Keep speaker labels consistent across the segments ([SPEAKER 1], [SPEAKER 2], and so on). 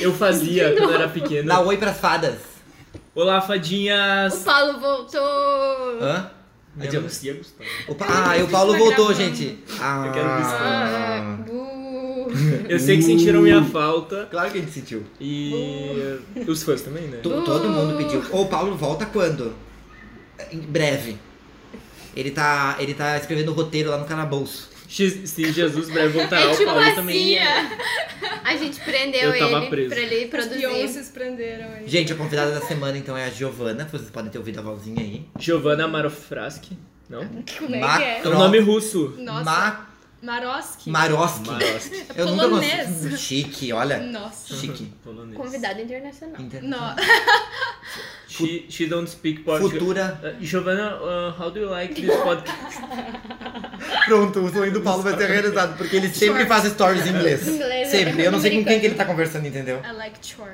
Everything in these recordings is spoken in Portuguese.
[SPEAKER 1] eu fazia quando eu era pequeno.
[SPEAKER 2] Dá oi pras fadas.
[SPEAKER 1] Olá, fadinhas!
[SPEAKER 3] O Paulo voltou.
[SPEAKER 2] Hã?
[SPEAKER 1] Minha
[SPEAKER 2] Adianta.
[SPEAKER 1] mãozinha, Gustavo.
[SPEAKER 2] O pa- Ah, e o Paulo
[SPEAKER 3] Tá
[SPEAKER 4] é
[SPEAKER 2] voltou,
[SPEAKER 3] gravando.
[SPEAKER 2] gente. Ah,
[SPEAKER 1] Eu quero um
[SPEAKER 3] Ah, bu.
[SPEAKER 1] Eu sei que sentiram minha falta
[SPEAKER 2] é. Claro que a gente sentiu.
[SPEAKER 1] e
[SPEAKER 3] Uh.
[SPEAKER 1] os fãs também, né?
[SPEAKER 2] To- Todo
[SPEAKER 4] Uh.
[SPEAKER 2] mundo pediu. Ô, O Paulo volta quando? Em breve. Ele tá, ele tá escrevendo o roteiro lá no Calabouço.
[SPEAKER 1] X- Se Jesus breve voltará,
[SPEAKER 3] É
[SPEAKER 1] o
[SPEAKER 3] tipo
[SPEAKER 1] Paulo
[SPEAKER 3] assim,
[SPEAKER 1] também.
[SPEAKER 3] é. a gente prendeu
[SPEAKER 1] Eu tava
[SPEAKER 3] ele
[SPEAKER 1] preso.
[SPEAKER 3] pra ele
[SPEAKER 4] Os
[SPEAKER 3] produzir.
[SPEAKER 4] Beyoncés prenderam ele.
[SPEAKER 2] Gente, a convidada da semana então é a Giovana. Vocês podem ter ouvido a vozinha aí.
[SPEAKER 1] Giovanna Marofraski? Não?
[SPEAKER 4] Como é que
[SPEAKER 2] Macro-
[SPEAKER 4] é?
[SPEAKER 1] É um nome russo.
[SPEAKER 4] Nossa.
[SPEAKER 2] Ma
[SPEAKER 4] Maroski.
[SPEAKER 2] Maroski.
[SPEAKER 1] Marofraski.
[SPEAKER 2] Eu nunca
[SPEAKER 4] Polonês.
[SPEAKER 2] consigo. Chique, olha.
[SPEAKER 4] Nossa.
[SPEAKER 2] Chique.
[SPEAKER 1] Polonês.
[SPEAKER 3] Convidado internacional.
[SPEAKER 2] Inter-
[SPEAKER 4] No-
[SPEAKER 1] She, she don't speak Portuguese.
[SPEAKER 2] Futura.
[SPEAKER 1] Uh, Giovanna, uh, how do you like this podcast?
[SPEAKER 2] Pronto, o sonho do Paulo vai ser realizado, porque ele sempre faz stories em inglês.
[SPEAKER 3] Inglês, é.
[SPEAKER 2] Sempre. Eu não sei com quem que ele tá conversando, entendeu?
[SPEAKER 4] I like short.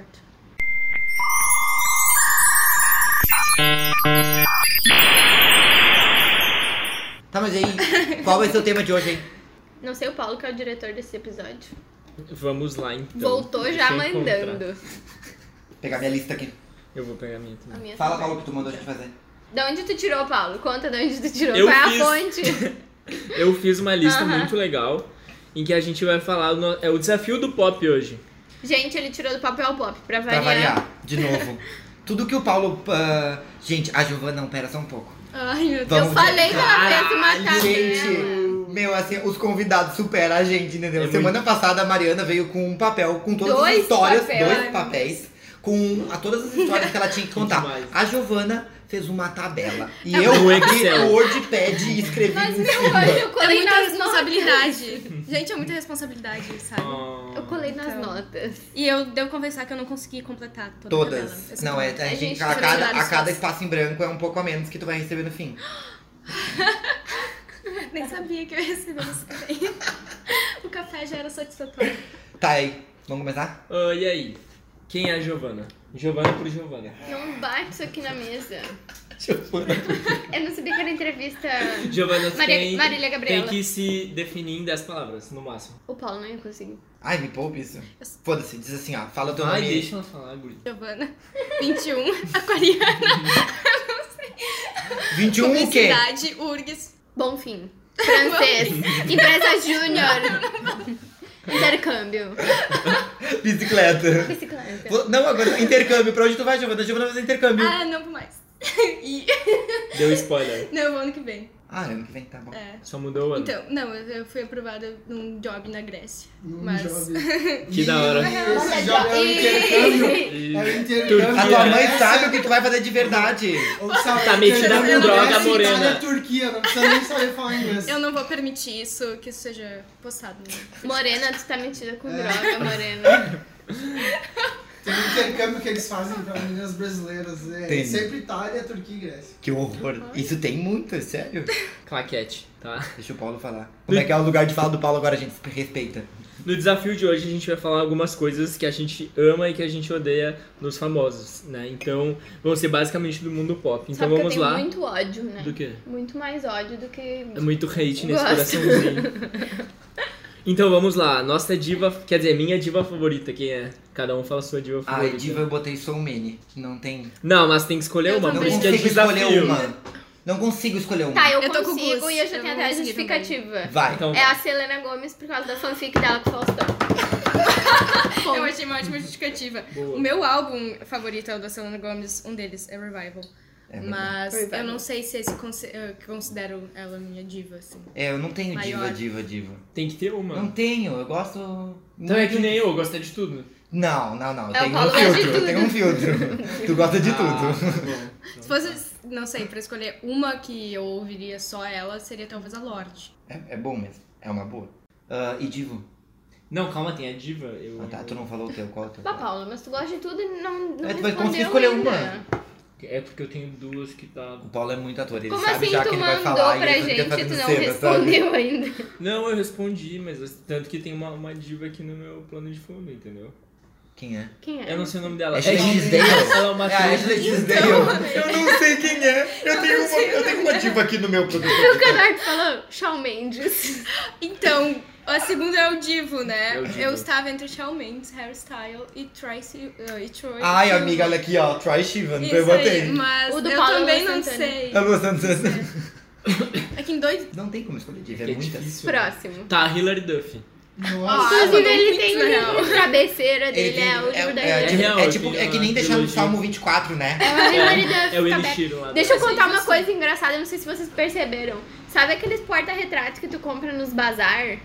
[SPEAKER 2] Tá, mas aí, qual vai ser o tema de hoje, hein?
[SPEAKER 3] Não sei o Paulo que é o diretor desse episódio.
[SPEAKER 1] Vamos lá então.
[SPEAKER 3] Voltou já
[SPEAKER 1] Deixa eu encontrar.
[SPEAKER 3] mandando.
[SPEAKER 2] Vou pegar minha lista aqui.
[SPEAKER 1] Eu vou pegar a minha
[SPEAKER 3] A
[SPEAKER 1] também.
[SPEAKER 3] minha
[SPEAKER 2] Fala,
[SPEAKER 3] também.
[SPEAKER 2] Paulo, o que tu mandou a gente fazer.
[SPEAKER 3] Da onde tu tirou, Paulo? Conta da onde tu tirou.
[SPEAKER 1] Eu
[SPEAKER 3] Qual é a
[SPEAKER 1] fiz.
[SPEAKER 3] fonte?
[SPEAKER 1] Eu fiz uma lista
[SPEAKER 3] Aham.
[SPEAKER 1] muito legal em que a gente vai falar. o no- É o desafio do pop hoje.
[SPEAKER 3] Gente, ele tirou do papel pop, pra
[SPEAKER 2] Pra
[SPEAKER 3] variar.
[SPEAKER 2] variar, de novo. Tudo que o Paulo. ah, gente, a Giovana, não, pera só um pouco.
[SPEAKER 4] Ai, meu Deus.
[SPEAKER 2] Vamos
[SPEAKER 3] Eu falei que ela fez uma
[SPEAKER 2] Ai,
[SPEAKER 3] tabela.
[SPEAKER 2] gente, meu, assim, os convidados superam a gente, entendeu?
[SPEAKER 1] É
[SPEAKER 2] Semana passada a Mariana veio com um papel, com todas as
[SPEAKER 3] Dois
[SPEAKER 2] histórias,
[SPEAKER 3] papéis.
[SPEAKER 2] dois papéis, com a, todas as histórias que ela tinha que contar.
[SPEAKER 1] Demais.
[SPEAKER 2] A Giovana fez uma tabela. E
[SPEAKER 1] É
[SPEAKER 2] eu
[SPEAKER 1] muito- No
[SPEAKER 2] abri
[SPEAKER 1] Excel.
[SPEAKER 2] o WordPad e escrevi.
[SPEAKER 3] Tá Mas
[SPEAKER 2] em
[SPEAKER 3] meu
[SPEAKER 2] cima.
[SPEAKER 3] anjo, eu
[SPEAKER 4] É
[SPEAKER 3] colei
[SPEAKER 4] muita
[SPEAKER 3] nas notas.
[SPEAKER 4] responsabilidade. Gente, é muita responsabilidade, sabe?
[SPEAKER 3] Eu colei nas
[SPEAKER 4] Então.
[SPEAKER 3] notas.
[SPEAKER 4] E eu devo confessar que eu não consegui completar toda a tabela. Eu
[SPEAKER 2] Todas.
[SPEAKER 4] sou
[SPEAKER 2] Não, é,
[SPEAKER 4] muito-
[SPEAKER 2] a
[SPEAKER 3] gente,
[SPEAKER 2] gente,
[SPEAKER 3] isso
[SPEAKER 2] a
[SPEAKER 3] é
[SPEAKER 2] cada,
[SPEAKER 4] verdade,
[SPEAKER 2] a cada
[SPEAKER 4] fácil.
[SPEAKER 2] espaço em branco é um pouco a menos que tu vai receber no fim.
[SPEAKER 4] Nem sabia que eu ia receber isso também. o café já era satisfatório.
[SPEAKER 2] Tá aí, vamos começar?
[SPEAKER 1] Ah, e aí? Quem é a Giovanna? Giovanna é por Giovanna.
[SPEAKER 3] Não bate isso aqui na mesa.
[SPEAKER 2] Giovana.
[SPEAKER 3] Eu não sabia que era entrevista.
[SPEAKER 1] Giovanna
[SPEAKER 3] Maria-
[SPEAKER 1] tem,
[SPEAKER 3] Marília Gabriela.
[SPEAKER 1] tem que se definir em 10 palavras, no máximo.
[SPEAKER 3] O Paulo não ia conseguir.
[SPEAKER 2] Ai, me poupe isso. Foda-se, diz assim, ó. Fala o teu
[SPEAKER 1] Ai,
[SPEAKER 2] nome.
[SPEAKER 1] deixa ela falar, guri.
[SPEAKER 4] Giovana, 21, aquariana,
[SPEAKER 2] 21 o quê?
[SPEAKER 4] publicidade, URGS.
[SPEAKER 3] Bom fim. Francês. Empresa Júnior. Intercâmbio.
[SPEAKER 2] Bicicleta.
[SPEAKER 3] Bicicleta.
[SPEAKER 2] Vou- Não, agora intercâmbio. Pra onde tu vai, Giovana? Giovana vai fazer intercâmbio.
[SPEAKER 4] Ah, não vou mais. E,
[SPEAKER 1] Deu spoiler.
[SPEAKER 4] não, ano que vem.
[SPEAKER 2] Ah, ano que vem, tá bom.
[SPEAKER 4] É.
[SPEAKER 1] Só mudou o ano.
[SPEAKER 4] Então, não, eu eu fui aprovada num job na Grécia. Mas.
[SPEAKER 3] Então,
[SPEAKER 1] Que da hora.
[SPEAKER 3] Olha,
[SPEAKER 5] assim. Esse job é o intercâmbio.
[SPEAKER 1] E-
[SPEAKER 5] É o intercâmbio.
[SPEAKER 2] A tua mãe sabe o que tu vai fazer de verdade.
[SPEAKER 5] Ou sabe,
[SPEAKER 1] Tá metida
[SPEAKER 5] intercâmbio
[SPEAKER 4] com droga,
[SPEAKER 5] Grécia,
[SPEAKER 1] morena.
[SPEAKER 5] Itália, Turquia, não precisa nem saber falar inglês.
[SPEAKER 4] Eu não vou permitir isso, que isso seja postado. né?
[SPEAKER 3] Morena, tu tá metida com droga, Morena.
[SPEAKER 5] Tem um intercâmbio que eles fazem pra meninas brasileiras. É
[SPEAKER 2] Tem.
[SPEAKER 5] sempre Itália, Turquia e Grécia.
[SPEAKER 2] Que horror. Isso tem muito, é sério.
[SPEAKER 1] Claquete, tá?
[SPEAKER 2] Deixa o Paulo falar. Como é que é o lugar de fala do Paulo agora, gente? Se Respeita.
[SPEAKER 1] No desafio de hoje a gente vai falar algumas coisas que a gente ama e que a gente odeia nos famosos, né? Então vão ser basicamente do mundo pop. Então
[SPEAKER 3] Sabe que eu
[SPEAKER 1] vamos
[SPEAKER 3] tenho
[SPEAKER 1] lá.
[SPEAKER 3] muito ódio, né?
[SPEAKER 1] Do quê?
[SPEAKER 3] Muito mais ódio do que.
[SPEAKER 1] É muito hate nesse
[SPEAKER 3] Gosto.
[SPEAKER 1] coraçãozinho. Então vamos lá, nossa diva, quer dizer, minha diva favorita, quem é? Cada um fala a sua diva
[SPEAKER 2] Ai,
[SPEAKER 1] favorita.
[SPEAKER 2] Ah, diva, eu botei Soul Mane. Não tem.
[SPEAKER 1] Não, mas tem que escolher
[SPEAKER 4] Eu
[SPEAKER 1] uma,
[SPEAKER 2] Não
[SPEAKER 1] por
[SPEAKER 4] também.
[SPEAKER 1] isso que é
[SPEAKER 2] consigo escolher
[SPEAKER 1] desafio.
[SPEAKER 2] uma. Não consigo escolher uma.
[SPEAKER 3] Tá, eu,
[SPEAKER 4] Eu tô com
[SPEAKER 3] consigo
[SPEAKER 4] Gus,
[SPEAKER 3] e eu já
[SPEAKER 4] eu
[SPEAKER 3] tenho
[SPEAKER 4] não
[SPEAKER 3] até a
[SPEAKER 4] consegui também.
[SPEAKER 3] justificativa.
[SPEAKER 2] Vai.
[SPEAKER 1] Então,
[SPEAKER 3] É a Selena Gomes por causa da fanfic dela com o Faustão.
[SPEAKER 4] Eu achei uma ótima justificativa.
[SPEAKER 1] Boa.
[SPEAKER 4] O meu álbum favorito é o da Selena Gomez, um deles é Revival.
[SPEAKER 2] É
[SPEAKER 4] Mas
[SPEAKER 3] Revival.
[SPEAKER 4] eu não sei se esse conse- eu considero ela minha diva, assim.
[SPEAKER 2] É, eu não tenho
[SPEAKER 4] Maior.
[SPEAKER 2] diva, diva, diva.
[SPEAKER 1] tem que ter uma.
[SPEAKER 2] Não tenho, eu gosto.
[SPEAKER 1] Então é que nem eu, gosta de tudo.
[SPEAKER 2] Não, não, não. Eu
[SPEAKER 3] É, o
[SPEAKER 2] tenho um
[SPEAKER 3] Paulo gosta de
[SPEAKER 2] filtro. Eu
[SPEAKER 3] tudo.
[SPEAKER 2] tenho um filtro. tu gosta de
[SPEAKER 1] Ah, tá
[SPEAKER 2] tudo.
[SPEAKER 1] então.
[SPEAKER 4] Se fosse, não sei, pra escolher uma que eu ouviria só ela, seria talvez a Lorde.
[SPEAKER 2] É, é bom mesmo. É uma boa. Ah, e divo?
[SPEAKER 1] Não, calma, tem a diva. Eu...
[SPEAKER 2] Ah, tá, tu não falou o teu, qual é o teu?
[SPEAKER 3] Bah, Paula, mas tu gosta de tudo e não, não
[SPEAKER 2] É, tu vai
[SPEAKER 3] respondeu
[SPEAKER 2] conseguir escolher
[SPEAKER 3] ainda.
[SPEAKER 2] uma.
[SPEAKER 1] É porque eu tenho duas que tá.
[SPEAKER 2] O Paulo é muito ator, ele
[SPEAKER 3] Como
[SPEAKER 2] sabe
[SPEAKER 3] assim
[SPEAKER 2] já que
[SPEAKER 3] tu
[SPEAKER 2] ele vai
[SPEAKER 3] mandou
[SPEAKER 2] falar
[SPEAKER 3] pra
[SPEAKER 2] e ele fica
[SPEAKER 3] gente e tu
[SPEAKER 2] fazendo
[SPEAKER 3] não
[SPEAKER 2] cena, sabe?
[SPEAKER 3] respondeu ainda?
[SPEAKER 1] Não, eu respondi, mas tanto que tem uma, uma diva aqui no meu plano de fundo, entendeu?
[SPEAKER 2] Quem é?
[SPEAKER 3] Quem é?
[SPEAKER 1] Eu não sei o nome dela.
[SPEAKER 2] É
[SPEAKER 1] Ela-
[SPEAKER 2] Tisdale.
[SPEAKER 1] Ela é uma
[SPEAKER 2] É a
[SPEAKER 1] atriz.
[SPEAKER 2] Ashley Tisdale.
[SPEAKER 3] Eu
[SPEAKER 2] não sei quem é.
[SPEAKER 4] Eu tenho não sei uma- eu tenho uma também.
[SPEAKER 2] diva aqui no meu produto.
[SPEAKER 3] O Canard falou Shawn Mendes.
[SPEAKER 4] Então, a segunda é o Divo, né?
[SPEAKER 1] É o Divo.
[SPEAKER 4] Eu estava entre Shawn Mendes, Hairstyle e, Tracy, uh, e Troy.
[SPEAKER 2] Ai,
[SPEAKER 4] Sivan.
[SPEAKER 2] amiga, olha aqui, ó. Try Shivan.
[SPEAKER 4] Isso
[SPEAKER 2] Eu
[SPEAKER 4] aí,
[SPEAKER 2] botei.
[SPEAKER 4] mas
[SPEAKER 3] O do
[SPEAKER 4] eu
[SPEAKER 3] Paulo
[SPEAKER 4] também não
[SPEAKER 3] Santana.
[SPEAKER 4] sei.
[SPEAKER 2] Tá gostando dessa?
[SPEAKER 4] É que em dois...
[SPEAKER 2] Não tem como escolher diva,
[SPEAKER 1] Que
[SPEAKER 2] é
[SPEAKER 1] é
[SPEAKER 2] muitas.
[SPEAKER 1] difícil. né?
[SPEAKER 3] Próximo.
[SPEAKER 1] Tá, Hilary Duff.
[SPEAKER 5] Nossa.
[SPEAKER 4] Ah, eu vou
[SPEAKER 3] Inclusive,
[SPEAKER 4] dar um
[SPEAKER 3] ele
[SPEAKER 4] pix
[SPEAKER 3] tem
[SPEAKER 4] na real.
[SPEAKER 3] a cabeceira dele, é o livro da
[SPEAKER 2] é,
[SPEAKER 1] Hilary. É
[SPEAKER 2] tipo-
[SPEAKER 1] real,
[SPEAKER 2] é tipo,
[SPEAKER 1] tem
[SPEAKER 2] é que
[SPEAKER 1] uma
[SPEAKER 2] nem deixar o
[SPEAKER 1] trilogia.
[SPEAKER 2] Salmo 24, né?
[SPEAKER 3] É uma Hilary Duff.
[SPEAKER 1] É o
[SPEAKER 3] cabe-
[SPEAKER 1] Elixir lá.
[SPEAKER 3] Deixa eu
[SPEAKER 1] dentro.
[SPEAKER 3] contar uma
[SPEAKER 4] Isso.
[SPEAKER 3] coisa engraçada, eu não sei se vocês perceberam. Sabe aqueles porta-retratos que tu compra nos bazar?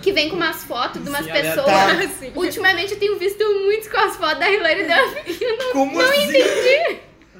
[SPEAKER 3] Que vem com umas fotos de umas
[SPEAKER 1] Sim,
[SPEAKER 3] pessoas.
[SPEAKER 2] aleatório.
[SPEAKER 4] Assim.
[SPEAKER 3] Ultimamente eu tenho visto muitos com as fotos da Hilary Duff. Eu não-
[SPEAKER 2] Como assim?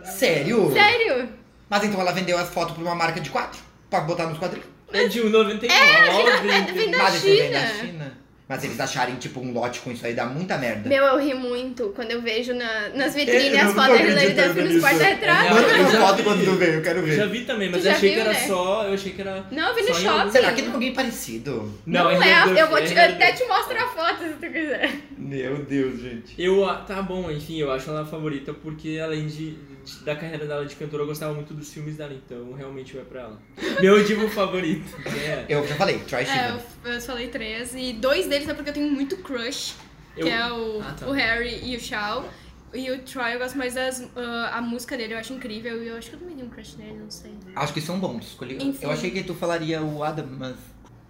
[SPEAKER 2] Sério?
[SPEAKER 3] Sério?
[SPEAKER 2] Mas então ela vendeu as fotos pra uma marca de quatro, pra botar nos quadrinhos.
[SPEAKER 1] É de 1,99.
[SPEAKER 3] vem da-
[SPEAKER 2] Mas isso vem da
[SPEAKER 3] China.
[SPEAKER 2] China. Mas eles acharem, tipo, um lote com isso aí dá muita merda.
[SPEAKER 3] Meu, eu ri muito quando eu vejo na- nas vitrines
[SPEAKER 2] Eu não tô
[SPEAKER 3] as fotos da Hilary
[SPEAKER 2] acreditando
[SPEAKER 3] Duff nos
[SPEAKER 2] nisso.
[SPEAKER 3] porta-retratos.
[SPEAKER 1] É
[SPEAKER 2] Manda uma
[SPEAKER 1] Eu já
[SPEAKER 2] foto
[SPEAKER 1] vi.
[SPEAKER 2] quando tu veio, eu quero ver.
[SPEAKER 1] Já vi também, mas
[SPEAKER 3] Tu
[SPEAKER 1] eu
[SPEAKER 3] já
[SPEAKER 1] achei
[SPEAKER 3] viu,
[SPEAKER 1] que era
[SPEAKER 3] né?
[SPEAKER 1] só. Eu achei que era.
[SPEAKER 3] Não, eu vi no
[SPEAKER 1] Só em algum-
[SPEAKER 3] shopping.
[SPEAKER 2] Será que tem alguém parecido?
[SPEAKER 3] Não,
[SPEAKER 1] Hilary Duff,
[SPEAKER 3] é, eu vou te- eu
[SPEAKER 1] Hilary
[SPEAKER 3] até
[SPEAKER 1] Duff.
[SPEAKER 3] te mostro a foto se tu quiser.
[SPEAKER 2] Meu Deus, gente.
[SPEAKER 1] Eu, a- tá bom, enfim, eu acho ela a favorita porque além de, de- da carreira dela de cantora, eu gostava muito dos filmes dela, então realmente vai pra ela. Meu divo favorito. É.
[SPEAKER 2] Eu já falei, Try
[SPEAKER 4] É,
[SPEAKER 2] Shiva.
[SPEAKER 4] eu, eu falei três. E dois deles é porque eu tenho muito crush,
[SPEAKER 1] Eu-
[SPEAKER 4] que é o,
[SPEAKER 1] Ah, tá.
[SPEAKER 4] o Harry e o Shaw. E o Troy, eu gosto mais das... ah, a música dele, eu acho incrível. E eu acho que eu também tenho um crush nele, não sei.
[SPEAKER 2] Acho que são bons, escolhi. um.
[SPEAKER 4] Enfim.
[SPEAKER 2] Eu achei que tu falaria o Adam, mas.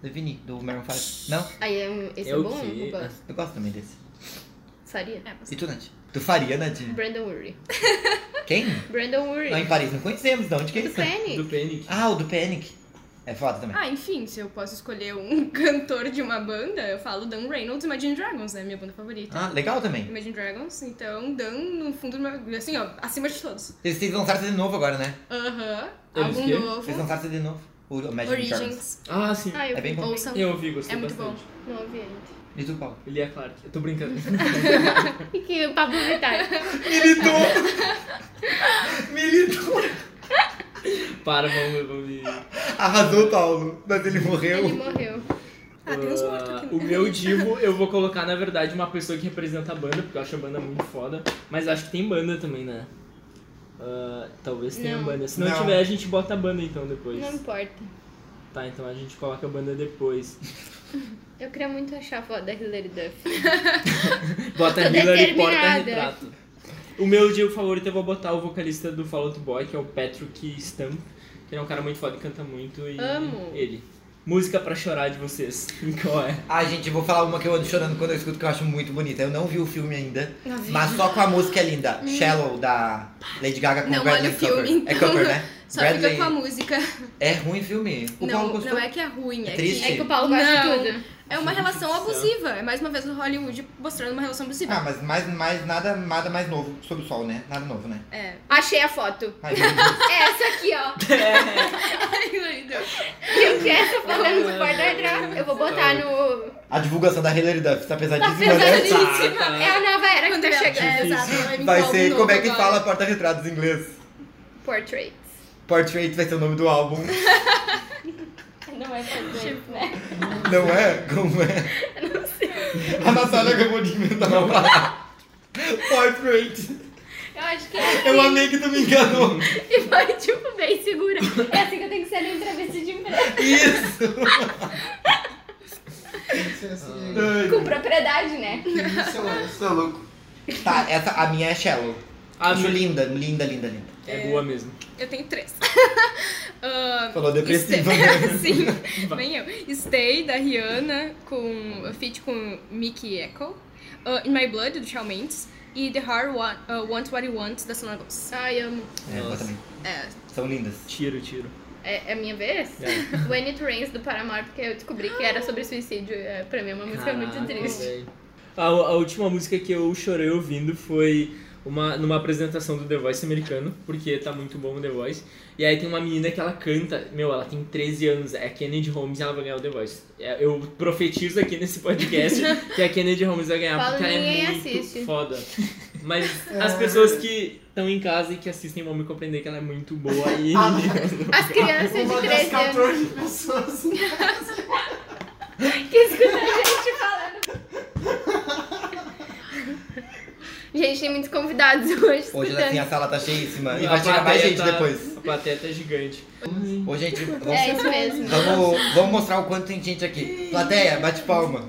[SPEAKER 2] Devini, do Maroon 5. Não?
[SPEAKER 3] Aí, é- esse é,
[SPEAKER 1] É o
[SPEAKER 3] bom?
[SPEAKER 1] quê?
[SPEAKER 3] Eu gosto.
[SPEAKER 2] Eu gosto também desse.
[SPEAKER 3] Faria.
[SPEAKER 4] É, mas...
[SPEAKER 2] E tu, Nath? Tu faria, Nadine?
[SPEAKER 3] Brandon Urie.
[SPEAKER 2] Quem?
[SPEAKER 3] Brandon Urie.
[SPEAKER 2] Lá em Paris, não conhecemos, não. De quem
[SPEAKER 3] Do
[SPEAKER 2] eles são?
[SPEAKER 3] Penny.
[SPEAKER 1] Do Panic.
[SPEAKER 2] Ah, o do Panic. É foda também.
[SPEAKER 4] Ah, enfim, se eu posso escolher um cantor de uma banda, eu falo Dan Reynolds e Imagine Dragons, né? Minha banda favorita.
[SPEAKER 2] Ah, legal também.
[SPEAKER 4] Imagine Dragons, então Dan no fundo do meu. Assim, ó, acima de todos.
[SPEAKER 2] Eles vocês lançaram CD novo agora, né?
[SPEAKER 4] Aham.
[SPEAKER 1] Eles
[SPEAKER 4] Álbum
[SPEAKER 1] quê?
[SPEAKER 2] Vocês
[SPEAKER 4] novo.
[SPEAKER 2] lançaram CD novo. O Imagine Dragons.
[SPEAKER 4] Origins.
[SPEAKER 1] Ah, sim.
[SPEAKER 3] Ah, eu
[SPEAKER 2] É bem bom.
[SPEAKER 4] Ouçam.
[SPEAKER 1] Eu ouvi, gostei
[SPEAKER 4] É muito
[SPEAKER 1] bastante.
[SPEAKER 3] não ouvi ainda.
[SPEAKER 2] E tu, Paulo?
[SPEAKER 1] Ele é Clark. Eu tô brincando.
[SPEAKER 3] E que o Pablo Vittar.
[SPEAKER 2] Militou! Militou!
[SPEAKER 1] Para, vamos, vamos. ir.
[SPEAKER 2] Arrasou, Paulo. Mas ele morreu.
[SPEAKER 3] Ele morreu.
[SPEAKER 4] Ah, tem uns
[SPEAKER 1] Ah,
[SPEAKER 4] mortos aqui.
[SPEAKER 1] O meu divo, eu vou colocar, na verdade, uma pessoa que representa a banda, porque eu acho a banda muito foda. Mas acho que tem banda também, né? Ah, talvez tenha
[SPEAKER 3] Não.
[SPEAKER 1] banda. Se não,
[SPEAKER 2] Não.
[SPEAKER 1] tiver, a gente bota a banda então depois.
[SPEAKER 3] Não importa.
[SPEAKER 1] Tá, então a gente coloca a banda depois.
[SPEAKER 3] Eu queria muito achar a foto da Hilary Duff.
[SPEAKER 1] Bota
[SPEAKER 4] é
[SPEAKER 3] Tô
[SPEAKER 1] Hillary
[SPEAKER 3] determinada.
[SPEAKER 1] porta retrato. O meu dia favorito eu vou botar o vocalista do Fall Out Boy, que é o Patrick Stump, que ele é um cara muito foda e canta muito. E
[SPEAKER 3] Amo.
[SPEAKER 1] ele. Música pra chorar de vocês. Qual é?
[SPEAKER 2] Ah, gente, eu vou falar uma que eu ando chorando quando eu escuto que eu acho muito bonita. Eu não vi o filme ainda, mas só com a música é linda. Shallow, da Lady Gaga com
[SPEAKER 4] Hum. Não
[SPEAKER 2] Bradley
[SPEAKER 4] olha o filme,
[SPEAKER 2] Cooper. É
[SPEAKER 4] então.
[SPEAKER 2] Cooper, né?
[SPEAKER 4] Só
[SPEAKER 2] Bradley...
[SPEAKER 4] fica com a música.
[SPEAKER 2] É ruim o filme. O Paulo
[SPEAKER 4] Não,
[SPEAKER 2] gostou.
[SPEAKER 4] não é que é ruim,
[SPEAKER 2] É
[SPEAKER 4] é,
[SPEAKER 2] triste?
[SPEAKER 4] que.
[SPEAKER 3] É que o Paulo gosta
[SPEAKER 4] Não.
[SPEAKER 3] de tudo.
[SPEAKER 4] É uma
[SPEAKER 1] Gente
[SPEAKER 4] relação
[SPEAKER 1] do céu.
[SPEAKER 4] abusiva. É mais uma vez o Hollywood mostrando uma relação abusiva.
[SPEAKER 2] Ah, mas mais, mais, nada, nada mais novo sobre o sol, né? Nada novo, né?
[SPEAKER 4] É.
[SPEAKER 3] Achei a foto.
[SPEAKER 2] Ai, meu Deus.
[SPEAKER 3] É essa aqui, ó. Quem quer essa foto no porta-retrato? Eu vou botar no...
[SPEAKER 2] a divulgação da Hillary Duff tá pesadíssima,
[SPEAKER 3] Tá
[SPEAKER 2] né?
[SPEAKER 3] pesadíssima.
[SPEAKER 1] Tá, tá.
[SPEAKER 3] É a nova era que
[SPEAKER 4] Quando
[SPEAKER 3] tá
[SPEAKER 4] ela-
[SPEAKER 3] chegando.
[SPEAKER 4] é, exato, ela
[SPEAKER 2] Vai
[SPEAKER 4] inventar
[SPEAKER 2] ser,
[SPEAKER 4] algo
[SPEAKER 2] como é que
[SPEAKER 4] novo
[SPEAKER 2] fala
[SPEAKER 4] agora.
[SPEAKER 2] porta-retratos em inglês?
[SPEAKER 3] Portraits.
[SPEAKER 2] Portrait vai ser o nome do álbum.
[SPEAKER 3] Não é portraits, né?
[SPEAKER 2] Não é? Como é? A Natália acabou de inventar uma palavra. Portrait.
[SPEAKER 3] Eu acho que é.
[SPEAKER 2] Eu amei que tu me enganou.
[SPEAKER 3] E foi, tipo, bem segura. É assim que eu tenho que ser na entrevista de emprego.
[SPEAKER 2] Isso.
[SPEAKER 5] Tem que ser assim, hein?
[SPEAKER 3] Com propriedade, né?
[SPEAKER 5] Isso é
[SPEAKER 2] Tô louco. Tá, essa, a minha é Shallow.
[SPEAKER 1] A
[SPEAKER 2] Acho
[SPEAKER 1] Ah, minha-
[SPEAKER 2] linda, linda, linda, linda.
[SPEAKER 1] É boa mesmo.
[SPEAKER 4] Eu tenho três. Ah,
[SPEAKER 2] Falou depressiva. né?
[SPEAKER 4] Stay- Sim, nem eu. Stay, da Rihanna, com feat com Mickey Echo. Ah, In My Blood, do Shawn Mendes. E The Heart Wa- ah, Wants What It Wants, da Selena Gomez.
[SPEAKER 3] Ai, amo.
[SPEAKER 2] É, eu
[SPEAKER 1] Nossa.
[SPEAKER 2] também.
[SPEAKER 4] É,
[SPEAKER 2] São lindas.
[SPEAKER 1] Tiro, tiro.
[SPEAKER 3] É, é a minha vez?
[SPEAKER 1] É.
[SPEAKER 3] When It Rains do Paramore, porque eu descobri que era sobre suicídio. É, pra mim é uma música muito
[SPEAKER 1] Caraca,
[SPEAKER 3] triste.
[SPEAKER 1] velho. A, a última música que eu chorei ouvindo foi uma, numa apresentação do The Voice americano, porque tá muito bom o The Voice. E aí tem uma menina que ela canta, meu, ela tem 13 anos, é a Kennedy Holmes e ela vai ganhar o The Voice. É, Eu profetizo aqui nesse podcast que a Kennedy Holmes vai ganhar,
[SPEAKER 3] Paulo,
[SPEAKER 1] porque ela é
[SPEAKER 3] ninguém
[SPEAKER 1] muito
[SPEAKER 3] assiste.
[SPEAKER 1] foda. Mas
[SPEAKER 2] É.
[SPEAKER 1] as pessoas que estão em casa e que assistem vão me compreender que ela é muito boa e
[SPEAKER 2] Ah.
[SPEAKER 3] As crianças
[SPEAKER 5] Uma
[SPEAKER 3] de
[SPEAKER 5] das
[SPEAKER 3] 13 anos
[SPEAKER 5] 14 pessoas.
[SPEAKER 3] que escutam a gente falando. Gente, tem muitos convidados hoje.
[SPEAKER 2] Hoje
[SPEAKER 3] escutando.
[SPEAKER 2] assim a sala tá cheíssima. E
[SPEAKER 1] A
[SPEAKER 2] vai chegar mais
[SPEAKER 1] plateia
[SPEAKER 2] gente
[SPEAKER 1] tá-
[SPEAKER 2] depois.
[SPEAKER 1] A plateia tá gigante.
[SPEAKER 2] Ô, gente,
[SPEAKER 3] É
[SPEAKER 2] vamos,
[SPEAKER 3] isso mesmo.
[SPEAKER 2] vamos, vamos mostrar o quanto tem gente aqui. Plateia, bate palma.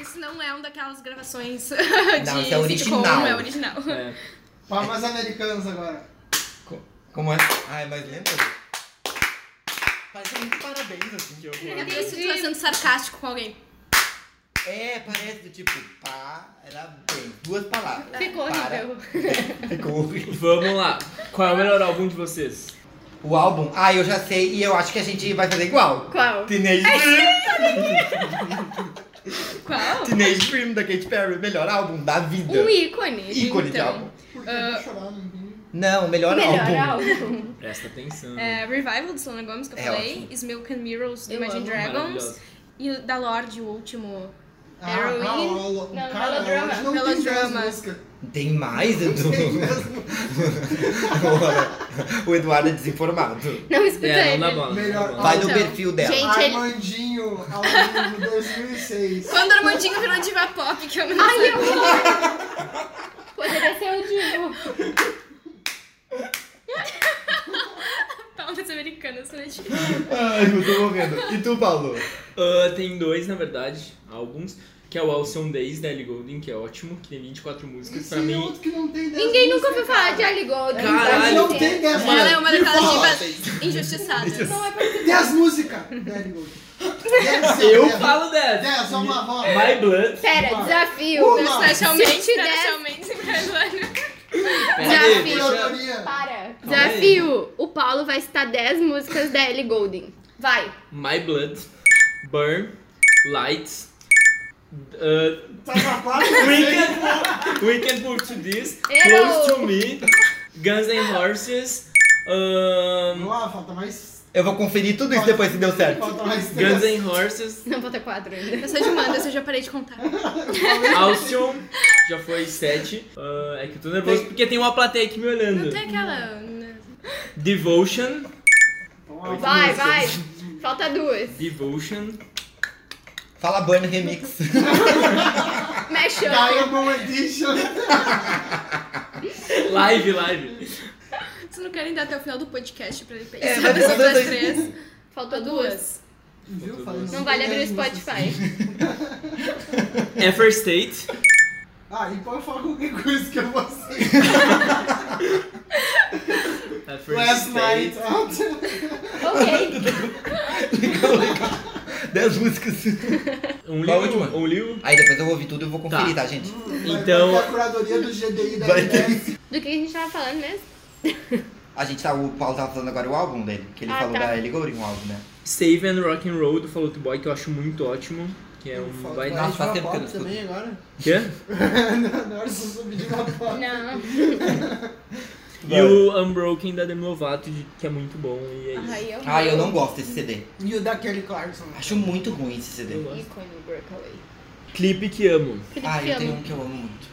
[SPEAKER 4] Isso não é uma daquelas gravações de
[SPEAKER 2] Não, isso é
[SPEAKER 4] sitcom,
[SPEAKER 2] original.
[SPEAKER 4] é original.
[SPEAKER 1] É.
[SPEAKER 5] Palmas americanas agora.
[SPEAKER 2] Co- Como é? Ai, mas lembra? Parece muito parabéns, assim.
[SPEAKER 1] Que horror.
[SPEAKER 4] Eu penso que tu tá sendo sarcástico com alguém.
[SPEAKER 2] É, parece do tipo, parabéns. Duas palavras.
[SPEAKER 3] Ficou
[SPEAKER 2] Para-
[SPEAKER 3] horrível.
[SPEAKER 2] Ficou horrível.
[SPEAKER 1] Vamos lá. Qual é o melhor álbum de vocês?
[SPEAKER 2] O álbum, ah, eu já sei e eu acho que a gente vai fazer igual.
[SPEAKER 3] Qual?
[SPEAKER 2] Teenage Dream,
[SPEAKER 4] Qual?
[SPEAKER 2] Teenage Dream da Katy Perry, melhor álbum da vida.
[SPEAKER 3] Um ícone.
[SPEAKER 2] Ícone de
[SPEAKER 4] então.
[SPEAKER 2] álbum.
[SPEAKER 5] Por que eu
[SPEAKER 1] Ah,
[SPEAKER 5] vou chorar no vinho?
[SPEAKER 2] Não, melhor,
[SPEAKER 3] Melhor
[SPEAKER 2] álbum.
[SPEAKER 3] álbum.
[SPEAKER 1] Presta atenção.
[SPEAKER 4] É, Revival do Selena Gomes, que eu
[SPEAKER 2] Uhum. É
[SPEAKER 4] falei.
[SPEAKER 2] ótimo.
[SPEAKER 4] Is Milk and Mirrors, do
[SPEAKER 3] Eu
[SPEAKER 4] Imagine
[SPEAKER 3] amo,
[SPEAKER 4] Dragons.
[SPEAKER 1] Maravilhosa.
[SPEAKER 4] E o da Lorde, o último.
[SPEAKER 5] Ah,
[SPEAKER 4] Heroin.
[SPEAKER 5] ah, o- o
[SPEAKER 3] Não,
[SPEAKER 5] cara,
[SPEAKER 3] melodrama.
[SPEAKER 5] hoje não tem
[SPEAKER 4] Melodrama.
[SPEAKER 5] mais música.
[SPEAKER 2] Tem mais, Edu? Olha, o Eduardo é desinformado.
[SPEAKER 3] Não escuta
[SPEAKER 1] É, não dá
[SPEAKER 3] ele.
[SPEAKER 1] bola. não dá
[SPEAKER 5] Melhor
[SPEAKER 1] bola.
[SPEAKER 2] Vai no
[SPEAKER 3] Então,
[SPEAKER 2] perfil dela.
[SPEAKER 3] gente- ele-
[SPEAKER 5] Armandinho, ao vivo, 2006.
[SPEAKER 4] Quando o Armandinho virou diva pop, que eu não
[SPEAKER 3] Ai,
[SPEAKER 4] sei.
[SPEAKER 3] eu amo. Poderia ser o Divo.
[SPEAKER 4] Palmas americanas, né? gente?
[SPEAKER 2] Ai, eu tô morrendo. E tu, Paulo?
[SPEAKER 1] Ah, tem dois, na verdade, álbuns. Que é o Awesome Days da Ellie Goulding, que é ótimo, que tem 24 músicas pra
[SPEAKER 5] Esse é
[SPEAKER 1] mim.
[SPEAKER 5] outro que não tem dez
[SPEAKER 3] Ninguém nunca
[SPEAKER 5] músicas,
[SPEAKER 3] ouviu falar
[SPEAKER 5] cara.
[SPEAKER 3] de Ali Gold.
[SPEAKER 1] Caralho.
[SPEAKER 5] Não tem dez
[SPEAKER 2] Mano,
[SPEAKER 4] Ela é
[SPEAKER 5] músicas.
[SPEAKER 4] uma
[SPEAKER 5] Me fala.
[SPEAKER 4] daquelas divas injustiçadas.
[SPEAKER 5] Dez músicas. Dez músicas. Dez,
[SPEAKER 1] Eu
[SPEAKER 5] dez.
[SPEAKER 1] falo dessa. É.
[SPEAKER 5] Dez, só uma voz.
[SPEAKER 1] My Blood.
[SPEAKER 3] Pera, desafio.
[SPEAKER 5] Uma.
[SPEAKER 4] é Nacionalmente,
[SPEAKER 3] Se eu te der-
[SPEAKER 4] internacionalmente, brasileiro.
[SPEAKER 1] Peraí,
[SPEAKER 5] Por
[SPEAKER 3] Desafio.
[SPEAKER 1] deixa-
[SPEAKER 5] autoria.
[SPEAKER 3] Para.
[SPEAKER 1] Calma aí.
[SPEAKER 3] Desafio. O Paulo vai citar 10 músicas da Ellie Goulding. Vai.
[SPEAKER 1] My Blood, Burn, Lights, uh,
[SPEAKER 5] Tá na quarta,
[SPEAKER 1] we,
[SPEAKER 5] né?
[SPEAKER 1] can move, we Can Move to This,
[SPEAKER 3] Hello.
[SPEAKER 1] Close to Me, Guns N' Horses, um,
[SPEAKER 5] Não, ah, falta mais.
[SPEAKER 2] Eu vou conferir tudo isso depois se deu certo.
[SPEAKER 5] Falta mais três.
[SPEAKER 1] Guns N' Horses,
[SPEAKER 3] Não, falta 4 ainda.
[SPEAKER 4] Eu sou de mandas, eu já parei de contar.
[SPEAKER 1] Alcyon, já foi 7. é que eu tô nervoso porque tem uma plateia aqui me
[SPEAKER 4] Não
[SPEAKER 1] olhando.
[SPEAKER 4] tem aquela. né?
[SPEAKER 1] Devotion,
[SPEAKER 5] Então,
[SPEAKER 3] Vai, vai. Falta duas.
[SPEAKER 1] Devotion,
[SPEAKER 2] Fala Burn Remix.
[SPEAKER 3] Mexe
[SPEAKER 5] Diamond Edition.
[SPEAKER 1] Live, Live.
[SPEAKER 4] Vocês não querem dar até o final do podcast pra ele pensar
[SPEAKER 2] É, mas
[SPEAKER 4] nessas
[SPEAKER 2] eu-
[SPEAKER 4] outras três?
[SPEAKER 3] Falta
[SPEAKER 4] Ou
[SPEAKER 3] duas.
[SPEAKER 4] duas?
[SPEAKER 5] Viu? Falei,
[SPEAKER 3] Não vale
[SPEAKER 5] tem
[SPEAKER 3] abrir o
[SPEAKER 5] dez músicas.
[SPEAKER 3] Spotify.
[SPEAKER 1] Effort State,
[SPEAKER 5] Ah, e pode falar qualquer coisa que eu vou sair.
[SPEAKER 1] Effort
[SPEAKER 5] Last
[SPEAKER 1] State,
[SPEAKER 5] night out.
[SPEAKER 3] ok.
[SPEAKER 2] legal, legal. Dez músicas.
[SPEAKER 1] Um
[SPEAKER 2] Qual a última?
[SPEAKER 1] Only, Only
[SPEAKER 2] Aí depois eu vou ouvir tudo e eu vou conferir,
[SPEAKER 1] Tá.
[SPEAKER 2] tá, gente?
[SPEAKER 1] Então-
[SPEAKER 5] Vai ter a curadoria do GDI da
[SPEAKER 2] Vai ter.
[SPEAKER 5] NS.
[SPEAKER 3] Do que a gente tava falando mesmo?
[SPEAKER 2] A gente tá, o Paulo tava falando agora o álbum dele, que ele
[SPEAKER 3] Ah,
[SPEAKER 2] falou
[SPEAKER 3] tá.
[SPEAKER 2] da Ellie Goulding, um álbum, né?
[SPEAKER 1] Save and Rock and Roll do Fall Out Boy, que eu acho muito ótimo. Que é um
[SPEAKER 5] Falta
[SPEAKER 1] vai
[SPEAKER 5] mais
[SPEAKER 2] Nossa, faz
[SPEAKER 5] uma
[SPEAKER 2] tempo que eu não
[SPEAKER 5] foto também agora.
[SPEAKER 1] Quê?
[SPEAKER 5] Na hora que eu soube de uma foto.
[SPEAKER 3] Não.
[SPEAKER 1] E o Unbroken da Demi Lovato, de- que é muito bom. E é isso.
[SPEAKER 3] Ai, eu
[SPEAKER 2] Ah, eu não gosto desse CD.
[SPEAKER 5] E o da Kelly Clarkson.
[SPEAKER 2] Acho muito ruim esse
[SPEAKER 1] Eu
[SPEAKER 2] CD.
[SPEAKER 1] gosto.
[SPEAKER 3] Ícone Breakaway.
[SPEAKER 1] Clipe que amo.
[SPEAKER 3] Felipe,
[SPEAKER 2] Ah, eu
[SPEAKER 3] amo.
[SPEAKER 2] tenho um que eu amo muito.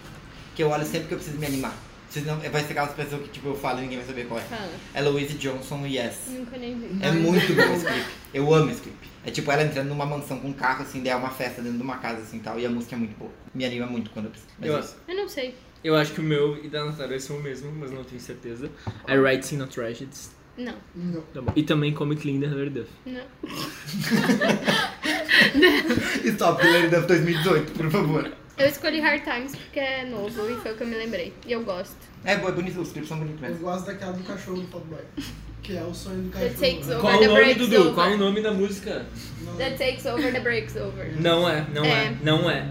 [SPEAKER 2] Que eu olho sempre que eu preciso me animar. Senão vai ser aquelas pessoas que tipo, eu falo e ninguém vai saber qual é.
[SPEAKER 3] Fala.
[SPEAKER 2] É Louise Johnson Yes.
[SPEAKER 3] Nunca nem vi.
[SPEAKER 2] É muito bom esse clipe. Eu amo esse clipe. É tipo ela entrando numa mansão com um carro, assim, daí é uma festa dentro de uma casa, assim, tal. E a música é muito boa. Me anima muito quando eu preciso. Mas é
[SPEAKER 1] Eu-
[SPEAKER 2] isso.
[SPEAKER 3] Eu não sei.
[SPEAKER 1] Eu acho que o meu e da Natália são o mesmo, mas não tenho certeza. I Write Sin Not Tragedies.
[SPEAKER 3] Não.
[SPEAKER 5] Não.
[SPEAKER 1] Tá bom. E também Comic Linda Hillary Duff.
[SPEAKER 3] Não.
[SPEAKER 2] Stop, Hilary Duff 2018, por favor.
[SPEAKER 3] Eu escolhi Hard Times porque é novo e foi o que eu me lembrei. E eu gosto.
[SPEAKER 2] É, bo- é bonito, os clipes são bonitos
[SPEAKER 5] Eu
[SPEAKER 2] mesmo.
[SPEAKER 5] gosto daquela do cachorro do Pop Boy. Que é o sonho do
[SPEAKER 3] It takes
[SPEAKER 5] cachorro.
[SPEAKER 1] Qual
[SPEAKER 3] the
[SPEAKER 1] o nome,
[SPEAKER 3] break's
[SPEAKER 1] Dudu?
[SPEAKER 3] over.
[SPEAKER 1] Qual o nome da música?
[SPEAKER 5] Não.
[SPEAKER 3] That takes over, the break's over.
[SPEAKER 1] Não é, não é,
[SPEAKER 3] É.
[SPEAKER 1] não é.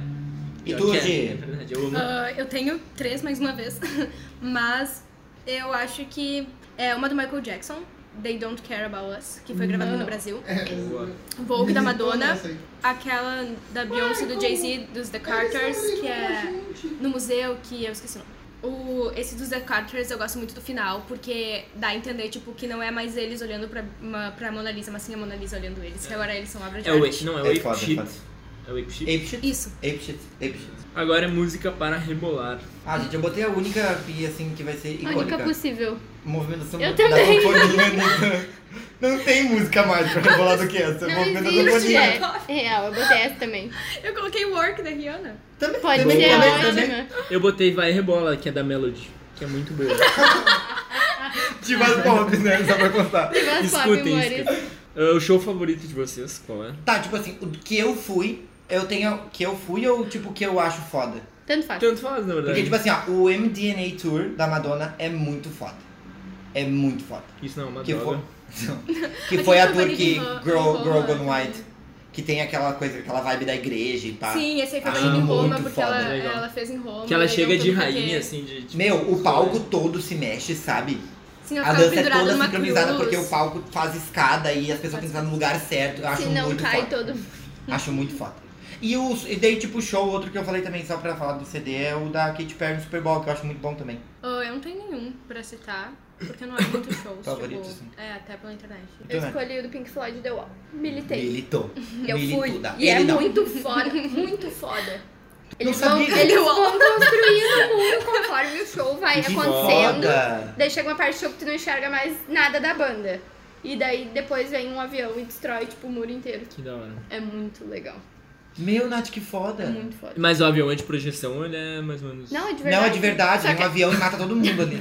[SPEAKER 2] E
[SPEAKER 1] Pior
[SPEAKER 2] tu,
[SPEAKER 1] que é,
[SPEAKER 2] Gi?
[SPEAKER 1] É verdade, eu amo.
[SPEAKER 4] Ah, eu tenho três mais uma vez. Mas eu acho que é uma do Michael Jackson, They Don't Care About Us, que foi gravada no
[SPEAKER 3] Não.
[SPEAKER 4] Brasil.
[SPEAKER 5] É,
[SPEAKER 1] Boa.
[SPEAKER 4] Vogue da Madonna,
[SPEAKER 5] Essa aí.
[SPEAKER 4] aquela da Beyoncé, do Jay-Z, dos The Carters, que é no museu, que eu esqueci o nome. O, esse dos The Carters eu gosto muito do final, porque dá a entender, tipo, que não é mais eles olhando pra, uma, pra Mona Lisa, mas sim a Mona Lisa olhando eles, que agora eles são obra de
[SPEAKER 1] É
[SPEAKER 4] arte.
[SPEAKER 1] o It, não é o
[SPEAKER 2] É
[SPEAKER 1] It
[SPEAKER 2] foda, é
[SPEAKER 1] Shit.
[SPEAKER 2] foda.
[SPEAKER 1] É o Ape Shit.
[SPEAKER 2] Ape shit?
[SPEAKER 4] Isso.
[SPEAKER 2] Ape shit. Ape shit.
[SPEAKER 1] Agora é música para rebolar.
[SPEAKER 2] Ah, gente, eu botei a única que, assim, que vai ser
[SPEAKER 3] A
[SPEAKER 2] icônica.
[SPEAKER 3] única possível.
[SPEAKER 2] Movimentação
[SPEAKER 3] Eu
[SPEAKER 2] da
[SPEAKER 3] também.
[SPEAKER 2] sanfoninha. Não tem música mais pra rebolar do que essa.
[SPEAKER 3] Não
[SPEAKER 2] Movimento da
[SPEAKER 3] existe,
[SPEAKER 2] sanfoninha.
[SPEAKER 3] é. Real, eu botei essa também.
[SPEAKER 4] Eu coloquei Work da Rihanna.
[SPEAKER 2] Também,
[SPEAKER 3] Pode
[SPEAKER 2] também,
[SPEAKER 3] ser
[SPEAKER 2] também, também.
[SPEAKER 3] ótima.
[SPEAKER 1] Eu botei Vai Rebola, que é da Melody, que é muito boa.
[SPEAKER 2] Tipo as bombas, né? Só pra constar.
[SPEAKER 3] Eu gosto de pop,
[SPEAKER 1] Escutem,
[SPEAKER 3] amores.
[SPEAKER 1] Ah, o show favorito de vocês, qual é?
[SPEAKER 2] Tá, tipo assim, o que eu fui, eu tenho. Que eu fui ou tipo que eu acho foda?
[SPEAKER 3] Tanto faz.
[SPEAKER 1] Tanto faz, na verdade.
[SPEAKER 2] Porque, tipo assim, ó, o MDNA Tour da Madonna é muito foda. É muito foda.
[SPEAKER 1] Isso não é uma
[SPEAKER 2] Que foi,
[SPEAKER 1] droga.
[SPEAKER 2] que
[SPEAKER 4] Aquele
[SPEAKER 2] foi a
[SPEAKER 4] Giovanni
[SPEAKER 2] tour que
[SPEAKER 4] de Ro-
[SPEAKER 2] Girl,
[SPEAKER 4] Roma,
[SPEAKER 2] Girl Gone
[SPEAKER 4] né?
[SPEAKER 2] White. Que tem aquela coisa, aquela vibe da igreja e pá.
[SPEAKER 4] Sim, esse aí foi
[SPEAKER 2] Ah,
[SPEAKER 4] feito em Roma,
[SPEAKER 2] muito
[SPEAKER 4] porque
[SPEAKER 2] foda,
[SPEAKER 4] ela,
[SPEAKER 1] legal.
[SPEAKER 4] ela fez em Roma.
[SPEAKER 1] Que ela
[SPEAKER 4] e
[SPEAKER 1] chega
[SPEAKER 4] não
[SPEAKER 1] de
[SPEAKER 4] tudo porque-
[SPEAKER 1] rainha, assim, de... tipo,
[SPEAKER 2] Meu, o
[SPEAKER 1] escolha.
[SPEAKER 2] palco todo se mexe, sabe?
[SPEAKER 4] Sim, ela
[SPEAKER 2] A
[SPEAKER 4] ficava
[SPEAKER 2] dança é
[SPEAKER 4] pendurada
[SPEAKER 2] toda
[SPEAKER 4] numa
[SPEAKER 2] sincronizada
[SPEAKER 4] cruz.
[SPEAKER 2] porque o palco faz escada e as pessoas têm que estar no lugar certo. Eu acho
[SPEAKER 3] Se não
[SPEAKER 2] muito
[SPEAKER 3] cai
[SPEAKER 2] foda.
[SPEAKER 3] todo mundo.
[SPEAKER 2] Acho muito foda. E, os, e daí, tipo, o show, outro que eu falei também, só pra falar do CD, é o da Katy Perry no Super Bowl, que eu acho muito bom também.
[SPEAKER 4] Ah, eu não tenho nenhum pra citar, porque eu não acho muito shows.
[SPEAKER 2] Favorito,
[SPEAKER 4] tipo,
[SPEAKER 2] sim.
[SPEAKER 4] É, até pela internet.
[SPEAKER 2] Então
[SPEAKER 3] Eu escolhi o do Pink Floyd The Wall. Militei.
[SPEAKER 2] Militou.
[SPEAKER 3] Eu fui.
[SPEAKER 2] Milituda.
[SPEAKER 3] E é
[SPEAKER 2] Ele não.
[SPEAKER 3] muito foda, muito foda.
[SPEAKER 2] Não
[SPEAKER 3] Eles vão,
[SPEAKER 2] sabia que
[SPEAKER 3] eles vão construindo o mundo conforme o show vai
[SPEAKER 2] Que
[SPEAKER 3] acontecendo.
[SPEAKER 2] foda.
[SPEAKER 3] Daí chega uma parte do show que tu não enxerga mais nada da banda. E daí depois vem um avião e destrói, tipo, o muro inteiro.
[SPEAKER 1] Que da hora.
[SPEAKER 3] É muito legal.
[SPEAKER 2] Meu, Nath, que foda.
[SPEAKER 3] É muito foda.
[SPEAKER 1] Mas o avião é de projeção, ele é mais ou menos...
[SPEAKER 3] Não, é de verdade.
[SPEAKER 2] Não, é de verdade,
[SPEAKER 3] Só
[SPEAKER 2] vem um
[SPEAKER 3] que...
[SPEAKER 2] avião e mata todo mundo ali.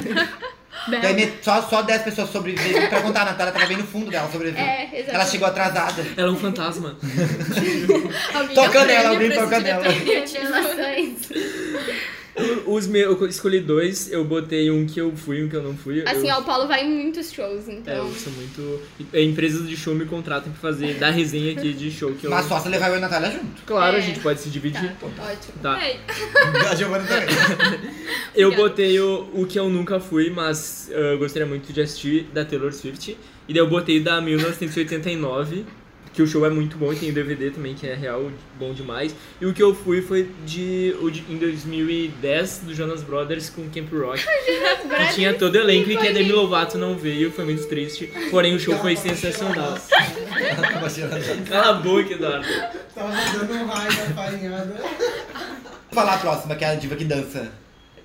[SPEAKER 2] Daí me- só, só 10 pessoas sobrevivem pra contar, a Natália tava bem no fundo dela, sobreviveu.
[SPEAKER 3] É, exatamente.
[SPEAKER 2] Ela chegou atrasada.
[SPEAKER 1] Ela é um fantasma.
[SPEAKER 4] Alguém
[SPEAKER 2] Toca
[SPEAKER 4] deu
[SPEAKER 2] nela,
[SPEAKER 4] prêmio
[SPEAKER 2] alguém
[SPEAKER 4] pra esse
[SPEAKER 2] toca nela.
[SPEAKER 4] diretor criativo.
[SPEAKER 3] Revelações.
[SPEAKER 1] Os meus... Eu escolhi dois, eu botei um que eu fui e um que eu não fui.
[SPEAKER 3] Assim,
[SPEAKER 1] eu...
[SPEAKER 3] ó, o Paulo vai em muitos shows,
[SPEAKER 1] É,
[SPEAKER 3] então.
[SPEAKER 1] eu sou muito... é, Empresas de show me contratam pra fazer... Dar resenha aqui de show que eu...
[SPEAKER 2] Mas só se levar eu e a Natália junto.
[SPEAKER 1] Claro,
[SPEAKER 3] É.
[SPEAKER 1] a gente pode se dividir.
[SPEAKER 3] Tá, ótimo.
[SPEAKER 1] Tá.
[SPEAKER 4] Ei,
[SPEAKER 2] A Giovana também.
[SPEAKER 1] Eu
[SPEAKER 4] É, Obrigada.
[SPEAKER 1] botei o, o que eu nunca fui, mas ah, eu gostaria muito de assistir, da Taylor Swift. E daí eu botei da 1989, que o show é muito bom e tem DVD também, que é real, bom demais. E o que eu fui foi de, o de- em 2010, do Jonas Brothers com Camp Rock. que tinha todo o elenco e que a Demi Lovato não veio, foi muito triste. Porém, o show foi sensacional. Cala a boca, Eduardo.
[SPEAKER 5] Tava dando um raio na farinhada.
[SPEAKER 2] Vou falar a próxima, que é a diva que dança.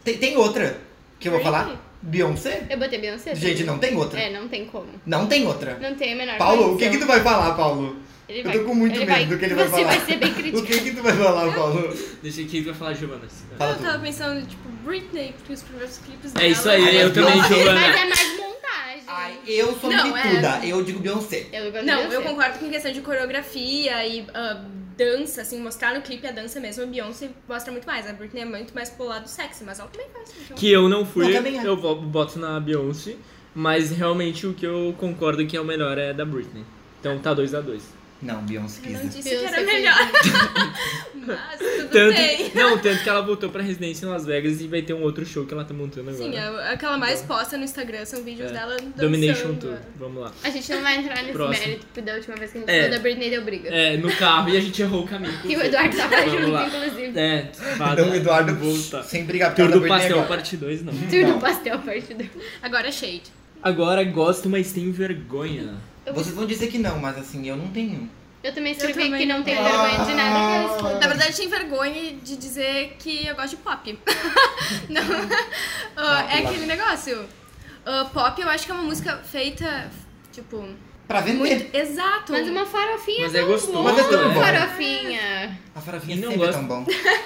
[SPEAKER 2] Tem, tem outra que eu vou falar? Beyoncé?
[SPEAKER 3] Eu botei Beyoncé.
[SPEAKER 2] Gente, não tem outra.
[SPEAKER 3] É, não tem como.
[SPEAKER 2] Não tem outra.
[SPEAKER 3] Não tem a menor
[SPEAKER 2] Paulo, o que que tu vai
[SPEAKER 3] condição.
[SPEAKER 2] falar, Paulo?
[SPEAKER 3] Ele
[SPEAKER 2] Eu
[SPEAKER 3] vai-
[SPEAKER 2] tô com muito
[SPEAKER 3] ele
[SPEAKER 2] medo
[SPEAKER 3] vai-
[SPEAKER 2] do que ele vai
[SPEAKER 3] Você
[SPEAKER 2] falar.
[SPEAKER 3] vai ser bem
[SPEAKER 2] O
[SPEAKER 3] criticado.
[SPEAKER 2] que que tu vai falar, Paulo?
[SPEAKER 1] Deixa aqui que eu falar, Giovanna.
[SPEAKER 2] Fala
[SPEAKER 4] eu tava
[SPEAKER 2] tu.
[SPEAKER 4] pensando, tipo, Britney, porque os primeiros clipes dela...
[SPEAKER 1] É isso aí,
[SPEAKER 2] Ai,
[SPEAKER 1] eu também,
[SPEAKER 2] mas-
[SPEAKER 3] Mas
[SPEAKER 1] Giovanna.
[SPEAKER 3] é mais montagem.
[SPEAKER 2] Ai, eu sou
[SPEAKER 4] Não,
[SPEAKER 3] é.
[SPEAKER 2] milituda. Eu digo Beyoncé.
[SPEAKER 3] Eu gosto de
[SPEAKER 4] Não,
[SPEAKER 3] Beyoncé.
[SPEAKER 4] eu concordo com questão de coreografia e ah, dança, assim, mostrar no clipe a dança mesmo, a Beyoncé mostra muito mais. A Britney é muito mais pro lado sexy, mas ela também faz. Então.
[SPEAKER 1] que eu não fui,
[SPEAKER 2] Eu também acho.
[SPEAKER 1] eu vo- boto na Beyoncé, mas realmente o que eu concordo que é o melhor é da Britney. Então tá 2 a 2
[SPEAKER 2] Não, Beyoncé
[SPEAKER 4] Eu não
[SPEAKER 2] quis.
[SPEAKER 4] disse que era
[SPEAKER 3] Beyoncé
[SPEAKER 4] melhor. mas Ah, tudo
[SPEAKER 1] Tanto,
[SPEAKER 4] bem.
[SPEAKER 1] não, tanto que ela voltou pra residência em Las Vegas e vai ter um outro show que ela tá montando agora.
[SPEAKER 4] Sim, é a- aquela mais posta no Instagram são vídeos
[SPEAKER 1] É.
[SPEAKER 4] dela dançando.
[SPEAKER 1] Domination Tour, vamos lá.
[SPEAKER 3] A gente não vai entrar nesse
[SPEAKER 1] Próximo.
[SPEAKER 3] mérito porque da última vez que a gente
[SPEAKER 1] É.
[SPEAKER 3] falou da Britney deu briga.
[SPEAKER 1] É, no carro e a gente errou o caminho.
[SPEAKER 3] Que o Eduardo tava
[SPEAKER 1] Vamos
[SPEAKER 3] junto,
[SPEAKER 1] lá.
[SPEAKER 3] inclusive.
[SPEAKER 1] É, fada,
[SPEAKER 2] Não, o Então, Eduardo
[SPEAKER 1] volta.
[SPEAKER 2] sem brigar
[SPEAKER 1] Tour
[SPEAKER 2] causa
[SPEAKER 1] do
[SPEAKER 2] da Britney
[SPEAKER 1] Pastel,
[SPEAKER 2] agora.
[SPEAKER 1] parte 2, não.
[SPEAKER 3] Tudo
[SPEAKER 2] Não.
[SPEAKER 3] pastel partido.
[SPEAKER 4] Agora é Shade.
[SPEAKER 1] Agora gosto, mas tem vergonha.
[SPEAKER 2] Vocês vão dizer que não, mas assim, eu não tenho.
[SPEAKER 3] Eu também escrevi
[SPEAKER 4] Eu também.
[SPEAKER 3] que não tem vergonha de nada que eu
[SPEAKER 2] Ah.
[SPEAKER 3] escuto.
[SPEAKER 4] Na verdade, tem vergonha de dizer que eu gosto de pop. não. Ah, é
[SPEAKER 2] Não,
[SPEAKER 4] aquele negócio. Ah, pop eu acho que é uma música feita, tipo,
[SPEAKER 2] Pra vender.
[SPEAKER 4] muito. Exato.
[SPEAKER 3] Mas uma farofinha
[SPEAKER 1] Mas
[SPEAKER 3] é
[SPEAKER 1] é
[SPEAKER 3] tão
[SPEAKER 1] gostoso.
[SPEAKER 3] boa,
[SPEAKER 2] Mas é tão bom.
[SPEAKER 3] farofinha.
[SPEAKER 2] A farofinha
[SPEAKER 1] E não
[SPEAKER 2] sempre é
[SPEAKER 1] gosto.
[SPEAKER 2] tão bom.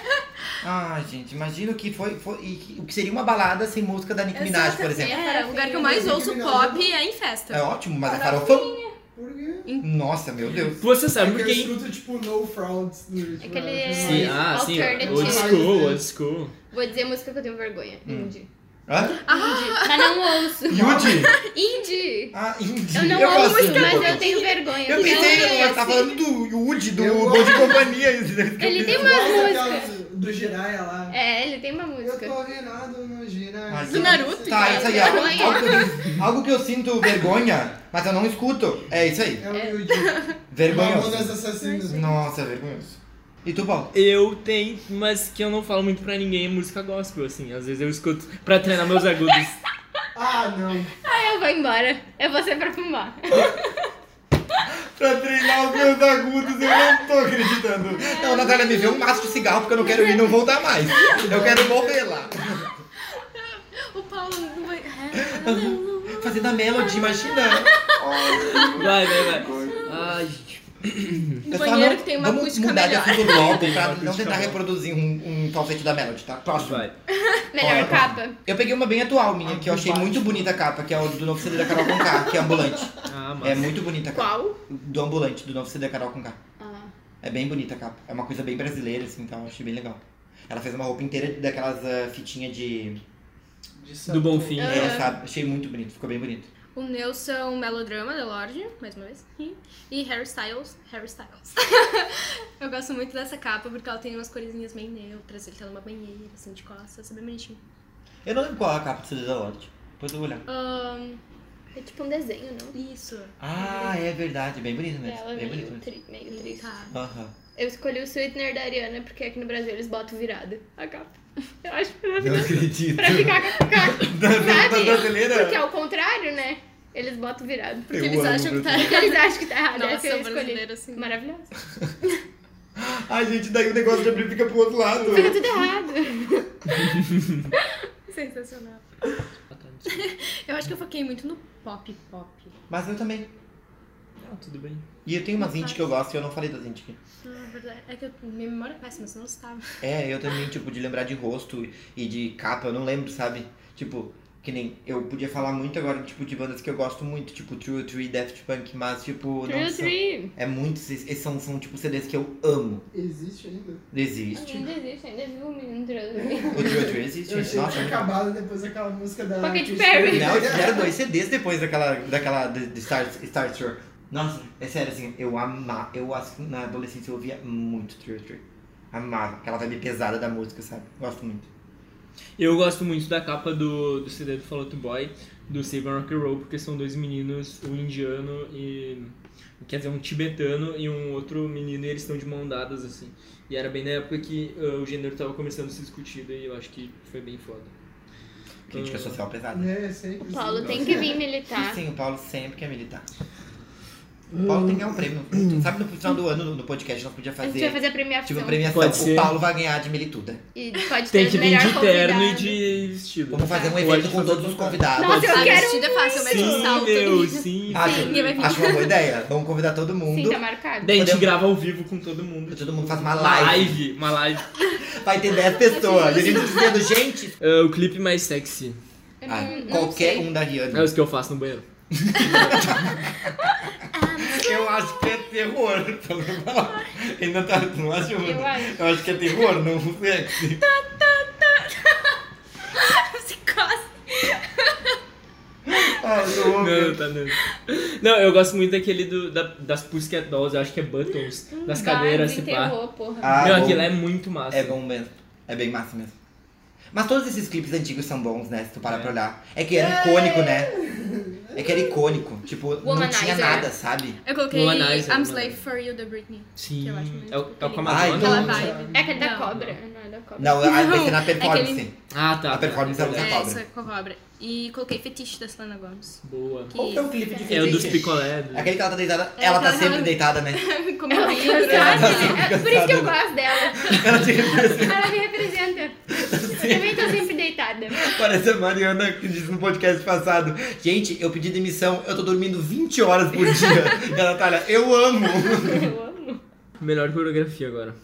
[SPEAKER 2] Ai, gente, imagina o que foi, foi- e que- o que seria uma balada sem música da Nicki Minaj, por exemplo.
[SPEAKER 4] É, o lugar que eu mais ouço pop é em
[SPEAKER 2] É
[SPEAKER 4] festa.
[SPEAKER 2] ótimo, mas a farofão.
[SPEAKER 5] Por quê?
[SPEAKER 2] Nossa, meu Deus.
[SPEAKER 1] Você sabe por
[SPEAKER 5] Porque eu
[SPEAKER 1] quê?
[SPEAKER 5] escuto tipo no front. No, tipo,
[SPEAKER 3] Aquele-
[SPEAKER 5] no-
[SPEAKER 1] Sim, ah, sim,
[SPEAKER 3] Alternative.
[SPEAKER 1] old school, old school.
[SPEAKER 3] Vou dizer música que eu tenho vergonha.
[SPEAKER 2] Hum.
[SPEAKER 3] Indie.
[SPEAKER 2] Hã?
[SPEAKER 3] Indie. Mas não ouço.
[SPEAKER 2] Yudi?
[SPEAKER 3] Indie.
[SPEAKER 2] Ah, Indy.
[SPEAKER 3] Eu não
[SPEAKER 2] gosto
[SPEAKER 3] ouço,
[SPEAKER 2] de
[SPEAKER 3] mas eu
[SPEAKER 2] Yudi.
[SPEAKER 3] tenho vergonha.
[SPEAKER 2] Eu
[SPEAKER 3] porque
[SPEAKER 2] pensei,
[SPEAKER 3] não assim.
[SPEAKER 2] eu
[SPEAKER 3] conheço.
[SPEAKER 2] tava falando do Yudi, do
[SPEAKER 5] Eu-
[SPEAKER 2] Bom de Companhia. isso que eu
[SPEAKER 3] Ele
[SPEAKER 2] pensei.
[SPEAKER 3] tem uma
[SPEAKER 5] Nossa,
[SPEAKER 3] música.
[SPEAKER 5] aquela do- do Jiraiya lá.
[SPEAKER 3] É, ele tem uma
[SPEAKER 5] Eu
[SPEAKER 3] música.
[SPEAKER 5] tô virado no Jiraiya.
[SPEAKER 1] Ah,
[SPEAKER 2] Ai,
[SPEAKER 4] Do Naruto,
[SPEAKER 2] Tá,
[SPEAKER 4] cara.
[SPEAKER 2] isso aí, ó. Algo que, eu, algo que eu sinto vergonha, mas eu não escuto. É isso aí.
[SPEAKER 5] É o Yuji. Mamonas
[SPEAKER 2] Vergonhoso.
[SPEAKER 5] Assassinas.
[SPEAKER 2] Nossa, vergonhoso. E tu, Paulo?
[SPEAKER 1] Eu tenho, mas que eu não falo muito pra ninguém, é música gospel, assim. Às vezes eu escuto pra treinar meus agudos.
[SPEAKER 5] Ah, não.
[SPEAKER 3] Ah, eu vou embora. Eu vou ser pra fumar.
[SPEAKER 6] pra treinar os meus agudos, eu não tô acreditando.
[SPEAKER 2] Não, Natália, me vê um maço de cigarro porque eu não quero ir e não voltar mais. Eu quero morrer lá.
[SPEAKER 1] É.
[SPEAKER 4] O Paulo não vai.
[SPEAKER 2] Fazendo a melody, imagina.
[SPEAKER 1] Vai, vai, vai. Ai, gente.
[SPEAKER 4] Um
[SPEAKER 2] Eu só
[SPEAKER 4] banheiro
[SPEAKER 2] não-
[SPEAKER 4] que tem uma
[SPEAKER 2] vamos
[SPEAKER 4] acústica
[SPEAKER 2] mudar
[SPEAKER 4] melhor.
[SPEAKER 2] de assunto logo pra
[SPEAKER 6] Tem uma
[SPEAKER 2] não tentar
[SPEAKER 6] acústica
[SPEAKER 2] reproduzir um, um falsete da melody, tá? Próximo.
[SPEAKER 1] Ah, Vai.
[SPEAKER 3] Melhor
[SPEAKER 2] Olha, tá.
[SPEAKER 3] capa.
[SPEAKER 2] Eu peguei uma bem atual minha, que eu achei
[SPEAKER 6] Ai,
[SPEAKER 2] muito bonita a capa, que é o do novo CD da Carol Conká, que é ambulante.
[SPEAKER 1] Ah,
[SPEAKER 2] É
[SPEAKER 1] massa.
[SPEAKER 2] muito bonita a capa.
[SPEAKER 3] Qual?
[SPEAKER 2] Do ambulante, do novo CD da Carol Conká.
[SPEAKER 3] Ah.
[SPEAKER 2] É bem bonita a capa. É uma coisa bem brasileira, assim, então eu achei bem legal. Ela fez uma roupa inteira daquelas ah, fitinhas de.
[SPEAKER 1] Do bom fim.
[SPEAKER 2] é,
[SPEAKER 4] Aham.
[SPEAKER 2] sabe? Achei muito bonito, ficou bem bonito.
[SPEAKER 4] O meu são Melodrama, The Lorde, mais uma vez. E Harry Styles, Harry Styles. eu gosto muito dessa capa porque ela tem umas coresinhas bem neutras, ele tá numa banheira, assim, de costas, é bem bonitinho.
[SPEAKER 2] Eu não lembro qual é a capa do CD da Lorde. Depois eu vou olhar.
[SPEAKER 3] Ah.
[SPEAKER 4] Ahn,
[SPEAKER 3] É tipo um desenho, não?
[SPEAKER 4] isso.
[SPEAKER 2] Ah, é verdade, bem bonito mesmo.
[SPEAKER 3] Ela é
[SPEAKER 2] bem
[SPEAKER 3] meio,
[SPEAKER 2] bonito mesmo.
[SPEAKER 3] tri- meio triste.
[SPEAKER 4] Tá.
[SPEAKER 2] Aham.
[SPEAKER 3] Eu escolhi o Sweetener da Ariana porque aqui no Brasil eles botam virada a capa. Eu acho pra,
[SPEAKER 6] Não acredito.
[SPEAKER 3] pra ficar com a capa.
[SPEAKER 2] Da
[SPEAKER 3] Sabe?
[SPEAKER 2] brasileira?
[SPEAKER 3] Porque é o contrário, né? Eles botam virado.
[SPEAKER 4] Porque
[SPEAKER 6] Eu
[SPEAKER 4] eles
[SPEAKER 6] amo
[SPEAKER 4] acham que tá.
[SPEAKER 3] Porque eles acham que tá errado.
[SPEAKER 4] Nossa,
[SPEAKER 3] essa eu escolhi.
[SPEAKER 4] brasileiro, assim.
[SPEAKER 3] Maravilhoso.
[SPEAKER 6] Ai, gente, daí o negócio de abrir fica pro outro lado.
[SPEAKER 3] Fica tudo errado.
[SPEAKER 4] Sensacional. Eu acho que eu foquei muito no pop pop.
[SPEAKER 2] Mas eu também.
[SPEAKER 1] Ah, tudo bem.
[SPEAKER 2] E eu tenho umas indie que eu gosto e eu não falei das indie aqui.
[SPEAKER 4] Na verdade, é que eu, minha memória é péssima, senão eu estava.
[SPEAKER 2] É, eu também, tipo, de lembrar de rosto e de capa, eu não lembro, sabe? Tipo, que nem. Eu podia falar muito agora, tipo, de bandas que eu gosto muito, tipo True Tree, Daft Punk, mas, tipo, não
[SPEAKER 3] True
[SPEAKER 2] são.
[SPEAKER 3] Tree.
[SPEAKER 2] É muito. Esses são, são, tipo, CDs que eu amo.
[SPEAKER 5] Existe ainda?
[SPEAKER 2] Existe.
[SPEAKER 3] Ainda existe, ainda vive o menino True
[SPEAKER 2] O True Tree existe.
[SPEAKER 5] Eu achei que
[SPEAKER 2] Nossa,
[SPEAKER 5] tinha
[SPEAKER 2] muito
[SPEAKER 5] acabado depois daquela música da.
[SPEAKER 3] Pocket
[SPEAKER 5] Katy
[SPEAKER 3] Perry.
[SPEAKER 2] Não, eles fizeram dois CDs depois daquela, daquela de, de Star, Star Tour. Nossa, é sério, assim, eu amava, eu assim, na adolescência eu ouvia muito True Tree. Amava, aquela vibe pesada da música, sabe? Gosto muito.
[SPEAKER 1] Eu gosto muito da capa do, do CD do Fall Out Boy, do Save and Rock and Roll, porque são dois meninos, um indiano e. Quer dizer, um tibetano e um outro menino, e eles estão de mão dadas, assim. E era bem na época que ah, o gênero tava começando a ser discutido, e eu acho que foi bem foda.
[SPEAKER 2] Crítica
[SPEAKER 1] Hum.
[SPEAKER 2] social pesada.
[SPEAKER 5] É, sei.
[SPEAKER 3] O Paulo tem que vir militar.
[SPEAKER 2] Sim, o Paulo sempre quer militar. O Paulo tem que ganhar um prêmio. Sabe, no final do ano, no- no podcast, nós podíamos
[SPEAKER 3] A gente
[SPEAKER 2] fazer,
[SPEAKER 3] vai fazer um- a premiação.
[SPEAKER 2] tipo, premiação.
[SPEAKER 1] Pode ser.
[SPEAKER 2] O Paulo vai ganhar de milituda.
[SPEAKER 3] E pode
[SPEAKER 1] Tem
[SPEAKER 3] ter
[SPEAKER 1] que
[SPEAKER 3] o
[SPEAKER 1] vir
[SPEAKER 3] melhor
[SPEAKER 1] de terno e
[SPEAKER 3] convidado.
[SPEAKER 1] de vestido.
[SPEAKER 2] Vamos fazer um
[SPEAKER 1] Pode
[SPEAKER 2] evento com
[SPEAKER 1] fazer
[SPEAKER 2] todos os convidados.
[SPEAKER 3] Nossa, eu
[SPEAKER 4] Ah,
[SPEAKER 3] quero
[SPEAKER 4] vestido é fácil, mas um
[SPEAKER 1] Sim,
[SPEAKER 4] salto.
[SPEAKER 1] meu, sim.
[SPEAKER 2] Acho,
[SPEAKER 4] Ninguém vai vir.
[SPEAKER 2] acho uma boa ideia. Vamos convidar todo
[SPEAKER 3] Sim,
[SPEAKER 2] mundo.
[SPEAKER 3] tá marcado.
[SPEAKER 1] Daí a gente
[SPEAKER 2] Podemos-
[SPEAKER 1] grava ao vivo com todo mundo.
[SPEAKER 2] Todo mundo faz uma
[SPEAKER 1] Uma
[SPEAKER 2] live.
[SPEAKER 1] live, uma live.
[SPEAKER 2] Vai ter 10 pessoas. E a gente dizendo, gente,
[SPEAKER 1] Ah, o clipe mais sexy
[SPEAKER 3] Eu
[SPEAKER 2] Ah,
[SPEAKER 3] não- não
[SPEAKER 2] qualquer
[SPEAKER 3] sei.
[SPEAKER 2] um da
[SPEAKER 1] é
[SPEAKER 2] Rihanna.
[SPEAKER 1] os que eu faço no banheiro.
[SPEAKER 2] Eu acho que é terror. Tá legal? Ainda tá, não acho,
[SPEAKER 3] Eu acho.
[SPEAKER 2] eu acho que é terror, não sexy.
[SPEAKER 4] Psicose.
[SPEAKER 6] Ah, eu amo.
[SPEAKER 1] Não, tá não. Não, eu gosto muito daquele do, da- das Pussycat Dolls, eu acho que é Buttons, das cadeiras
[SPEAKER 3] Vai,
[SPEAKER 1] se pá.
[SPEAKER 3] desenterrou, porra.
[SPEAKER 2] Ah,
[SPEAKER 1] Meu,
[SPEAKER 2] bom.
[SPEAKER 1] aquilo é muito massa.
[SPEAKER 2] É bom mesmo. É bem massa mesmo. Mas todos esses clipes antigos são bons, né? Se tu parar
[SPEAKER 1] É.
[SPEAKER 2] pra olhar. É que era icônico, né? É que era icônico. Tipo, não
[SPEAKER 3] Womanizer.
[SPEAKER 2] tinha nada, sabe?
[SPEAKER 4] Eu coloquei
[SPEAKER 1] Womanizer,
[SPEAKER 4] I'm
[SPEAKER 1] mano.
[SPEAKER 4] Slave for You da Britney.
[SPEAKER 1] Sim,
[SPEAKER 4] que eu acho muito
[SPEAKER 1] é o, é o com a
[SPEAKER 2] Ai,
[SPEAKER 1] Madonna.
[SPEAKER 4] Aquela
[SPEAKER 2] Não,
[SPEAKER 5] Então,
[SPEAKER 4] vibe.
[SPEAKER 3] É aquele da
[SPEAKER 4] Não,
[SPEAKER 3] cobra. Não, é da cobra.
[SPEAKER 2] Não, a-
[SPEAKER 4] Não,
[SPEAKER 2] vai ser na
[SPEAKER 4] é
[SPEAKER 2] performance.
[SPEAKER 4] aquele-
[SPEAKER 1] Ah, tá.
[SPEAKER 2] A performance
[SPEAKER 1] tá,
[SPEAKER 2] da
[SPEAKER 1] tá.
[SPEAKER 2] Luz
[SPEAKER 4] É,
[SPEAKER 2] cobra.
[SPEAKER 4] isso é com a cobra. E coloquei fetiche da Selena Gomes.
[SPEAKER 1] Boa.
[SPEAKER 4] Que
[SPEAKER 2] Qual que é o clipe de
[SPEAKER 1] É o dos
[SPEAKER 2] Fetiche?
[SPEAKER 1] picolé. do-
[SPEAKER 2] Aquele que ela tá deitada.
[SPEAKER 4] É,
[SPEAKER 2] ela
[SPEAKER 4] que
[SPEAKER 2] tá
[SPEAKER 4] ela-
[SPEAKER 2] sempre deitada, né?
[SPEAKER 4] como
[SPEAKER 3] Ela
[SPEAKER 4] livro,
[SPEAKER 3] cansada.
[SPEAKER 4] né?
[SPEAKER 3] É por isso que eu gosto dela.
[SPEAKER 2] Ela te
[SPEAKER 3] Ela me representa. Eu também tô sempre deitada.
[SPEAKER 2] Parece a Mariana que disse no podcast passado. Gente, eu pedi demissão, eu tô dormindo 20 horas por dia. e a Natália, eu amo.
[SPEAKER 3] Eu amo.
[SPEAKER 1] Melhor coreografia agora.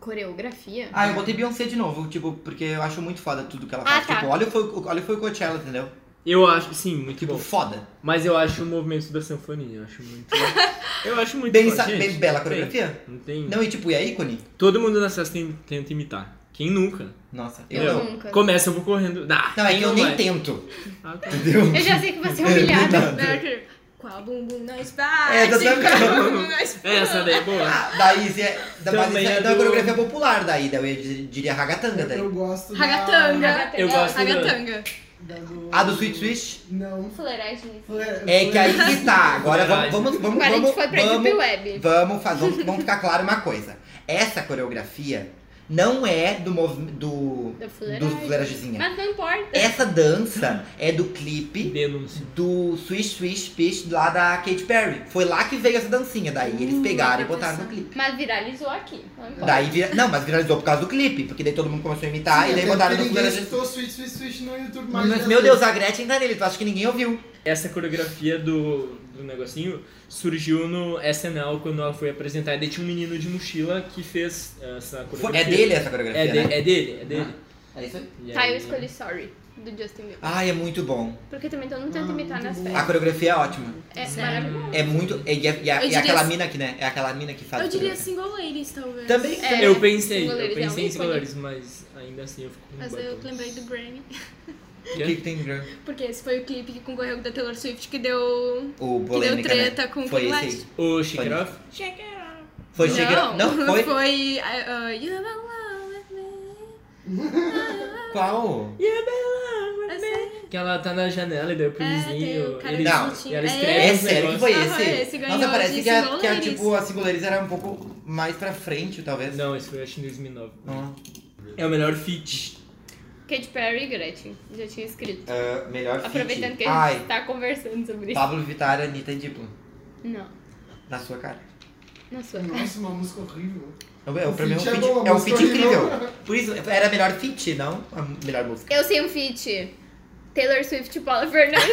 [SPEAKER 3] Coreografia?
[SPEAKER 2] Ah, eu botei Beyoncé de novo, tipo, porque eu acho muito foda tudo que ela
[SPEAKER 3] Ah,
[SPEAKER 2] faz.
[SPEAKER 3] tá.
[SPEAKER 2] Tipo, olha foi, olha foi o Coachella, entendeu?
[SPEAKER 1] Eu acho, sim, muito
[SPEAKER 2] Tipo,
[SPEAKER 1] bom.
[SPEAKER 2] foda.
[SPEAKER 1] Mas eu acho o movimento da sanfoninha, eu acho muito. Eu acho muito
[SPEAKER 2] Bem,
[SPEAKER 1] bom,
[SPEAKER 2] sa-
[SPEAKER 1] gente.
[SPEAKER 2] bem bela
[SPEAKER 1] Não
[SPEAKER 2] coreografia.
[SPEAKER 1] tem- Não tem.
[SPEAKER 2] Não, e tipo, e a ícone?
[SPEAKER 1] Todo mundo na festa tem- tenta imitar. Quem nunca?
[SPEAKER 2] Nossa, eu,
[SPEAKER 3] Eu
[SPEAKER 2] não.
[SPEAKER 3] nunca.
[SPEAKER 1] Começa, eu vou correndo. Ah,
[SPEAKER 2] Não, é
[SPEAKER 1] quem
[SPEAKER 2] que eu
[SPEAKER 1] não
[SPEAKER 2] nem
[SPEAKER 1] vai?
[SPEAKER 2] tento,
[SPEAKER 1] Ah, tá.
[SPEAKER 2] entendeu?
[SPEAKER 3] Eu já sei que você é humilhada.
[SPEAKER 4] Mercury, Qual bumbum nós bate?
[SPEAKER 2] É, exatamente.
[SPEAKER 4] Qual bumbum nós bate?
[SPEAKER 1] É, Essa daí é boa.
[SPEAKER 2] Ah, daí, se é, da, mas
[SPEAKER 1] Também
[SPEAKER 2] isso é
[SPEAKER 1] é
[SPEAKER 2] da
[SPEAKER 1] do-
[SPEAKER 2] coreografia popular, daí, daí eu ia- diria ragatanga, daí.
[SPEAKER 5] Eu gosto da.
[SPEAKER 4] Ragatanga.
[SPEAKER 1] Eu gosto da-
[SPEAKER 4] Ragatanga.
[SPEAKER 5] da do...
[SPEAKER 2] Ah, do Sweet Swish?
[SPEAKER 5] Não.
[SPEAKER 3] Fuleiragem nisso.
[SPEAKER 2] É que aí que tá. Agora
[SPEAKER 1] Fuleiragem.
[SPEAKER 2] vamos, vamos, vamos,
[SPEAKER 3] Agora a gente
[SPEAKER 2] vamos,
[SPEAKER 3] foi pra
[SPEAKER 2] vamos,
[SPEAKER 3] Deep Web.
[SPEAKER 2] Vamos, fa- vamos, vamos ficar claro uma coisa. Essa coreografia não é do movimento do
[SPEAKER 3] Da
[SPEAKER 2] dos
[SPEAKER 3] fuleiragem.
[SPEAKER 2] fuleiragezinha.
[SPEAKER 3] Mas não importa.
[SPEAKER 2] Essa dança é do clipe
[SPEAKER 1] Denúncia.
[SPEAKER 2] do Swish Swish Fish lá da Katy Perry. Foi lá que veio essa dancinha, daí
[SPEAKER 4] Hum,
[SPEAKER 2] eles pegaram e botaram no clipe.
[SPEAKER 3] Mas viralizou aqui. Não importa.
[SPEAKER 2] Daí vira... Não, mas viralizou por causa do clipe, porque daí todo mundo começou a imitar e daí botaram no
[SPEAKER 5] É Ninguém
[SPEAKER 2] fuleiragem.
[SPEAKER 5] escutou Switch, Switch, Switch no YouTube é assim. mais.
[SPEAKER 2] Mas,
[SPEAKER 5] dez
[SPEAKER 2] meu
[SPEAKER 5] vezes.
[SPEAKER 2] Deus, a Gretchen tá nele, tu acha que ninguém ouviu?
[SPEAKER 1] Essa coreografia do, do negocinho surgiu no SNL quando ela foi apresentar. E daí tinha um menino de mochila que fez essa
[SPEAKER 2] Foi-
[SPEAKER 1] coreografia.
[SPEAKER 2] É dele essa
[SPEAKER 1] É,
[SPEAKER 2] coreografia,
[SPEAKER 1] de-
[SPEAKER 2] né?
[SPEAKER 1] é dele, é dele.
[SPEAKER 2] É isso aí.
[SPEAKER 1] E
[SPEAKER 3] Ah. Tá, eu
[SPEAKER 1] aí-
[SPEAKER 3] escolhi Sorry, do Justin Bieber.
[SPEAKER 2] Ai, é muito bom.
[SPEAKER 3] Porque também todo mundo tenta
[SPEAKER 5] Ah,
[SPEAKER 3] imitar
[SPEAKER 5] muito
[SPEAKER 3] nas
[SPEAKER 5] bom.
[SPEAKER 2] A
[SPEAKER 3] festas.
[SPEAKER 2] coreografia é ótima.
[SPEAKER 3] É
[SPEAKER 4] Sério?
[SPEAKER 3] maravilhoso.
[SPEAKER 2] É muito. E, é, e é-
[SPEAKER 4] Eu
[SPEAKER 2] é
[SPEAKER 4] diria
[SPEAKER 2] aquela
[SPEAKER 4] se-
[SPEAKER 2] mina que, né? É aquela mina que faz.
[SPEAKER 4] Eu diria assim,
[SPEAKER 2] coreografia.
[SPEAKER 4] single ladies, talvez.
[SPEAKER 2] Também.
[SPEAKER 3] É,
[SPEAKER 1] eu pensei, eu
[SPEAKER 3] Singularity é um
[SPEAKER 1] pensei em
[SPEAKER 3] ícone.
[SPEAKER 1] singulares, mas ainda assim eu fico com
[SPEAKER 4] Mas
[SPEAKER 1] um
[SPEAKER 4] eu
[SPEAKER 1] batom.
[SPEAKER 4] lembrei do Grammy.
[SPEAKER 2] O que, que tem no Grammy?
[SPEAKER 4] Porque esse foi o clipe que concorreu da Taylor Swift que deu.
[SPEAKER 2] O
[SPEAKER 4] que deu
[SPEAKER 2] polêmica,
[SPEAKER 4] treta
[SPEAKER 2] né?
[SPEAKER 4] com o
[SPEAKER 2] Foi
[SPEAKER 4] Kanye
[SPEAKER 2] esse
[SPEAKER 4] West.
[SPEAKER 2] aí.
[SPEAKER 1] O Shake It
[SPEAKER 2] Foi.
[SPEAKER 1] Off?
[SPEAKER 4] Check it out.
[SPEAKER 2] Foi Shake It Off? Não, foi?
[SPEAKER 4] Foi. uh, uh, you have a love with me.
[SPEAKER 2] Qual?
[SPEAKER 4] Essa-
[SPEAKER 1] Que ela tá na janela e daí pro
[SPEAKER 4] É, tem
[SPEAKER 1] vizinho.
[SPEAKER 4] o cara
[SPEAKER 1] eles-
[SPEAKER 2] Não.
[SPEAKER 1] E ela
[SPEAKER 4] É,
[SPEAKER 1] escreve
[SPEAKER 2] É
[SPEAKER 1] os
[SPEAKER 2] sério que
[SPEAKER 1] negócios.
[SPEAKER 2] foi
[SPEAKER 4] Ah,
[SPEAKER 2] esse?
[SPEAKER 4] esse ganhou
[SPEAKER 2] Nossa, parece
[SPEAKER 4] de
[SPEAKER 2] que a,
[SPEAKER 4] single
[SPEAKER 2] que a,
[SPEAKER 4] ladies.
[SPEAKER 2] tipo, a singulares era um pouco mais pra frente, talvez.
[SPEAKER 1] Não, esse foi acho que em 2009.
[SPEAKER 2] Ah.
[SPEAKER 1] É o melhor feat.
[SPEAKER 3] Katy Perry e Gretchen, já tinha escrito.
[SPEAKER 2] Ah, melhor feat.
[SPEAKER 3] Aproveitando que a gente
[SPEAKER 2] Ai,
[SPEAKER 3] tá conversando sobre isso.
[SPEAKER 2] Pablo Vittar, Anitta e Diplo.
[SPEAKER 3] Não,
[SPEAKER 2] Na sua cara.
[SPEAKER 3] na sua cara.
[SPEAKER 5] Nossa, uma música horrível.
[SPEAKER 2] Eu, eu,
[SPEAKER 5] O
[SPEAKER 2] pra mim é um
[SPEAKER 5] feat é
[SPEAKER 2] feat,
[SPEAKER 5] bom, a
[SPEAKER 2] é um
[SPEAKER 5] música
[SPEAKER 2] feat incrível.
[SPEAKER 5] horrível.
[SPEAKER 2] Por isso, era a melhor feat, não a melhor música.
[SPEAKER 3] Eu sei um feat. Taylor Swift e Paula Fernandes.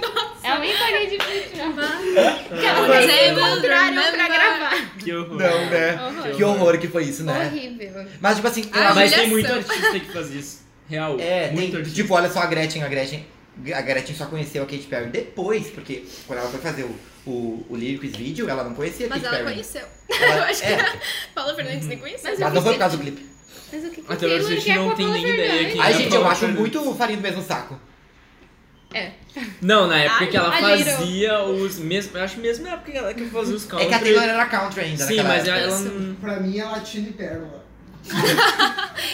[SPEAKER 4] Nossa.
[SPEAKER 3] Eu nem parei de feat, não. Que
[SPEAKER 1] Ah,
[SPEAKER 3] ela
[SPEAKER 2] mas
[SPEAKER 3] vai
[SPEAKER 4] eu
[SPEAKER 3] se encontraram um pra
[SPEAKER 4] remember.
[SPEAKER 3] gravar.
[SPEAKER 1] Que horror.
[SPEAKER 2] Não, né?
[SPEAKER 3] Horror.
[SPEAKER 2] Que horror que foi isso, né?
[SPEAKER 3] Horrível.
[SPEAKER 2] Mas, tipo assim, tem
[SPEAKER 4] Ah,
[SPEAKER 2] uma
[SPEAKER 1] Mas tem
[SPEAKER 4] Humilhação.
[SPEAKER 1] muito artista que faz isso. Real.
[SPEAKER 2] É,
[SPEAKER 1] muito
[SPEAKER 2] tem,
[SPEAKER 1] artista.
[SPEAKER 2] tipo, olha só a Gretchen, a Gretchen. A Gretchen só conheceu a Katy Perry depois, porque quando ela foi fazer o, o, o Lyrics Video, ela não conhecia a
[SPEAKER 4] Mas
[SPEAKER 2] Katy
[SPEAKER 4] ela
[SPEAKER 2] Perry.
[SPEAKER 4] conheceu.
[SPEAKER 2] Ela-
[SPEAKER 4] Eu acho que
[SPEAKER 2] é,
[SPEAKER 4] Paula Fernandes nem conheceu.
[SPEAKER 3] Mas
[SPEAKER 2] mas não foi por causa do clipe.
[SPEAKER 3] Mas o que, que
[SPEAKER 1] A
[SPEAKER 3] o
[SPEAKER 1] Taylor
[SPEAKER 3] Taylor
[SPEAKER 1] Swift
[SPEAKER 3] quer com
[SPEAKER 1] não
[SPEAKER 3] a
[SPEAKER 1] tem
[SPEAKER 3] Paula
[SPEAKER 1] nem ideia
[SPEAKER 3] Fernandes?
[SPEAKER 1] que-
[SPEAKER 2] Ai,
[SPEAKER 1] a
[SPEAKER 2] gente, eu
[SPEAKER 1] Paula
[SPEAKER 2] acho
[SPEAKER 1] Fernandes.
[SPEAKER 2] muito farinha do mesmo saco.
[SPEAKER 3] É.
[SPEAKER 1] Não, na época que ela
[SPEAKER 3] a Little.
[SPEAKER 1] fazia os mesmos. Eu acho que mesmo na época que ela que fazia os
[SPEAKER 2] É
[SPEAKER 1] country.
[SPEAKER 2] que a Taylor era country ainda
[SPEAKER 1] Sim,
[SPEAKER 2] naquela
[SPEAKER 1] mas
[SPEAKER 2] época. né?
[SPEAKER 1] ela
[SPEAKER 4] Isso.
[SPEAKER 1] não.
[SPEAKER 5] Pra mim é Latina e Pérola.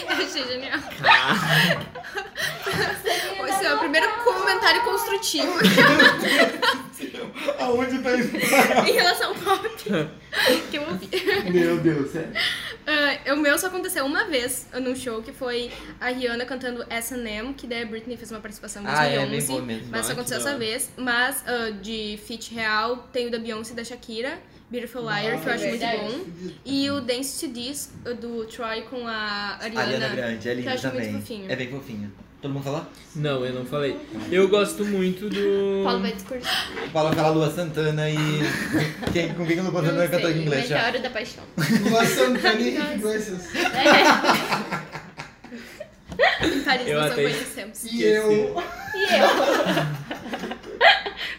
[SPEAKER 4] Eu achei genial.
[SPEAKER 2] Ah.
[SPEAKER 4] Esse é o primeiro comentário construtivo
[SPEAKER 2] Aonde tá isso?
[SPEAKER 4] em relação ao pop que eu ouvi.
[SPEAKER 2] Meu Deus, sério.
[SPEAKER 4] Ah, o meu só aconteceu uma vez num show que foi a Rihanna cantando SM, que daí a Britney fez uma participação em
[SPEAKER 2] Ah, é, bem
[SPEAKER 4] 2011.
[SPEAKER 2] boa mesmo.
[SPEAKER 4] mas
[SPEAKER 1] Ah,
[SPEAKER 4] só aconteceu
[SPEAKER 1] que da
[SPEAKER 4] essa
[SPEAKER 1] hora.
[SPEAKER 4] vez. Mas ah, de feat real tem o da Beyoncé e da Shakira, Beautiful Liar, que eu acho muito
[SPEAKER 3] verdade.
[SPEAKER 4] bom. E o Dance to This ah, do Troy com a
[SPEAKER 2] A Ariana
[SPEAKER 4] Ariana.
[SPEAKER 2] Grande, é
[SPEAKER 4] eu
[SPEAKER 2] linda
[SPEAKER 4] acho muito
[SPEAKER 2] também.
[SPEAKER 4] fofinho.
[SPEAKER 2] É bem fofinha. Todo mundo falou?
[SPEAKER 1] Não, eu não falei. Eu gosto muito do.
[SPEAKER 3] Paulo vai discursar.
[SPEAKER 2] Fala aquela Lua Santana e. quem, com quem que eu não posso
[SPEAKER 3] Não
[SPEAKER 2] cantar em
[SPEAKER 3] sei,
[SPEAKER 2] inglês já?
[SPEAKER 3] Meteoro da Paixão.
[SPEAKER 5] Lua Santana e Henrique Iglesias.
[SPEAKER 4] Em Paris
[SPEAKER 1] Eu
[SPEAKER 4] nós não
[SPEAKER 1] até-
[SPEAKER 4] conhecemos.
[SPEAKER 5] E eu.
[SPEAKER 3] E eu?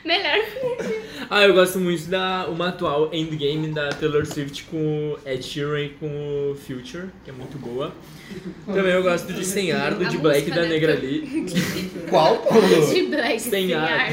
[SPEAKER 3] Melhor.
[SPEAKER 1] Ah, eu gosto muito da uma atual Endgame da Taylor Swift com o Ed Sheeran e com o Future, que é muito boa. Também eu gosto de Sem Ar, do
[SPEAKER 4] A
[SPEAKER 1] de Black e
[SPEAKER 4] música,
[SPEAKER 1] da
[SPEAKER 4] né?
[SPEAKER 1] Negra Lee.
[SPEAKER 2] Qual, Paulo?
[SPEAKER 3] De Black.
[SPEAKER 1] Sem ar.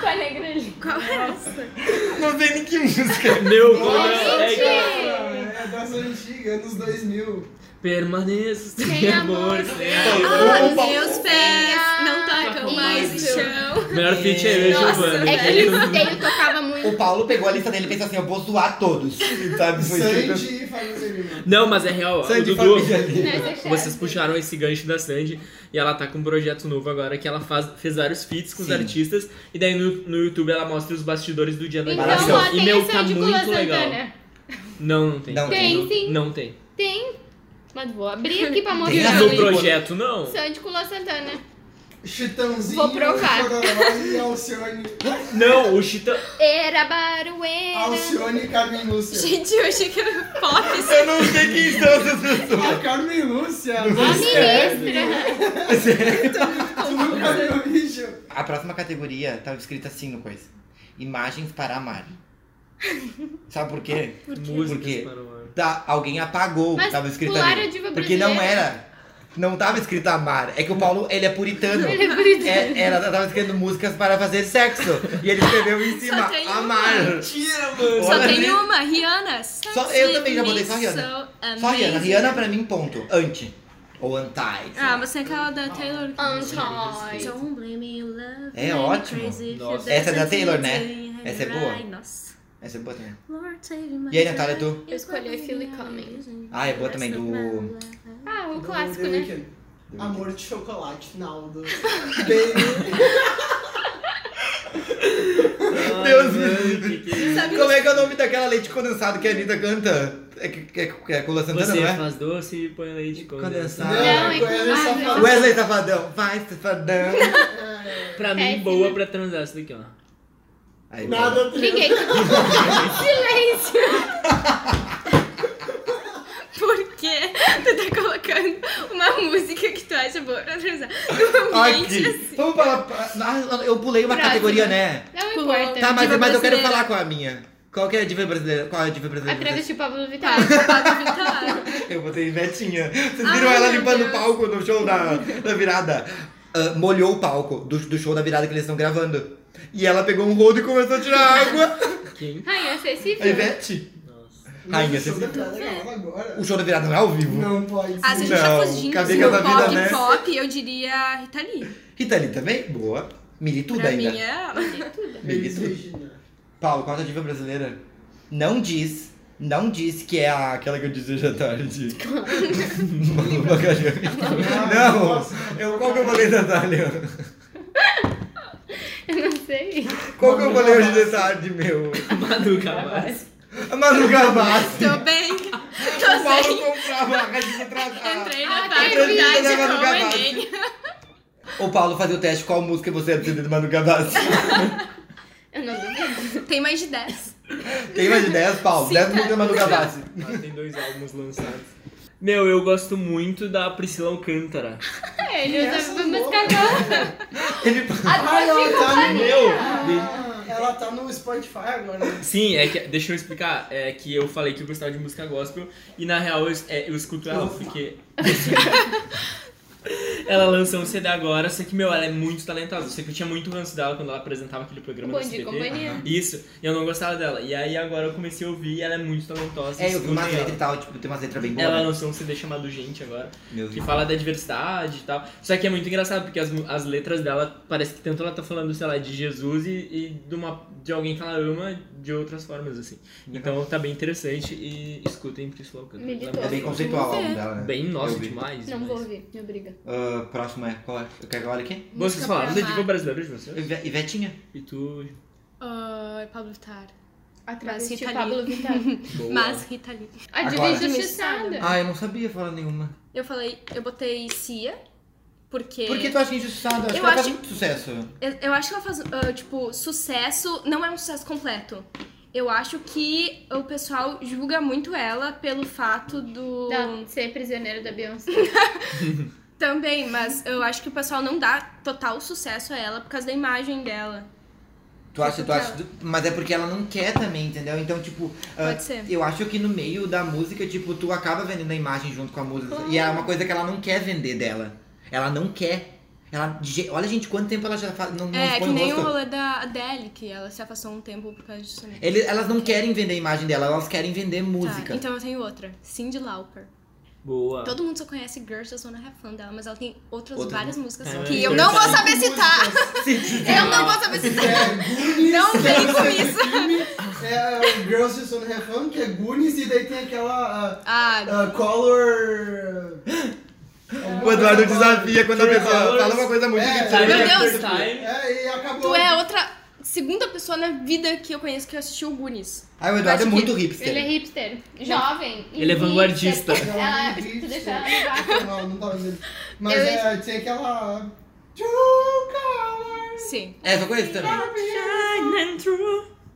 [SPEAKER 3] Com a negra ali.
[SPEAKER 4] Qual é essa? tipo-
[SPEAKER 2] Não sei nem que música.
[SPEAKER 1] Meu
[SPEAKER 5] Nossa,
[SPEAKER 1] colega
[SPEAKER 5] é das antigas, anos 2000.
[SPEAKER 1] permaneça sem
[SPEAKER 3] Sem
[SPEAKER 1] amor.
[SPEAKER 3] amor.
[SPEAKER 2] é
[SPEAKER 1] sem
[SPEAKER 4] Ah,
[SPEAKER 2] Opa!
[SPEAKER 4] meus pés não tacam
[SPEAKER 1] Isso.
[SPEAKER 4] mais o chão.
[SPEAKER 1] O melhor feat é eu e
[SPEAKER 4] Nossa,
[SPEAKER 1] Giovanni.
[SPEAKER 3] É que eles têm, tocava muito.
[SPEAKER 2] O Paulo pegou a lista dele e pensou assim: eu vou zoar todos. Sabe? Foi tipo isso.
[SPEAKER 5] Sandy e Fábio Celina.
[SPEAKER 1] Não, mas é real.
[SPEAKER 2] Sandy
[SPEAKER 1] o Dudu,
[SPEAKER 2] família ali.
[SPEAKER 3] Não, isso é
[SPEAKER 1] vocês
[SPEAKER 3] chato.
[SPEAKER 1] puxaram esse gancho da Sandy e ela tá com um projeto novo agora que ela faz, fez vários feats com os
[SPEAKER 2] Sim.
[SPEAKER 1] artistas e daí no, no YouTube ela mostra os bastidores do dia da
[SPEAKER 3] Então,
[SPEAKER 2] Maravilhoso.
[SPEAKER 3] ó,
[SPEAKER 1] gravação.
[SPEAKER 3] tem
[SPEAKER 1] E meu,
[SPEAKER 3] a
[SPEAKER 1] tá
[SPEAKER 3] Sandy com Lua
[SPEAKER 1] muito legal.
[SPEAKER 3] Santana.
[SPEAKER 1] Não, não tem.
[SPEAKER 2] Não
[SPEAKER 3] Tem, tem. sim.
[SPEAKER 1] Não tem.
[SPEAKER 3] Tem. Mas vou abrir aqui pra
[SPEAKER 2] Tem
[SPEAKER 3] mostrar.
[SPEAKER 2] a
[SPEAKER 1] No
[SPEAKER 2] Sandy.
[SPEAKER 1] projeto, não.
[SPEAKER 3] Sandy com Lua Santana.
[SPEAKER 5] Chitãozinho.
[SPEAKER 3] Vou provar.
[SPEAKER 5] Chororó E Alcione.
[SPEAKER 1] Não, o Chitão.
[SPEAKER 3] Era Baruera.
[SPEAKER 5] Alcione e Carmen Lúcia.
[SPEAKER 4] Gente, eu achei que era pop.
[SPEAKER 2] Eu não sei quem são essas pessoas.
[SPEAKER 5] A Ah, Carmen Lúcia.
[SPEAKER 3] A
[SPEAKER 5] Você
[SPEAKER 3] ministra.
[SPEAKER 5] nunca viu bicho.
[SPEAKER 2] A próxima categoria tá escrita assim no coisa: Imagens para amar. Sabe por quê?
[SPEAKER 1] Músicas
[SPEAKER 2] Porque-
[SPEAKER 1] para o ar.
[SPEAKER 2] Tá, alguém apagou,
[SPEAKER 3] Mas
[SPEAKER 2] tava escrito
[SPEAKER 3] pularam
[SPEAKER 2] ali.
[SPEAKER 3] a diva
[SPEAKER 2] porque não
[SPEAKER 3] brasileira.
[SPEAKER 2] era. Não tava escrito amar. É que o Paulo, ele é puritano.
[SPEAKER 3] Ele é puritano.
[SPEAKER 2] É, ela tava escrevendo músicas para fazer sexo. E ele escreveu em cima,
[SPEAKER 3] um
[SPEAKER 4] tem uma.
[SPEAKER 2] amar.
[SPEAKER 1] Mentira, mano.
[SPEAKER 4] Só
[SPEAKER 2] Olha
[SPEAKER 4] tem
[SPEAKER 2] ali.
[SPEAKER 4] uma, Rihanna.
[SPEAKER 2] Só- eu também já botei só Rihanna. Só Rihanna. Rihanna pra mim, ponto. Anti. Ou anti. sei
[SPEAKER 4] Ah,
[SPEAKER 2] lá.
[SPEAKER 4] mas tem aquela da Taylor.
[SPEAKER 3] Ah, Anti.
[SPEAKER 4] Don't blame me, love.
[SPEAKER 2] É
[SPEAKER 4] me
[SPEAKER 2] ótimo.
[SPEAKER 4] crazy if you
[SPEAKER 1] Nossa.
[SPEAKER 4] dance
[SPEAKER 2] Essa é da
[SPEAKER 4] until
[SPEAKER 2] Taylor,
[SPEAKER 4] it's
[SPEAKER 2] né?
[SPEAKER 4] in
[SPEAKER 2] Essa é
[SPEAKER 4] your
[SPEAKER 2] boa.
[SPEAKER 4] eye. Nossa.
[SPEAKER 2] Essa é boa também.
[SPEAKER 4] Lord, save my
[SPEAKER 2] E aí, Natália, tu?
[SPEAKER 3] Eu escolhi Philly Cummings.
[SPEAKER 2] Ah, é boa também, do-
[SPEAKER 3] Ah, o
[SPEAKER 5] Do
[SPEAKER 3] clássico,
[SPEAKER 5] The
[SPEAKER 3] né?
[SPEAKER 5] Weeknd. Amor de chocolate, Naldo. Baby.
[SPEAKER 2] Deus me
[SPEAKER 1] Ai,
[SPEAKER 2] livre.
[SPEAKER 1] que que é isso?
[SPEAKER 2] Como é que é o nome daquela leite condensado que a Anitta canta? É, que- é, que- é Cula Santana,
[SPEAKER 1] Você
[SPEAKER 2] não é?
[SPEAKER 1] faz doce e põe leite
[SPEAKER 2] Condensado.
[SPEAKER 1] condensado.
[SPEAKER 3] Não,
[SPEAKER 5] é
[SPEAKER 3] é
[SPEAKER 5] com ela,
[SPEAKER 3] com um.
[SPEAKER 5] só
[SPEAKER 3] nada.
[SPEAKER 5] fala-
[SPEAKER 2] Wesley Safadão, vai Safadão.
[SPEAKER 1] Pra mim,
[SPEAKER 3] Péssimo.
[SPEAKER 1] boa pra transar isso daqui, ó.
[SPEAKER 2] Aí,
[SPEAKER 5] Nada
[SPEAKER 3] Ninguém. Silêncio!
[SPEAKER 4] Por que tu tá colocando uma música que tu acha boa pra transar num ambiente
[SPEAKER 2] Aqui.
[SPEAKER 4] assim?
[SPEAKER 2] Vamos falar. Ah, eu pulei uma
[SPEAKER 3] Próxima.
[SPEAKER 2] categoria, né?
[SPEAKER 3] Não
[SPEAKER 4] Pulou.
[SPEAKER 3] importa.
[SPEAKER 2] Tá, mas,
[SPEAKER 4] um Diva
[SPEAKER 2] mas eu quero
[SPEAKER 4] brasileira.
[SPEAKER 2] falar com a minha. Qual que é a diva brasileira? Qual é a diva
[SPEAKER 3] A
[SPEAKER 2] brasileira? de vocês?
[SPEAKER 3] travesti Pablo Vittar.
[SPEAKER 4] Tá, Pablo Vittar.
[SPEAKER 2] Eu botei Vetinha. Vocês
[SPEAKER 4] Ai,
[SPEAKER 2] viram ela
[SPEAKER 4] meu
[SPEAKER 2] limpando o
[SPEAKER 4] Deus.
[SPEAKER 2] palco no show da, da virada? Ah, molhou o palco do, do show da virada que eles estão gravando. E ela pegou um rodo e começou a tirar água.
[SPEAKER 1] Quem?
[SPEAKER 3] Rainha acessível.
[SPEAKER 2] A Ivete.
[SPEAKER 1] Nossa.
[SPEAKER 2] Rainha,
[SPEAKER 5] Show da
[SPEAKER 2] vocês-
[SPEAKER 5] piada
[SPEAKER 3] É.
[SPEAKER 5] galera agora.
[SPEAKER 2] o show da virada não é ao vivo.
[SPEAKER 5] Não pode
[SPEAKER 4] Ah, se a
[SPEAKER 5] ser.
[SPEAKER 4] gente tá
[SPEAKER 2] Não,
[SPEAKER 4] fugindo
[SPEAKER 2] cadê
[SPEAKER 4] do
[SPEAKER 2] que tá
[SPEAKER 4] pop
[SPEAKER 2] vida, né?
[SPEAKER 4] pop, eu diria Rita Lee.
[SPEAKER 2] Rita Lee também? Boa. Mili tudo
[SPEAKER 4] pra
[SPEAKER 2] ainda.
[SPEAKER 4] mim é ela.
[SPEAKER 2] Mili tudo.
[SPEAKER 5] Regina.
[SPEAKER 2] Paulo, qual é a diva brasileira? Não diz. Não diz que é a- aquela que eu disse hoje à tarde. não!
[SPEAKER 5] Nossa,
[SPEAKER 2] Eu, qual que eu falei, Natália?
[SPEAKER 3] Eu não sei.
[SPEAKER 2] Qual que eu falei hoje de tarde, meu?
[SPEAKER 1] Manu Gavassi.
[SPEAKER 2] A Manu Gavassi.
[SPEAKER 4] Tô bem.
[SPEAKER 2] O
[SPEAKER 4] Tô
[SPEAKER 2] Paulo
[SPEAKER 4] bem.
[SPEAKER 2] comprava a rede atrasada.
[SPEAKER 4] Entrei na tá, tipo,
[SPEAKER 3] Ah, tem
[SPEAKER 2] vida
[SPEAKER 4] faculdade
[SPEAKER 2] da Manu
[SPEAKER 4] com o
[SPEAKER 2] Gavassi.
[SPEAKER 4] Enem.
[SPEAKER 2] O Paulo fazia o teste, qual música você é do CD do Manu Gavassi?
[SPEAKER 3] Eu não duvido.
[SPEAKER 4] Tem mais de 10.
[SPEAKER 2] Tem mais de 10, Paulo? 10 músicas do Manu Gavassi.
[SPEAKER 1] Ela Tá, tem dois álbuns lançados. Meu, eu gosto muito da Priscila Alcântara.
[SPEAKER 3] É, Ele
[SPEAKER 5] Essa
[SPEAKER 3] usa
[SPEAKER 5] é
[SPEAKER 3] música
[SPEAKER 5] louca.
[SPEAKER 3] nova.
[SPEAKER 2] Ele...
[SPEAKER 5] Ai, ela tá no
[SPEAKER 2] Meu!
[SPEAKER 5] Ah, Ela tá no Spotify agora. né?
[SPEAKER 1] Sim, é que, deixa eu explicar, é que eu falei que eu gostava de música gospel e na real eu, é, eu escuto ela porque... ela lançou um CD agora, só que, meu, ela é muito talentosa. Eu sei que eu tinha muito ranço dela quando ela apresentava aquele programa
[SPEAKER 3] Bom
[SPEAKER 1] do
[SPEAKER 3] dia e
[SPEAKER 1] SBT.
[SPEAKER 3] companhia.
[SPEAKER 1] Isso, e eu não gostava dela. E aí agora eu comecei a ouvir e ela é muito talentosa.
[SPEAKER 2] É, eu vi
[SPEAKER 1] escutem
[SPEAKER 2] umas letras
[SPEAKER 1] ela.
[SPEAKER 2] e tal, tipo, tem umas letras bem boas.
[SPEAKER 1] Ela
[SPEAKER 2] né?
[SPEAKER 1] lançou um CD chamado Gente agora,
[SPEAKER 2] Meu
[SPEAKER 1] que
[SPEAKER 2] Deus.
[SPEAKER 1] fala da diversidade e tal. Só que é muito engraçado, porque as, mu- as letras dela, parece que tanto ela tá falando, sei lá, de Jesus e, e de, uma, de alguém que ela ama de outras formas, assim.
[SPEAKER 5] Uhum.
[SPEAKER 1] Então tá bem interessante e escutem né? Priscila Alcântara.
[SPEAKER 3] Militou.
[SPEAKER 2] É bem conceitual o álbum dela, né?
[SPEAKER 1] Bem,
[SPEAKER 2] Eu
[SPEAKER 1] nossa, tipo,
[SPEAKER 2] vi.
[SPEAKER 1] demais.
[SPEAKER 3] Não
[SPEAKER 1] demais.
[SPEAKER 3] vou ouvir, me obriga.
[SPEAKER 2] Ah, próximo é. Qual é? Eu quero que eu olhe aqui.
[SPEAKER 1] Vocês falaram da
[SPEAKER 4] Música pra
[SPEAKER 1] diva
[SPEAKER 4] amar.
[SPEAKER 1] brasileira de vocês?
[SPEAKER 2] Ive- Ivetinha.
[SPEAKER 1] E tu...
[SPEAKER 4] Ah, é Pablo Vittar.
[SPEAKER 3] A
[SPEAKER 4] travesti
[SPEAKER 3] travesti
[SPEAKER 4] Pablo
[SPEAKER 3] Pablo Vittar.
[SPEAKER 1] Boa.
[SPEAKER 4] Mas Rita Lee.
[SPEAKER 3] A
[SPEAKER 2] Agora.
[SPEAKER 3] Divina Injustiçada.
[SPEAKER 2] Ah, eu não sabia falar nenhuma.
[SPEAKER 4] Eu falei, eu botei Cia, porque.
[SPEAKER 2] Por que tu acha injustiçado? Acho
[SPEAKER 4] É. Eu
[SPEAKER 2] que ela faz
[SPEAKER 4] acho-
[SPEAKER 2] muito sucesso.
[SPEAKER 4] Eu, eu acho que ela faz, ah, tipo, sucesso, não é um sucesso completo. Eu acho que o pessoal julga muito ela pelo fato do.
[SPEAKER 3] Não, ser prisioneiro da Beyoncé.
[SPEAKER 4] Também, mas eu acho que o pessoal não dá total sucesso a ela por causa da imagem dela.
[SPEAKER 2] Tu acha, tu acha. Mas é porque ela não quer também, entendeu? Então, tipo. ah,
[SPEAKER 4] Pode ser.
[SPEAKER 2] Eu acho que no meio da música, tipo, tu acaba vendendo a imagem junto com a música. E é uma coisa que ela não quer vender dela. Ela não quer. Ela, de je- olha, gente, quanto tempo ela já fa- não, não
[SPEAKER 4] é, que
[SPEAKER 2] expõe
[SPEAKER 4] nem
[SPEAKER 2] o rosto.
[SPEAKER 4] o rolê da Adele, que ela se afastou um tempo por causa disso. também.
[SPEAKER 2] Ele- elas não querem vender a imagem dela, elas querem vender música.
[SPEAKER 4] Tá, então eu tenho outra. Cindy Lauper.
[SPEAKER 1] Boa.
[SPEAKER 4] Todo mundo só conhece Girls Just Wanna Have Fun dela, mas ela tem outras
[SPEAKER 2] Outras
[SPEAKER 4] várias músicas
[SPEAKER 2] Ah,
[SPEAKER 1] É,
[SPEAKER 4] que
[SPEAKER 1] é
[SPEAKER 4] eu não vou
[SPEAKER 1] interessante.
[SPEAKER 4] saber citar. Eu não vou saber citar. Não vem com isso.
[SPEAKER 5] É o Girls Just Wanna Have Fun, que é Goonies, e daí tem aquela ah,
[SPEAKER 4] Ah,
[SPEAKER 5] ah, Color...
[SPEAKER 2] O Eduardo desafia quando a
[SPEAKER 1] Três
[SPEAKER 2] pessoa
[SPEAKER 1] valores.
[SPEAKER 2] fala uma coisa muito
[SPEAKER 5] É,
[SPEAKER 2] difícil.
[SPEAKER 1] Time
[SPEAKER 4] Meu
[SPEAKER 1] after
[SPEAKER 4] Deus.
[SPEAKER 1] time.
[SPEAKER 5] É, e acabou.
[SPEAKER 4] tu é a outra segunda pessoa na vida que eu conheço que assistiu o Goonies.
[SPEAKER 2] Aí o Eduardo é
[SPEAKER 4] Acho que
[SPEAKER 2] muito hipster.
[SPEAKER 3] Ele é hipster. Jovem. e
[SPEAKER 1] Ele é
[SPEAKER 3] hipster.
[SPEAKER 1] vanguardista.
[SPEAKER 3] Ela,
[SPEAKER 5] Jovem,
[SPEAKER 3] tu deixa
[SPEAKER 5] hipster.
[SPEAKER 3] ela no vácuo.
[SPEAKER 5] é. Não, não tava dizendo. Mas
[SPEAKER 3] Eu-
[SPEAKER 5] é, tem aquela... True Color...
[SPEAKER 4] Sim.
[SPEAKER 2] É, só conheço também.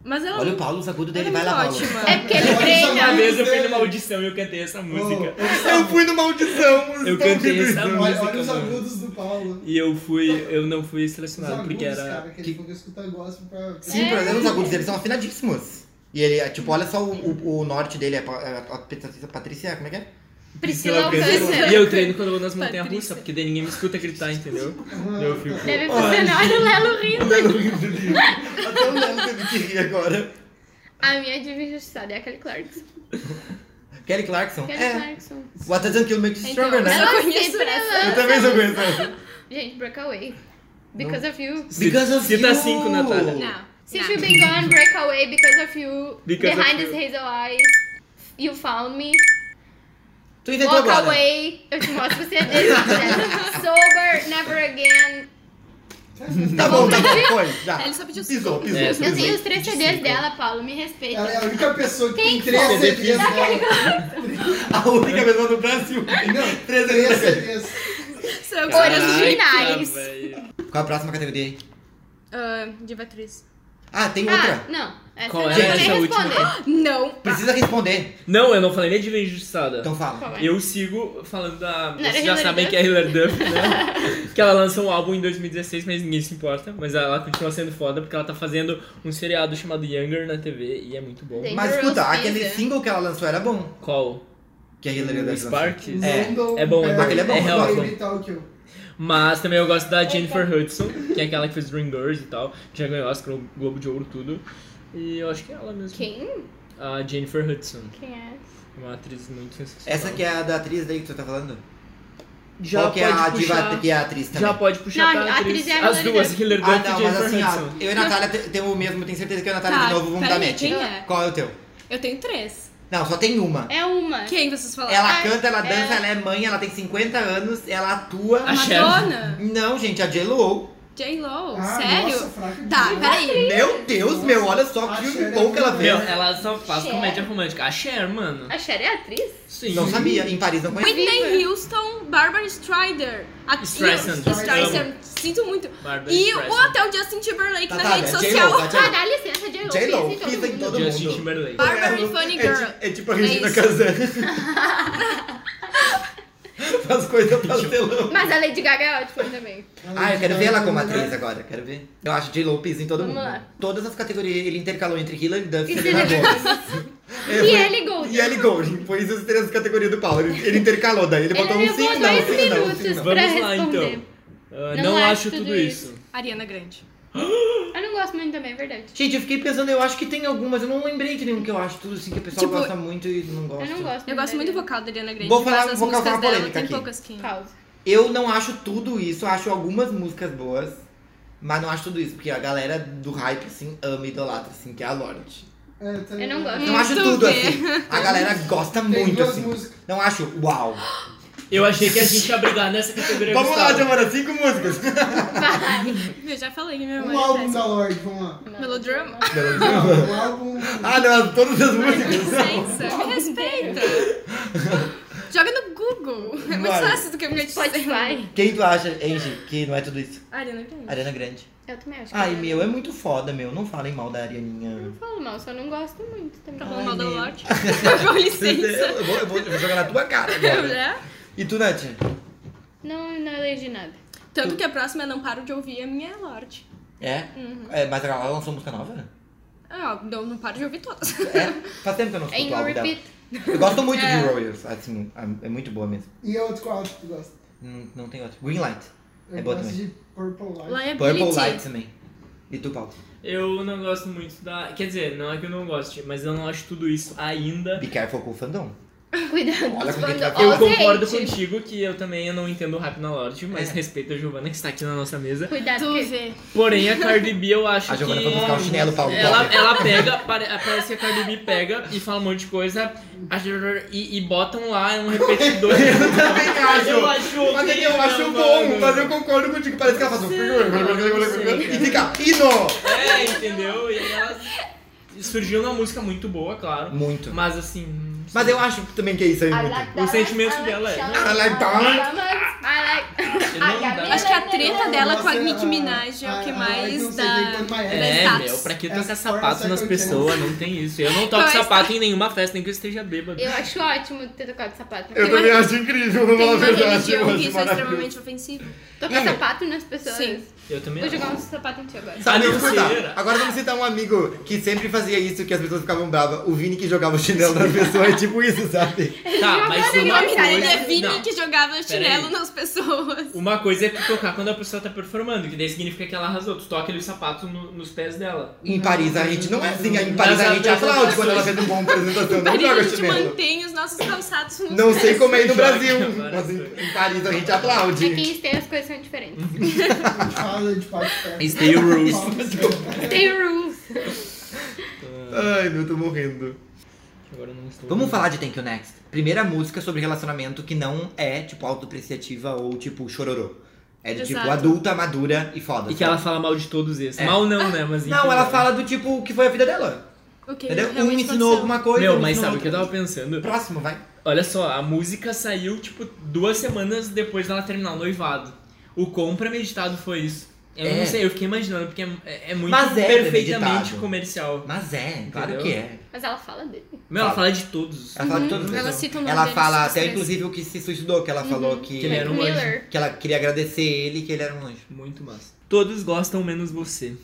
[SPEAKER 4] Mas ela.
[SPEAKER 2] Olha o Paulo, o sacudo
[SPEAKER 4] ela
[SPEAKER 2] dele,
[SPEAKER 4] é
[SPEAKER 2] vai
[SPEAKER 4] muito
[SPEAKER 2] lá, Paulo.
[SPEAKER 4] ótima.
[SPEAKER 3] É porque ele
[SPEAKER 5] Olha,
[SPEAKER 1] Uma
[SPEAKER 5] isso
[SPEAKER 3] treina.
[SPEAKER 1] vez eu fui numa audição e eu cantei essa
[SPEAKER 5] Oh,
[SPEAKER 1] música.
[SPEAKER 2] Eu fui no Maldição, vocês
[SPEAKER 1] Eu
[SPEAKER 2] estão
[SPEAKER 1] cantei
[SPEAKER 2] ouvindo
[SPEAKER 4] É.
[SPEAKER 1] essa
[SPEAKER 2] isso?
[SPEAKER 5] Olha,
[SPEAKER 1] música,
[SPEAKER 5] olha os
[SPEAKER 1] mano.
[SPEAKER 5] agudos do Paulo.
[SPEAKER 1] E eu fui, eu não fui
[SPEAKER 5] Os
[SPEAKER 1] selecionado
[SPEAKER 5] agudos,
[SPEAKER 1] porque era.
[SPEAKER 5] cara, que ele falou que eu escutar gospel pra...
[SPEAKER 2] Sim,
[SPEAKER 3] É.
[SPEAKER 2] por exemplo, os agudos dele são afinadíssimos. E ele, tipo, olha só o, o- o norte dele, é pa- é a Patrícia, Patrícia, como é que é?
[SPEAKER 3] Priscila
[SPEAKER 1] assim. E
[SPEAKER 3] Alcântara.
[SPEAKER 1] eu treino quando eu vou nas montanhas
[SPEAKER 4] Patrícia.
[SPEAKER 1] russas, porque daí ninguém me escuta gritar, entendeu?
[SPEAKER 5] Aham.
[SPEAKER 1] Eu fico.
[SPEAKER 3] Deve funcionar. Olha o Lelo rindo.
[SPEAKER 2] Até o Léo teve que rir agora.
[SPEAKER 3] A minha diva injustiçada é a Kelly Clarkson.
[SPEAKER 2] Kelly Clarkson?
[SPEAKER 3] Kelly
[SPEAKER 2] é.
[SPEAKER 3] Clarkson.
[SPEAKER 2] What a Kill Makes You Stronger,
[SPEAKER 4] Então,
[SPEAKER 2] né?
[SPEAKER 4] Eu
[SPEAKER 3] Ela
[SPEAKER 4] conheço
[SPEAKER 3] sempre
[SPEAKER 4] essa.
[SPEAKER 3] lança-
[SPEAKER 2] Eu também sou conhecida.
[SPEAKER 3] Gente, Breakaway. Because of You.
[SPEAKER 1] Cita-
[SPEAKER 2] Because of
[SPEAKER 1] Cita tá
[SPEAKER 2] You.
[SPEAKER 1] cinco, Natália.
[SPEAKER 4] Não.
[SPEAKER 3] Since
[SPEAKER 4] Nada.
[SPEAKER 3] you've been gone, break away because of you.
[SPEAKER 1] Because of
[SPEAKER 3] Behind
[SPEAKER 1] you.
[SPEAKER 3] his hazel eyes, you found me.
[SPEAKER 2] Tu
[SPEAKER 5] é
[SPEAKER 2] inventou
[SPEAKER 3] Walk
[SPEAKER 2] agora.
[SPEAKER 3] away. Eu te mostro você desse. Sober, never again.
[SPEAKER 2] Tá bom, tá bom, foi, já.
[SPEAKER 4] Ele só pediu
[SPEAKER 2] Pisou, pisou.
[SPEAKER 1] É,
[SPEAKER 3] Eu tenho os
[SPEAKER 2] pisou.
[SPEAKER 3] três CDs dela, Paulo. Me Ah, respeita.
[SPEAKER 5] Ela é a única pessoa que
[SPEAKER 3] Quem Tá
[SPEAKER 5] tem três
[SPEAKER 1] foi?
[SPEAKER 5] né? CDs dela.
[SPEAKER 2] A única pessoa do Brasil.
[SPEAKER 5] Não,
[SPEAKER 2] Três
[SPEAKER 5] três
[SPEAKER 2] CDs.
[SPEAKER 5] CDs.
[SPEAKER 4] São
[SPEAKER 1] Caraca,
[SPEAKER 2] é
[SPEAKER 4] cores originais.
[SPEAKER 1] velho.
[SPEAKER 2] Qual a próxima categoria aí?
[SPEAKER 4] Ah, de Divatriz.
[SPEAKER 2] Ah, tem
[SPEAKER 3] Ah,
[SPEAKER 2] outra.
[SPEAKER 3] não. Essa
[SPEAKER 1] Qual
[SPEAKER 3] eu
[SPEAKER 1] era
[SPEAKER 3] não vou
[SPEAKER 1] essa
[SPEAKER 3] nem
[SPEAKER 1] última?
[SPEAKER 3] responder.
[SPEAKER 4] Não.
[SPEAKER 2] Precisa responder.
[SPEAKER 1] Não, eu não falei nem de Liga Injustiçada.
[SPEAKER 2] Então fala.
[SPEAKER 3] Qual é?
[SPEAKER 1] Eu sigo falando da.
[SPEAKER 3] era
[SPEAKER 1] Vocês já
[SPEAKER 3] Hilary
[SPEAKER 1] sabem
[SPEAKER 3] Duff?
[SPEAKER 1] que é Hillary Duff, né? que ela lançou um álbum em 2016, mas ninguém se importa. Mas ela continua sendo foda porque ela tá fazendo um seriado chamado Younger na TV e é muito bom.
[SPEAKER 3] Gente.
[SPEAKER 2] Mas escuta,
[SPEAKER 3] Dangerous
[SPEAKER 2] aquele
[SPEAKER 3] Pizza.
[SPEAKER 2] single que ela lançou era bom.
[SPEAKER 1] Qual?
[SPEAKER 2] Que a Hillary
[SPEAKER 1] O
[SPEAKER 2] Duff lançou.
[SPEAKER 1] Spark?
[SPEAKER 2] É,
[SPEAKER 5] London,
[SPEAKER 1] é bom, é
[SPEAKER 5] Barry,
[SPEAKER 1] bom.
[SPEAKER 2] Aquele é bom,
[SPEAKER 1] É real,
[SPEAKER 5] Barry
[SPEAKER 1] bom.
[SPEAKER 5] Tóquio.
[SPEAKER 1] Mas também eu gosto da Jennifer Hudson, que é aquela que fez Dream Girls e tal. que Já ganhou Oscar, Globo de Ouro, tudo. E eu acho que é ela mesmo.
[SPEAKER 3] Quem?
[SPEAKER 1] A Jennifer Hudson.
[SPEAKER 3] Quem é?
[SPEAKER 1] Uma atriz muito sensacional.
[SPEAKER 2] Essa que é a da atriz daí que tu tá falando?
[SPEAKER 1] já
[SPEAKER 2] Qual que é a
[SPEAKER 1] pode
[SPEAKER 2] diva
[SPEAKER 1] puxar,
[SPEAKER 2] que é a atriz também?
[SPEAKER 1] Já pode puxar
[SPEAKER 3] Não,
[SPEAKER 1] pra
[SPEAKER 3] a atriz
[SPEAKER 1] atriz.
[SPEAKER 3] é a
[SPEAKER 1] As
[SPEAKER 3] Hilary
[SPEAKER 1] duas,
[SPEAKER 3] Duff.
[SPEAKER 1] Hillary Duff
[SPEAKER 2] Ah,
[SPEAKER 1] e
[SPEAKER 2] não, mas
[SPEAKER 1] Jennifer
[SPEAKER 2] assim,
[SPEAKER 1] Hudson.
[SPEAKER 2] ó, eu e a Natália te- temos o mesmo, tenho certeza que eu e a Natália
[SPEAKER 4] Tá,
[SPEAKER 2] de novo vamos
[SPEAKER 4] peraí,
[SPEAKER 2] dar match.
[SPEAKER 4] quem é?
[SPEAKER 2] Qual é o teu?
[SPEAKER 4] Eu tenho três.
[SPEAKER 2] Não, só tem uma.
[SPEAKER 3] É uma.
[SPEAKER 4] Quem vocês falaram?
[SPEAKER 2] Ela
[SPEAKER 3] Ah,
[SPEAKER 2] canta, ela
[SPEAKER 3] é-
[SPEAKER 2] dança, ela é mãe, ela tem 50 anos, ela atua.
[SPEAKER 1] A chefe.
[SPEAKER 4] Madonna?
[SPEAKER 2] Não, gente, a J-Lo.
[SPEAKER 4] J-Lo?
[SPEAKER 5] Ah,
[SPEAKER 4] Sério?
[SPEAKER 5] nossa, fraca
[SPEAKER 4] Tá,
[SPEAKER 5] demais.
[SPEAKER 4] peraí.
[SPEAKER 2] Meu Deus, meu, olha só
[SPEAKER 5] A
[SPEAKER 2] que filme
[SPEAKER 5] Cher é
[SPEAKER 2] bom que ela
[SPEAKER 5] muito
[SPEAKER 1] Meu,
[SPEAKER 2] fez.
[SPEAKER 5] boa.
[SPEAKER 1] ela só faz
[SPEAKER 3] Cher.
[SPEAKER 1] comédia romântica. A Cher, mano.
[SPEAKER 3] A Cher é atriz?
[SPEAKER 1] Sim.
[SPEAKER 2] Não sabia, em Paris não conhecia.
[SPEAKER 4] Whitney Houston, Barbara Strider. A-
[SPEAKER 1] Streisand.
[SPEAKER 4] Streisand. Sinto muito.
[SPEAKER 1] Barbra
[SPEAKER 4] E o
[SPEAKER 1] Streisand.
[SPEAKER 4] até o Justin Timberlake
[SPEAKER 2] Tá,
[SPEAKER 4] na
[SPEAKER 2] tá,
[SPEAKER 4] rede
[SPEAKER 2] é
[SPEAKER 4] social.
[SPEAKER 2] J-Lo, tá,
[SPEAKER 3] Ah,
[SPEAKER 2] J-Lo.
[SPEAKER 3] dá licença, J-Lo.
[SPEAKER 2] J-Lo,
[SPEAKER 3] Pisa em todo mundo.
[SPEAKER 2] todo
[SPEAKER 1] Justin
[SPEAKER 2] mundo.
[SPEAKER 1] Timberlake.
[SPEAKER 4] Barbara e Funny
[SPEAKER 2] É
[SPEAKER 4] Girl.
[SPEAKER 2] ti- É, tipo a
[SPEAKER 4] É
[SPEAKER 2] Regina
[SPEAKER 4] isso.
[SPEAKER 2] Casé. Faz coisa pastelão.
[SPEAKER 3] Mas a Lady Gaga é ótima também.
[SPEAKER 2] Ah,
[SPEAKER 5] é
[SPEAKER 2] eu quero ver ela como atriz agora, quero ver. Eu acho J-Lo pisa em todo
[SPEAKER 3] Vamos
[SPEAKER 2] mundo.
[SPEAKER 3] lá.
[SPEAKER 2] Todas as categorias ele intercalou entre Hillary Duff
[SPEAKER 3] E
[SPEAKER 2] e Selena Gomez. É,
[SPEAKER 3] E
[SPEAKER 2] foi-
[SPEAKER 3] Ellie Goulding.
[SPEAKER 2] E Ellie Goulding, foi isso as três categorias do Paulo. Ele, ele intercalou daí, ele
[SPEAKER 3] Ele
[SPEAKER 2] botou um
[SPEAKER 3] levou
[SPEAKER 2] sim, não,
[SPEAKER 3] dois
[SPEAKER 2] sim, não,
[SPEAKER 3] minutos
[SPEAKER 2] sim, não.
[SPEAKER 3] pra
[SPEAKER 1] Vamos lá,
[SPEAKER 3] responder.
[SPEAKER 1] então. Ah, não, acho tudo isso.
[SPEAKER 4] Ariana Grande.
[SPEAKER 3] Eu não gosto muito também, é verdade.
[SPEAKER 2] Gente, eu fiquei pensando, eu acho que tem algumas, eu não lembrei de nenhum que eu acho tudo assim, que o pessoal
[SPEAKER 4] Tipo,
[SPEAKER 2] gosta muito e não gosta.
[SPEAKER 3] Eu não gosto.
[SPEAKER 4] Eu gosto
[SPEAKER 3] da
[SPEAKER 4] muito do
[SPEAKER 3] Ariana.
[SPEAKER 4] vocal da Ariana Grande.
[SPEAKER 2] Vou falar-
[SPEAKER 4] mas as
[SPEAKER 2] vou causar
[SPEAKER 4] músicas
[SPEAKER 2] uma
[SPEAKER 4] dela
[SPEAKER 2] polêmica
[SPEAKER 4] tem
[SPEAKER 2] aqui.
[SPEAKER 4] poucas que...
[SPEAKER 3] Causa.
[SPEAKER 2] Eu não acho tudo isso, eu acho algumas músicas boas, mas não acho tudo isso, porque a galera do hype, assim, ama e idolatra, assim, que é a Lorde.
[SPEAKER 5] tá
[SPEAKER 3] Eu não gosto.
[SPEAKER 2] Não acho
[SPEAKER 4] Muito
[SPEAKER 2] tudo
[SPEAKER 4] bem.
[SPEAKER 2] assim. A galera gosta
[SPEAKER 5] Tem
[SPEAKER 2] muito,
[SPEAKER 5] duas
[SPEAKER 2] assim.
[SPEAKER 5] músicas.
[SPEAKER 2] Não acho, uau.
[SPEAKER 1] Eu achei que a gente ia brigar nessa categoria.
[SPEAKER 2] Vamos lá,
[SPEAKER 1] Gustavo.
[SPEAKER 2] Giovana, cinco músicas.
[SPEAKER 4] Eu já falei né, que minha
[SPEAKER 5] Um
[SPEAKER 4] memória
[SPEAKER 5] álbum
[SPEAKER 4] péssima.
[SPEAKER 5] da Lorde, vamos lá.
[SPEAKER 4] Melodrama.
[SPEAKER 5] Não, um álbum.
[SPEAKER 2] Ah, não, todas as músicas.
[SPEAKER 4] Licença, me respeita. Joga no Google. É muito
[SPEAKER 2] Vai.
[SPEAKER 4] fácil do que eu me
[SPEAKER 3] Spotify.
[SPEAKER 2] Quem tu acha, Angie, que não é tudo isso?
[SPEAKER 4] Ariana Grande.
[SPEAKER 2] Ariana Grande.
[SPEAKER 3] Eu também acho. que
[SPEAKER 2] Ai,
[SPEAKER 3] não.
[SPEAKER 2] meu, é muito foda, meu. Não falem mal da Arianinha.
[SPEAKER 3] Não falo mal, só não gosto muito também.
[SPEAKER 4] Tá falando mal da
[SPEAKER 2] meu.
[SPEAKER 4] Lorde. Com licença.
[SPEAKER 2] Eu vou, eu vou- eu vou jogar na tua cara agora.
[SPEAKER 4] Né?
[SPEAKER 2] E tu, Nath?
[SPEAKER 3] Não, não elegi nada.
[SPEAKER 4] Tanto que a próxima eu não paro de ouvir a minha Lorde.
[SPEAKER 2] É?
[SPEAKER 3] Uhum.
[SPEAKER 2] é mas ela lançou música nova?
[SPEAKER 4] Ah, não, não paro de ouvir todas.
[SPEAKER 2] É? Faz tempo que eu não
[SPEAKER 3] Em
[SPEAKER 2] escuto o álbum dela.
[SPEAKER 3] repeat.
[SPEAKER 2] Eu gosto muito
[SPEAKER 4] É.
[SPEAKER 2] de Warriors, assim, a- é muito boa mesmo.
[SPEAKER 5] E outro qual álbum que tu gosta?
[SPEAKER 2] Não, não tem outro. Green Light.
[SPEAKER 5] Eu
[SPEAKER 2] É boa
[SPEAKER 5] gosto
[SPEAKER 2] também.
[SPEAKER 5] de Purple Light.
[SPEAKER 4] Liability.
[SPEAKER 2] Purple Light também. E tu, Paulo?
[SPEAKER 1] Eu não gosto muito da. Quer dizer, não é que eu não goste, mas eu não acho tudo isso ainda.
[SPEAKER 2] Be careful com o fandom.
[SPEAKER 3] Cuidado.
[SPEAKER 2] Olha com quem tá
[SPEAKER 3] Quando-
[SPEAKER 1] Eu
[SPEAKER 3] Ó,
[SPEAKER 1] concordo
[SPEAKER 3] gente,
[SPEAKER 1] contigo que eu também não entendo o rap na Lorde, mas
[SPEAKER 2] É.
[SPEAKER 1] respeito a Giovana que está aqui na nossa mesa.
[SPEAKER 3] Cuidado.
[SPEAKER 4] Tu
[SPEAKER 3] porque-
[SPEAKER 4] vê.
[SPEAKER 1] Porém, a Cardi B eu acho
[SPEAKER 2] A Giovana foi
[SPEAKER 1] que.
[SPEAKER 2] Tá buscar o chinelo, Paulo.
[SPEAKER 1] Ela,
[SPEAKER 2] pobre.
[SPEAKER 1] ela pega, pare- parece que a Cardi B pega e fala um monte de coisa a- e, e botam lá um repetidor.
[SPEAKER 2] Eu também acho.
[SPEAKER 1] Eu acho
[SPEAKER 2] Mas é que eu acho
[SPEAKER 1] horrível,
[SPEAKER 2] bom,
[SPEAKER 1] mano.
[SPEAKER 2] mas eu concordo contigo. Parece que ela faz um...
[SPEAKER 1] Sim,
[SPEAKER 2] E fica, hino!
[SPEAKER 1] É, entendeu? E ela surgiu uma música muito boa, claro.
[SPEAKER 2] Muito.
[SPEAKER 1] Mas assim.
[SPEAKER 2] Mas eu acho também que é isso aí.
[SPEAKER 3] I
[SPEAKER 2] Muito.
[SPEAKER 3] like
[SPEAKER 1] O sentimento
[SPEAKER 3] donuts,
[SPEAKER 1] dela é-
[SPEAKER 3] I
[SPEAKER 2] I like donuts.
[SPEAKER 3] I like.
[SPEAKER 1] Eu não
[SPEAKER 3] I
[SPEAKER 1] dá.
[SPEAKER 3] got
[SPEAKER 4] Acho que a
[SPEAKER 3] me-
[SPEAKER 4] treta dela com a
[SPEAKER 5] Nossa,
[SPEAKER 4] Nicki Minaj é o que
[SPEAKER 5] a- a- I
[SPEAKER 4] mais
[SPEAKER 5] don't
[SPEAKER 4] dá...
[SPEAKER 5] think they put my
[SPEAKER 1] É,
[SPEAKER 5] head.
[SPEAKER 1] meu, pra que tocar
[SPEAKER 5] As
[SPEAKER 1] sapato
[SPEAKER 5] far
[SPEAKER 1] nas
[SPEAKER 5] as I can
[SPEAKER 1] pessoas? Não tem isso. Eu não toco
[SPEAKER 4] Mas-
[SPEAKER 1] sapato em nenhuma festa, nem que eu esteja bêbado.
[SPEAKER 3] é Eu acho ótimo ter tocado sapato.
[SPEAKER 2] Eu também acho incrível, vou
[SPEAKER 4] Tem um
[SPEAKER 2] falar a
[SPEAKER 4] uma
[SPEAKER 2] verdade. Eu
[SPEAKER 4] religião que
[SPEAKER 2] acho
[SPEAKER 4] isso é
[SPEAKER 2] maravilhoso.
[SPEAKER 4] extremamente ofensivo.
[SPEAKER 3] Tocar sapato nas pessoas.
[SPEAKER 4] Sim.
[SPEAKER 1] Eu também
[SPEAKER 3] Vou jogar
[SPEAKER 1] acho.
[SPEAKER 3] um sapato em ti agora.
[SPEAKER 2] Sabe,
[SPEAKER 1] A
[SPEAKER 2] eu vou citar.
[SPEAKER 1] mentira.
[SPEAKER 2] Agora vamos citar um amigo que sempre fazia isso, que as pessoas ficavam bravas. O Vini que jogava o chinelo nas pessoas, é tipo isso, sabe?
[SPEAKER 1] Tá, mas
[SPEAKER 3] Jogar um
[SPEAKER 4] O
[SPEAKER 1] uma
[SPEAKER 4] nome dele é
[SPEAKER 1] coisa.
[SPEAKER 4] Vini
[SPEAKER 1] não.
[SPEAKER 4] que jogava chinelo
[SPEAKER 1] aí.
[SPEAKER 4] nas pessoas.
[SPEAKER 1] Uma coisa é tu tocar quando a pessoa tá performando, que daí significa que ela arrasou. Tu toca ali o sapato no- nos pés dela.
[SPEAKER 2] Em Paris a gente não é assim. Em Paris
[SPEAKER 1] Mas
[SPEAKER 2] a
[SPEAKER 1] a
[SPEAKER 2] gente aplaude
[SPEAKER 1] apresentação-
[SPEAKER 2] quando ela fez um bom apresentação. Não
[SPEAKER 4] Mas
[SPEAKER 2] joga
[SPEAKER 4] a
[SPEAKER 2] o
[SPEAKER 4] gente
[SPEAKER 2] chinelo.
[SPEAKER 4] mantém os nossos calçados nos
[SPEAKER 2] Não sei como é aí no
[SPEAKER 1] Joga,
[SPEAKER 2] Brasil,
[SPEAKER 1] agora
[SPEAKER 2] mas em,
[SPEAKER 1] foi.
[SPEAKER 2] em Paris a gente
[SPEAKER 4] É
[SPEAKER 3] Aqui
[SPEAKER 2] aplaude.
[SPEAKER 3] em Stay
[SPEAKER 2] Uhum.
[SPEAKER 3] as coisas são diferentes.
[SPEAKER 5] A gente fala de parte de perto.
[SPEAKER 1] Stay rules.
[SPEAKER 5] Fala de perto.
[SPEAKER 3] Stay rules.
[SPEAKER 6] Ai, meu, tô morrendo.
[SPEAKER 1] Agora eu não estou.
[SPEAKER 2] Vamos falar de Thank You Next. Primeira música sobre relacionamento que não é, tipo, autopreciativa ou, tipo, chororô. É do tipo
[SPEAKER 4] Exato.
[SPEAKER 2] adulta, madura e foda.
[SPEAKER 1] E que ela fala mal de todos esses.
[SPEAKER 2] É.
[SPEAKER 1] Mal não, né? Mas enfim,
[SPEAKER 2] Não, ela
[SPEAKER 1] né?
[SPEAKER 2] fala do tipo que foi a vida dela.
[SPEAKER 4] O que
[SPEAKER 2] Entendeu? Um
[SPEAKER 4] realmente
[SPEAKER 2] ensinou
[SPEAKER 4] aconteceu.
[SPEAKER 2] alguma coisa.
[SPEAKER 1] Meu,
[SPEAKER 2] um
[SPEAKER 1] mas
[SPEAKER 2] ensinou
[SPEAKER 1] sabe o que eu
[SPEAKER 2] outra.
[SPEAKER 1] tava pensando?
[SPEAKER 2] Próximo, vai.
[SPEAKER 1] Olha só, a música saiu, tipo, duas semanas depois dela terminar o noivado. O quão premeditado foi isso? Eu
[SPEAKER 2] É.
[SPEAKER 1] não sei, eu fiquei imaginando, porque é, é- é muito
[SPEAKER 2] Mas é
[SPEAKER 1] perfeitamente
[SPEAKER 2] premeditado.
[SPEAKER 1] comercial.
[SPEAKER 2] Mas é, claro
[SPEAKER 1] Entendeu?
[SPEAKER 2] que é.
[SPEAKER 3] Mas ela fala dele.
[SPEAKER 1] Meu, ela
[SPEAKER 2] Fala.
[SPEAKER 1] fala de todos.
[SPEAKER 2] Ela fala de todas as
[SPEAKER 4] Uhum. Ela
[SPEAKER 2] pessoas.
[SPEAKER 4] cita o nome
[SPEAKER 2] Ela
[SPEAKER 4] deles, tipo, assim. Uhum.
[SPEAKER 2] fala
[SPEAKER 4] os
[SPEAKER 2] até,
[SPEAKER 4] três.
[SPEAKER 2] inclusive, o que se suicidou, que ela falou que,
[SPEAKER 1] Que ele era um
[SPEAKER 3] Miller.
[SPEAKER 1] anjo.
[SPEAKER 2] que ela queria agradecer ele que ele era um anjo.
[SPEAKER 1] Muito massa. Todos gostam menos você.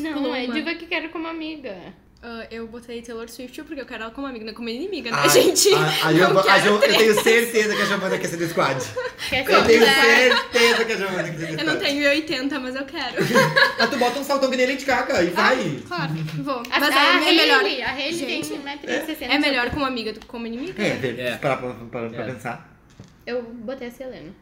[SPEAKER 3] Não,
[SPEAKER 4] Pluma.
[SPEAKER 3] é diva que quero como amiga.
[SPEAKER 4] Ah, eu botei Taylor Swift porque eu quero ela como amiga, não como inimiga, né,
[SPEAKER 2] Ai,
[SPEAKER 4] gente?
[SPEAKER 2] a- a
[SPEAKER 4] não
[SPEAKER 2] Giovana- a Giovana-
[SPEAKER 4] quero
[SPEAKER 2] eu
[SPEAKER 4] treta.
[SPEAKER 2] tenho certeza que a Giovana quer ser do squad.
[SPEAKER 3] Quer ser
[SPEAKER 2] Eu tenho
[SPEAKER 3] diva?
[SPEAKER 2] certeza que a Giovana quer ser do squad.
[SPEAKER 4] Eu não tenho 80, mas eu quero.
[SPEAKER 2] Ah, tu bota um saltão que nem Lady Gaga e vai.
[SPEAKER 4] Claro,
[SPEAKER 1] Uhum.
[SPEAKER 4] vou.
[SPEAKER 3] A, a,
[SPEAKER 4] Mas é, é
[SPEAKER 3] Hailey,
[SPEAKER 4] melhor.
[SPEAKER 3] A Hailey tem
[SPEAKER 4] Gente,
[SPEAKER 3] 1,60m.
[SPEAKER 4] É melhor como amiga do que como inimiga.
[SPEAKER 2] É, ver,
[SPEAKER 1] É.
[SPEAKER 2] Pra, pra, pra, pra
[SPEAKER 1] É.
[SPEAKER 2] pensar.
[SPEAKER 3] Eu botei a Selena.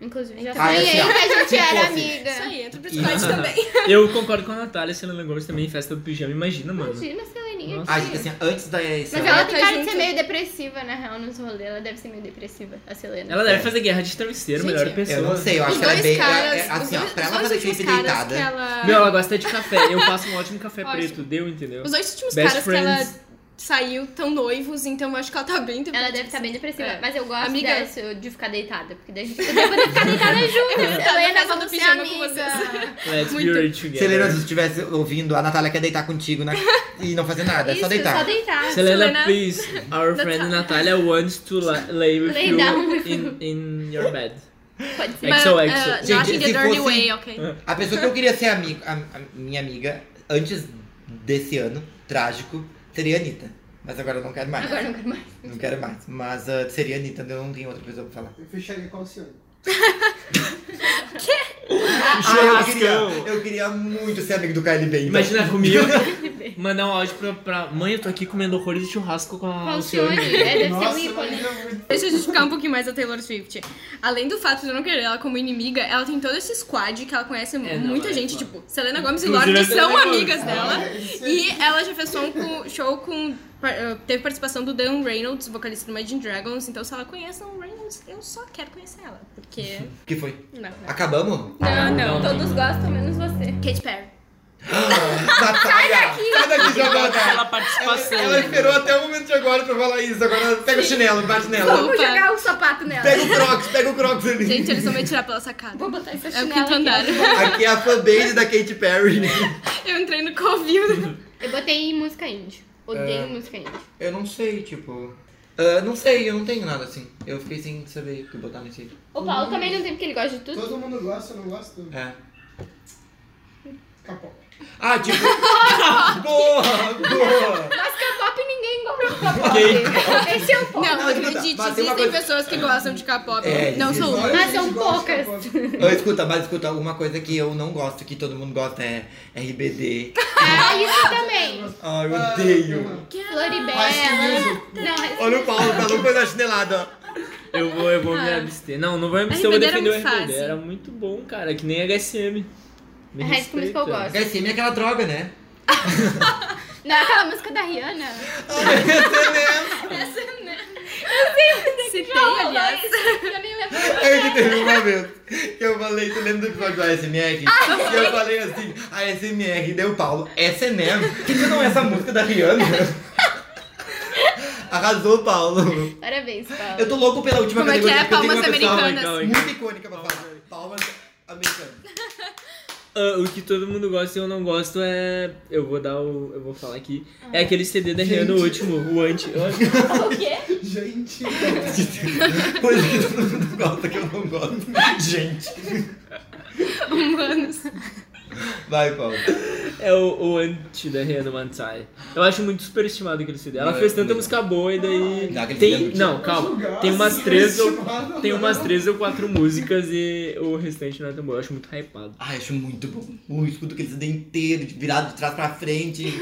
[SPEAKER 3] Inclusive, já
[SPEAKER 4] Então,
[SPEAKER 2] Ah, é
[SPEAKER 3] falei
[SPEAKER 2] assim, ó.
[SPEAKER 3] que a gente
[SPEAKER 2] Se
[SPEAKER 3] era
[SPEAKER 2] fosse.
[SPEAKER 3] amiga.
[SPEAKER 4] É Isso aí, entra pro Discord também.
[SPEAKER 1] Eu concordo com a Natália, Selena Gomes também, festa do pijama, imagina, mano.
[SPEAKER 3] Imagina a Seleninha
[SPEAKER 1] Nossa.
[SPEAKER 2] Ah,
[SPEAKER 3] aqui.
[SPEAKER 2] gente, assim, antes da.
[SPEAKER 3] Mas
[SPEAKER 2] Selena-
[SPEAKER 3] ela
[SPEAKER 4] ela
[SPEAKER 3] tem
[SPEAKER 4] tá
[SPEAKER 3] cara de
[SPEAKER 4] junto.
[SPEAKER 3] ser meio depressiva, na real, nos rolês. Ela deve ser meio depressiva, a Selena.
[SPEAKER 1] Ela deve
[SPEAKER 2] É.
[SPEAKER 1] fazer guerra de travesseiro,
[SPEAKER 4] Gente,
[SPEAKER 1] melhor pessoa.
[SPEAKER 2] Eu não sei, eu acho
[SPEAKER 4] Os
[SPEAKER 2] que ela é
[SPEAKER 4] dois
[SPEAKER 2] bem.
[SPEAKER 4] caras,
[SPEAKER 2] é- é- assim,
[SPEAKER 4] os
[SPEAKER 2] ó,
[SPEAKER 4] dois,
[SPEAKER 2] pra ela
[SPEAKER 4] os dois
[SPEAKER 2] fazer shape
[SPEAKER 4] últimos caras
[SPEAKER 2] deitada.
[SPEAKER 4] que ela...
[SPEAKER 1] Meu, ela gosta de café. Eu faço um ótimo café
[SPEAKER 4] Ótimo.
[SPEAKER 1] preto, deu, entendeu?
[SPEAKER 4] Os dois últimos
[SPEAKER 1] Best
[SPEAKER 4] caras
[SPEAKER 1] friends.
[SPEAKER 4] que ela saiu tão noivos, então eu acho que ela tá bem
[SPEAKER 3] Ela deve estar bem depressiva.
[SPEAKER 4] É.
[SPEAKER 3] Mas eu gosto
[SPEAKER 4] Amiga-
[SPEAKER 3] dessa, de ficar deitada. Porque daí a gente vai poder ficar deitada junto. Selena,
[SPEAKER 4] festa tá do
[SPEAKER 3] vamos ser
[SPEAKER 4] pijama com
[SPEAKER 3] amiga.
[SPEAKER 1] Let's
[SPEAKER 4] Muito.
[SPEAKER 1] be rich together.
[SPEAKER 2] Selena, se você estivesse ouvindo, a Natália quer deitar contigo né? e não fazer nada, é só
[SPEAKER 3] Isso,
[SPEAKER 2] deitar.
[SPEAKER 3] só deitar.
[SPEAKER 1] Selena,
[SPEAKER 4] Selena-
[SPEAKER 1] please, our friend Natalia wants to la- lay with
[SPEAKER 3] Lay
[SPEAKER 1] you
[SPEAKER 3] down with
[SPEAKER 1] in, in your bed.
[SPEAKER 3] Pode ser. ah,
[SPEAKER 1] É. XOXO.
[SPEAKER 4] But, uh, not
[SPEAKER 2] Gente,
[SPEAKER 4] in
[SPEAKER 2] se
[SPEAKER 4] the dirty
[SPEAKER 2] fosse-
[SPEAKER 4] way, ok?
[SPEAKER 1] Ah.
[SPEAKER 2] A pessoa que eu queria ser amigo, a, a minha amiga, antes desse ano, trágico, seria a Anitta. Mas agora eu não quero mais.
[SPEAKER 3] Agora não quero mais.
[SPEAKER 2] Não quero mais. Mas ah, seria a Anitta, eu não tenho outra pessoa pra falar.
[SPEAKER 5] Eu fecharia com a Alcione.
[SPEAKER 2] Ah, eu, queria,
[SPEAKER 1] Churrascão.
[SPEAKER 2] eu queria muito ser amigo do Kylie Bacon.
[SPEAKER 1] Imagina comigo mandar um áudio pra, pra mãe, eu tô aqui comendo horrores de churrasco com a
[SPEAKER 3] Alcione.
[SPEAKER 1] Alcione.
[SPEAKER 3] É, deve ser um
[SPEAKER 5] Nossa,
[SPEAKER 3] ícone.
[SPEAKER 5] mas é muito.
[SPEAKER 4] Deixa eu justificar um pouquinho mais a Taylor Swift. Além do fato de eu não querer ela como inimiga, ela tem todo esse squad que ela conhece
[SPEAKER 1] É, não,
[SPEAKER 4] muita
[SPEAKER 1] é,
[SPEAKER 4] gente,
[SPEAKER 1] claro.
[SPEAKER 4] tipo, Selena Gomes e
[SPEAKER 1] Inclusive,
[SPEAKER 4] Lorde
[SPEAKER 1] a Selena
[SPEAKER 4] são
[SPEAKER 1] Gomez.
[SPEAKER 4] amigas dela.
[SPEAKER 5] Ah, isso aí.
[SPEAKER 4] E ela já fez som com, show com. par- eh, Teve participação do Dan Reynolds, vocalista do Imagine Dragons. Então, se ela conhece o Dan Reynolds, eu só quero conhecer ela. Porque.
[SPEAKER 2] que foi?
[SPEAKER 4] Não, não.
[SPEAKER 2] Acabamos?
[SPEAKER 3] Não,
[SPEAKER 1] Não,
[SPEAKER 3] não.
[SPEAKER 1] não.
[SPEAKER 3] Todos gostam, menos você.
[SPEAKER 4] Katy Perry.
[SPEAKER 2] Natália! Sai daqui, Giovanna!
[SPEAKER 1] Pela participação.
[SPEAKER 2] Ela esperou até o momento de agora pra falar isso. Agora pega o chinelo, bate nela.
[SPEAKER 3] Vamos
[SPEAKER 4] Opa.
[SPEAKER 3] jogar o sapato nela.
[SPEAKER 2] Pega o Crocs, pega o Crocs ali.
[SPEAKER 4] Gente, eles vão me tirar pela sacada.
[SPEAKER 3] Vou botar essa
[SPEAKER 4] É o
[SPEAKER 3] chinela
[SPEAKER 4] quinto
[SPEAKER 3] aqui,
[SPEAKER 4] andar.
[SPEAKER 3] ó.
[SPEAKER 2] Aqui é a fanbase da Katy Perry.
[SPEAKER 4] Eu entrei no Covil.
[SPEAKER 3] Eu botei música indie. Odeio música indie.
[SPEAKER 2] Eu não sei, tipo. ah, não sei, eu não tenho nada assim. Eu fiquei sem saber o que botar nesse.
[SPEAKER 3] O Paulo também não tem porque ele gosta de tudo.
[SPEAKER 5] Todo mundo gosta, eu não gosto.
[SPEAKER 2] É.
[SPEAKER 5] Capó.
[SPEAKER 2] Ah, tipo. boa! Boa!
[SPEAKER 3] Mas K-pop ninguém gosta de K-pop. Esse é o ponto.
[SPEAKER 4] Não,
[SPEAKER 2] escuta, mas tem
[SPEAKER 4] acredite,
[SPEAKER 2] uma
[SPEAKER 4] existem
[SPEAKER 2] coisa-
[SPEAKER 4] pessoas que gostam de K-pop.
[SPEAKER 2] É,
[SPEAKER 4] não
[SPEAKER 2] existe.
[SPEAKER 4] sou uma.
[SPEAKER 3] Mas são
[SPEAKER 5] Gente, gosta de
[SPEAKER 3] poucas.
[SPEAKER 5] K-pop.
[SPEAKER 2] Ô, escuta, mas escuta, uma coisa que eu não gosto, que todo mundo gosta é RBD.
[SPEAKER 3] Ah, isso também.
[SPEAKER 2] Ai, eu
[SPEAKER 5] Ah,
[SPEAKER 2] odeio.
[SPEAKER 5] não.
[SPEAKER 3] Floribela. Não, é-
[SPEAKER 2] Olha o Paulo, tá louco da chinelada. ó.
[SPEAKER 1] Eu vou, eu vou me
[SPEAKER 4] Ah.
[SPEAKER 1] abster. Não, não vou me abster, eu vou
[SPEAKER 4] RBD era
[SPEAKER 1] defender o
[SPEAKER 4] muito
[SPEAKER 1] RBD.
[SPEAKER 4] fácil.
[SPEAKER 1] Era muito bom, cara, que nem HSM. Me
[SPEAKER 3] É a música que eu
[SPEAKER 1] respeita.
[SPEAKER 3] gosto.
[SPEAKER 2] HSM é aquela droga, né?
[SPEAKER 3] não é aquela música da Rihanna.
[SPEAKER 2] É,
[SPEAKER 4] Citei,
[SPEAKER 3] Não,
[SPEAKER 4] aliás.
[SPEAKER 3] Eu nem lembro.
[SPEAKER 2] É que teve um momento que eu falei, tu lembra do episódio do ASMR?
[SPEAKER 4] Ah,
[SPEAKER 2] que eu falei assim, ASMR, deu Paulo, SNM, que que não é essa música da Rihanna? Arrasou, Paulo.
[SPEAKER 3] Parabéns, Paulo.
[SPEAKER 2] Eu tô louco pela última
[SPEAKER 4] Como é que
[SPEAKER 2] categoria,
[SPEAKER 4] é?
[SPEAKER 2] porque eu tenho
[SPEAKER 4] Palmas
[SPEAKER 2] uma pessoa
[SPEAKER 1] Calma aí, calma
[SPEAKER 4] americanas.
[SPEAKER 2] muito icônica pra falar. Palmas americanas.
[SPEAKER 1] Ah, o que todo mundo gosta e eu não gosto é. Eu vou dar o. Eu vou falar aqui.
[SPEAKER 3] Ah.
[SPEAKER 1] É aquele CD da Rihanna, o último, o anti.
[SPEAKER 3] O quê?
[SPEAKER 5] Gente,
[SPEAKER 2] Coisa que todo mundo gosta, que eu não gosto. Gente.
[SPEAKER 4] um Humanos.
[SPEAKER 2] Vai, Paulo.
[SPEAKER 1] É o, o anti da Rihanna Mantai. Eu acho muito superestimado aquele CD. Ela
[SPEAKER 2] Não,
[SPEAKER 1] fez
[SPEAKER 2] é
[SPEAKER 1] tanta
[SPEAKER 2] muito.
[SPEAKER 1] música boa e daí.
[SPEAKER 2] Não, aquele CD é
[SPEAKER 1] tem,
[SPEAKER 2] muito
[SPEAKER 1] não,
[SPEAKER 5] bom.
[SPEAKER 1] calma.
[SPEAKER 5] Julgar,
[SPEAKER 1] Tem umas três ou.
[SPEAKER 5] superestimado,
[SPEAKER 1] Tem
[SPEAKER 5] não.
[SPEAKER 1] umas três ou quatro músicas e o restante não é tão bom. Eu acho muito hypado.
[SPEAKER 2] Ai, acho muito bom. Ui, escuto aquele CD inteiro, de- virado de trás pra frente.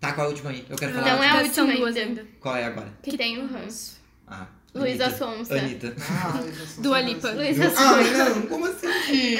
[SPEAKER 2] Tá, qual é a última aí? Eu quero falar. a
[SPEAKER 3] Não é a
[SPEAKER 4] São
[SPEAKER 3] última
[SPEAKER 4] duas
[SPEAKER 3] ainda.
[SPEAKER 4] ainda.
[SPEAKER 2] última. Qual é agora?
[SPEAKER 3] Que tem o ranço.
[SPEAKER 2] Ah.
[SPEAKER 3] Luísa
[SPEAKER 2] Anitta.
[SPEAKER 3] Sonsa.
[SPEAKER 2] Anitta.
[SPEAKER 5] Ah, eu já sou
[SPEAKER 4] Dua
[SPEAKER 5] super
[SPEAKER 4] Lipa.
[SPEAKER 5] assim.
[SPEAKER 3] Luísa Sonsa.
[SPEAKER 2] Ai, não, como assim?
[SPEAKER 4] Eu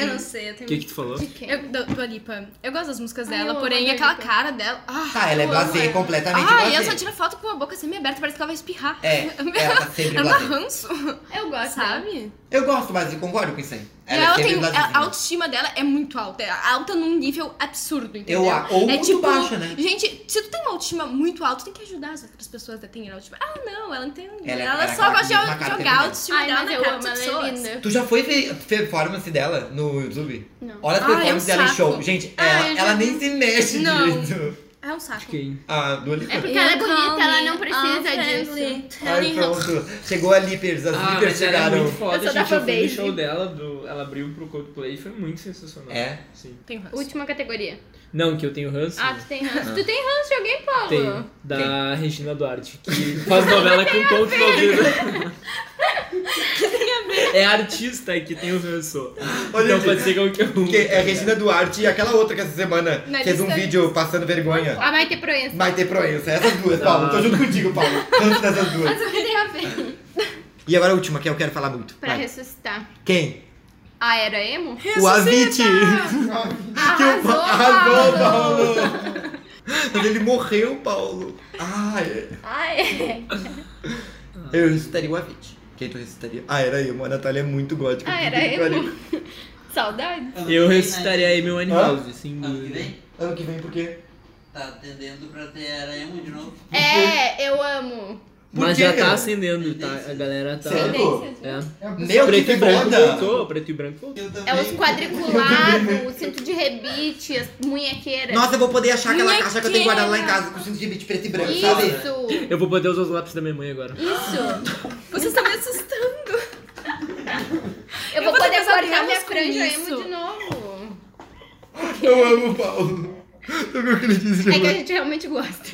[SPEAKER 4] não sei, eu
[SPEAKER 1] O
[SPEAKER 4] tenho.
[SPEAKER 1] que, que tu falou?
[SPEAKER 3] De quem?
[SPEAKER 4] Eu, do, Dua Lipa. Eu gosto das músicas
[SPEAKER 3] Ai, eu
[SPEAKER 4] dela,
[SPEAKER 3] amo
[SPEAKER 4] porém
[SPEAKER 3] a Dua
[SPEAKER 4] aquela
[SPEAKER 3] Lipa.
[SPEAKER 4] cara dela. Ah,
[SPEAKER 2] Ah, ela é
[SPEAKER 4] eu amo
[SPEAKER 2] blasé, completamente
[SPEAKER 4] Ah, e ela
[SPEAKER 2] blasé.
[SPEAKER 4] só tira foto com a boca semi-aberta, parece que ela vai espirrar.
[SPEAKER 2] É, ela tá sempre
[SPEAKER 4] Ela dá
[SPEAKER 2] blasé.
[SPEAKER 4] ranço,
[SPEAKER 3] Eu gosto. dela.
[SPEAKER 4] sabe?
[SPEAKER 2] Eu gosto, mas eu concordo com isso aí. Ela,
[SPEAKER 4] e ela
[SPEAKER 2] é sempre
[SPEAKER 4] tem.
[SPEAKER 2] blasezinha.
[SPEAKER 4] A autoestima dela é muito alta. É alta num nível absurdo, entendeu?
[SPEAKER 2] Eu a- ou
[SPEAKER 4] é
[SPEAKER 2] muito
[SPEAKER 4] tipo,
[SPEAKER 2] baixa, né?
[SPEAKER 4] Gente, se tu tem uma autoestima muito alta, tu tem que ajudar as outras pessoas a terem autoestima. Ah, não, ela não tem.
[SPEAKER 2] Ela- é-
[SPEAKER 4] Ela,
[SPEAKER 2] ela
[SPEAKER 4] só
[SPEAKER 2] coloca
[SPEAKER 4] gosta de
[SPEAKER 2] mesmo na cara do tempo
[SPEAKER 4] jogar a autoestima
[SPEAKER 3] Ai,
[SPEAKER 4] dela
[SPEAKER 3] mas
[SPEAKER 4] na
[SPEAKER 3] eu
[SPEAKER 4] cara
[SPEAKER 3] amo,
[SPEAKER 4] das
[SPEAKER 3] ela é
[SPEAKER 4] pessoas.
[SPEAKER 3] linda.
[SPEAKER 2] Tu já foi ver a performance dela no YouTube?
[SPEAKER 3] Não.
[SPEAKER 2] Olha as
[SPEAKER 4] Ai, é um
[SPEAKER 2] performances dela em
[SPEAKER 4] saco.
[SPEAKER 2] show. Gente,
[SPEAKER 4] Ah,
[SPEAKER 2] ela,
[SPEAKER 4] eu já
[SPEAKER 2] ela
[SPEAKER 4] vi.
[SPEAKER 2] nem se mexe
[SPEAKER 4] Não.
[SPEAKER 2] direito.
[SPEAKER 4] É um saco.
[SPEAKER 1] Quem?
[SPEAKER 2] Ah, do Lipa.
[SPEAKER 3] É porque ela é bonita, ela não precisa disso.
[SPEAKER 2] Ai,
[SPEAKER 4] disso.
[SPEAKER 2] pronto. Chegou a Lippers, as
[SPEAKER 1] Ah,
[SPEAKER 2] Lippers
[SPEAKER 1] mas ela é
[SPEAKER 2] chegaram.
[SPEAKER 1] muito foda,
[SPEAKER 3] Eu sou da
[SPEAKER 1] gente. Eu fui no
[SPEAKER 3] fanbase.
[SPEAKER 1] show dela, do, ela abriu pro Coldplay foi muito sensacional.
[SPEAKER 2] É?
[SPEAKER 1] Sim.
[SPEAKER 4] Tem ranço.
[SPEAKER 3] Última categoria.
[SPEAKER 1] Não, que eu tenho ranço.
[SPEAKER 3] Ah, tu tem ranço. Tu tem ranço de alguém, Paulo?
[SPEAKER 1] Tenho. Da Regina Duarte, que faz novela com ponto na vida. É artista que tem o ranço.
[SPEAKER 2] Olha,
[SPEAKER 1] então
[SPEAKER 2] gente,
[SPEAKER 1] pode ser qualquer um.
[SPEAKER 2] Porque é Regina Duarte e aquela outra que essa semana
[SPEAKER 4] Na
[SPEAKER 2] fez um
[SPEAKER 4] lista-
[SPEAKER 2] vídeo passando vergonha.
[SPEAKER 3] A Maite Ah, Proença.
[SPEAKER 2] Maite Proença, essas duas, Paulo. Tô junto contigo, Paulo. Tanto dessas duas.
[SPEAKER 3] Mas o Ah, que tem a ver?
[SPEAKER 2] E agora a última, que eu quero falar muito.
[SPEAKER 3] Pra
[SPEAKER 2] Vai.
[SPEAKER 3] ressuscitar.
[SPEAKER 2] Quem?
[SPEAKER 3] A era emo?
[SPEAKER 2] O Avit!
[SPEAKER 3] Arrasou,
[SPEAKER 2] Arrasou,
[SPEAKER 3] Paulo.
[SPEAKER 2] Paulo! Mas ele morreu, Paulo. Ah, é.
[SPEAKER 3] Ai, é.
[SPEAKER 2] Eu ressuscitaria o Avit. Quem tu ressuscitaria? Ah, era eu. A Natália é muito gótica.
[SPEAKER 3] A Ah, era
[SPEAKER 2] Puta que
[SPEAKER 3] emo.
[SPEAKER 2] pariu.
[SPEAKER 3] Saudades.
[SPEAKER 7] Ano que
[SPEAKER 1] Eu
[SPEAKER 7] vem, né?
[SPEAKER 1] ressuscitaria aí meu Animals, sem
[SPEAKER 7] Ano que
[SPEAKER 1] dúvida.
[SPEAKER 7] vem?
[SPEAKER 2] Ano que vem, por quê?
[SPEAKER 7] Tá atendendo pra ter era emo de novo.
[SPEAKER 3] É, eu amo.
[SPEAKER 2] Por
[SPEAKER 1] Mas
[SPEAKER 2] quê,
[SPEAKER 1] já tá
[SPEAKER 2] cara?
[SPEAKER 1] acendendo, tá? A galera tá.
[SPEAKER 2] Sério?
[SPEAKER 1] É.
[SPEAKER 5] É uma
[SPEAKER 2] Meu, que
[SPEAKER 1] preto e branco
[SPEAKER 2] foda!
[SPEAKER 1] voltou, preto e branco voltou.
[SPEAKER 7] Eu também.
[SPEAKER 3] É os quadriculados, o cinto de rebite, as munhequeiras.
[SPEAKER 2] Nossa, eu vou poder achar aquela
[SPEAKER 4] Minha
[SPEAKER 2] caixa que eu tenho guardada lá em casa com cinto de bit preto e branco, sabe?
[SPEAKER 3] Isso,
[SPEAKER 1] Eu vou poder usar os lápis da minha mãe agora.
[SPEAKER 3] isso.
[SPEAKER 4] Vocês estão me assustando.
[SPEAKER 3] Eu vou
[SPEAKER 4] vou
[SPEAKER 3] poder
[SPEAKER 4] fazer
[SPEAKER 3] cortar
[SPEAKER 4] reels
[SPEAKER 3] minha
[SPEAKER 4] com
[SPEAKER 3] franja
[SPEAKER 4] isso.
[SPEAKER 3] emo de novo.
[SPEAKER 2] Eu amo o Paulo. Eu não acredito.
[SPEAKER 3] É que a gente realmente gosta.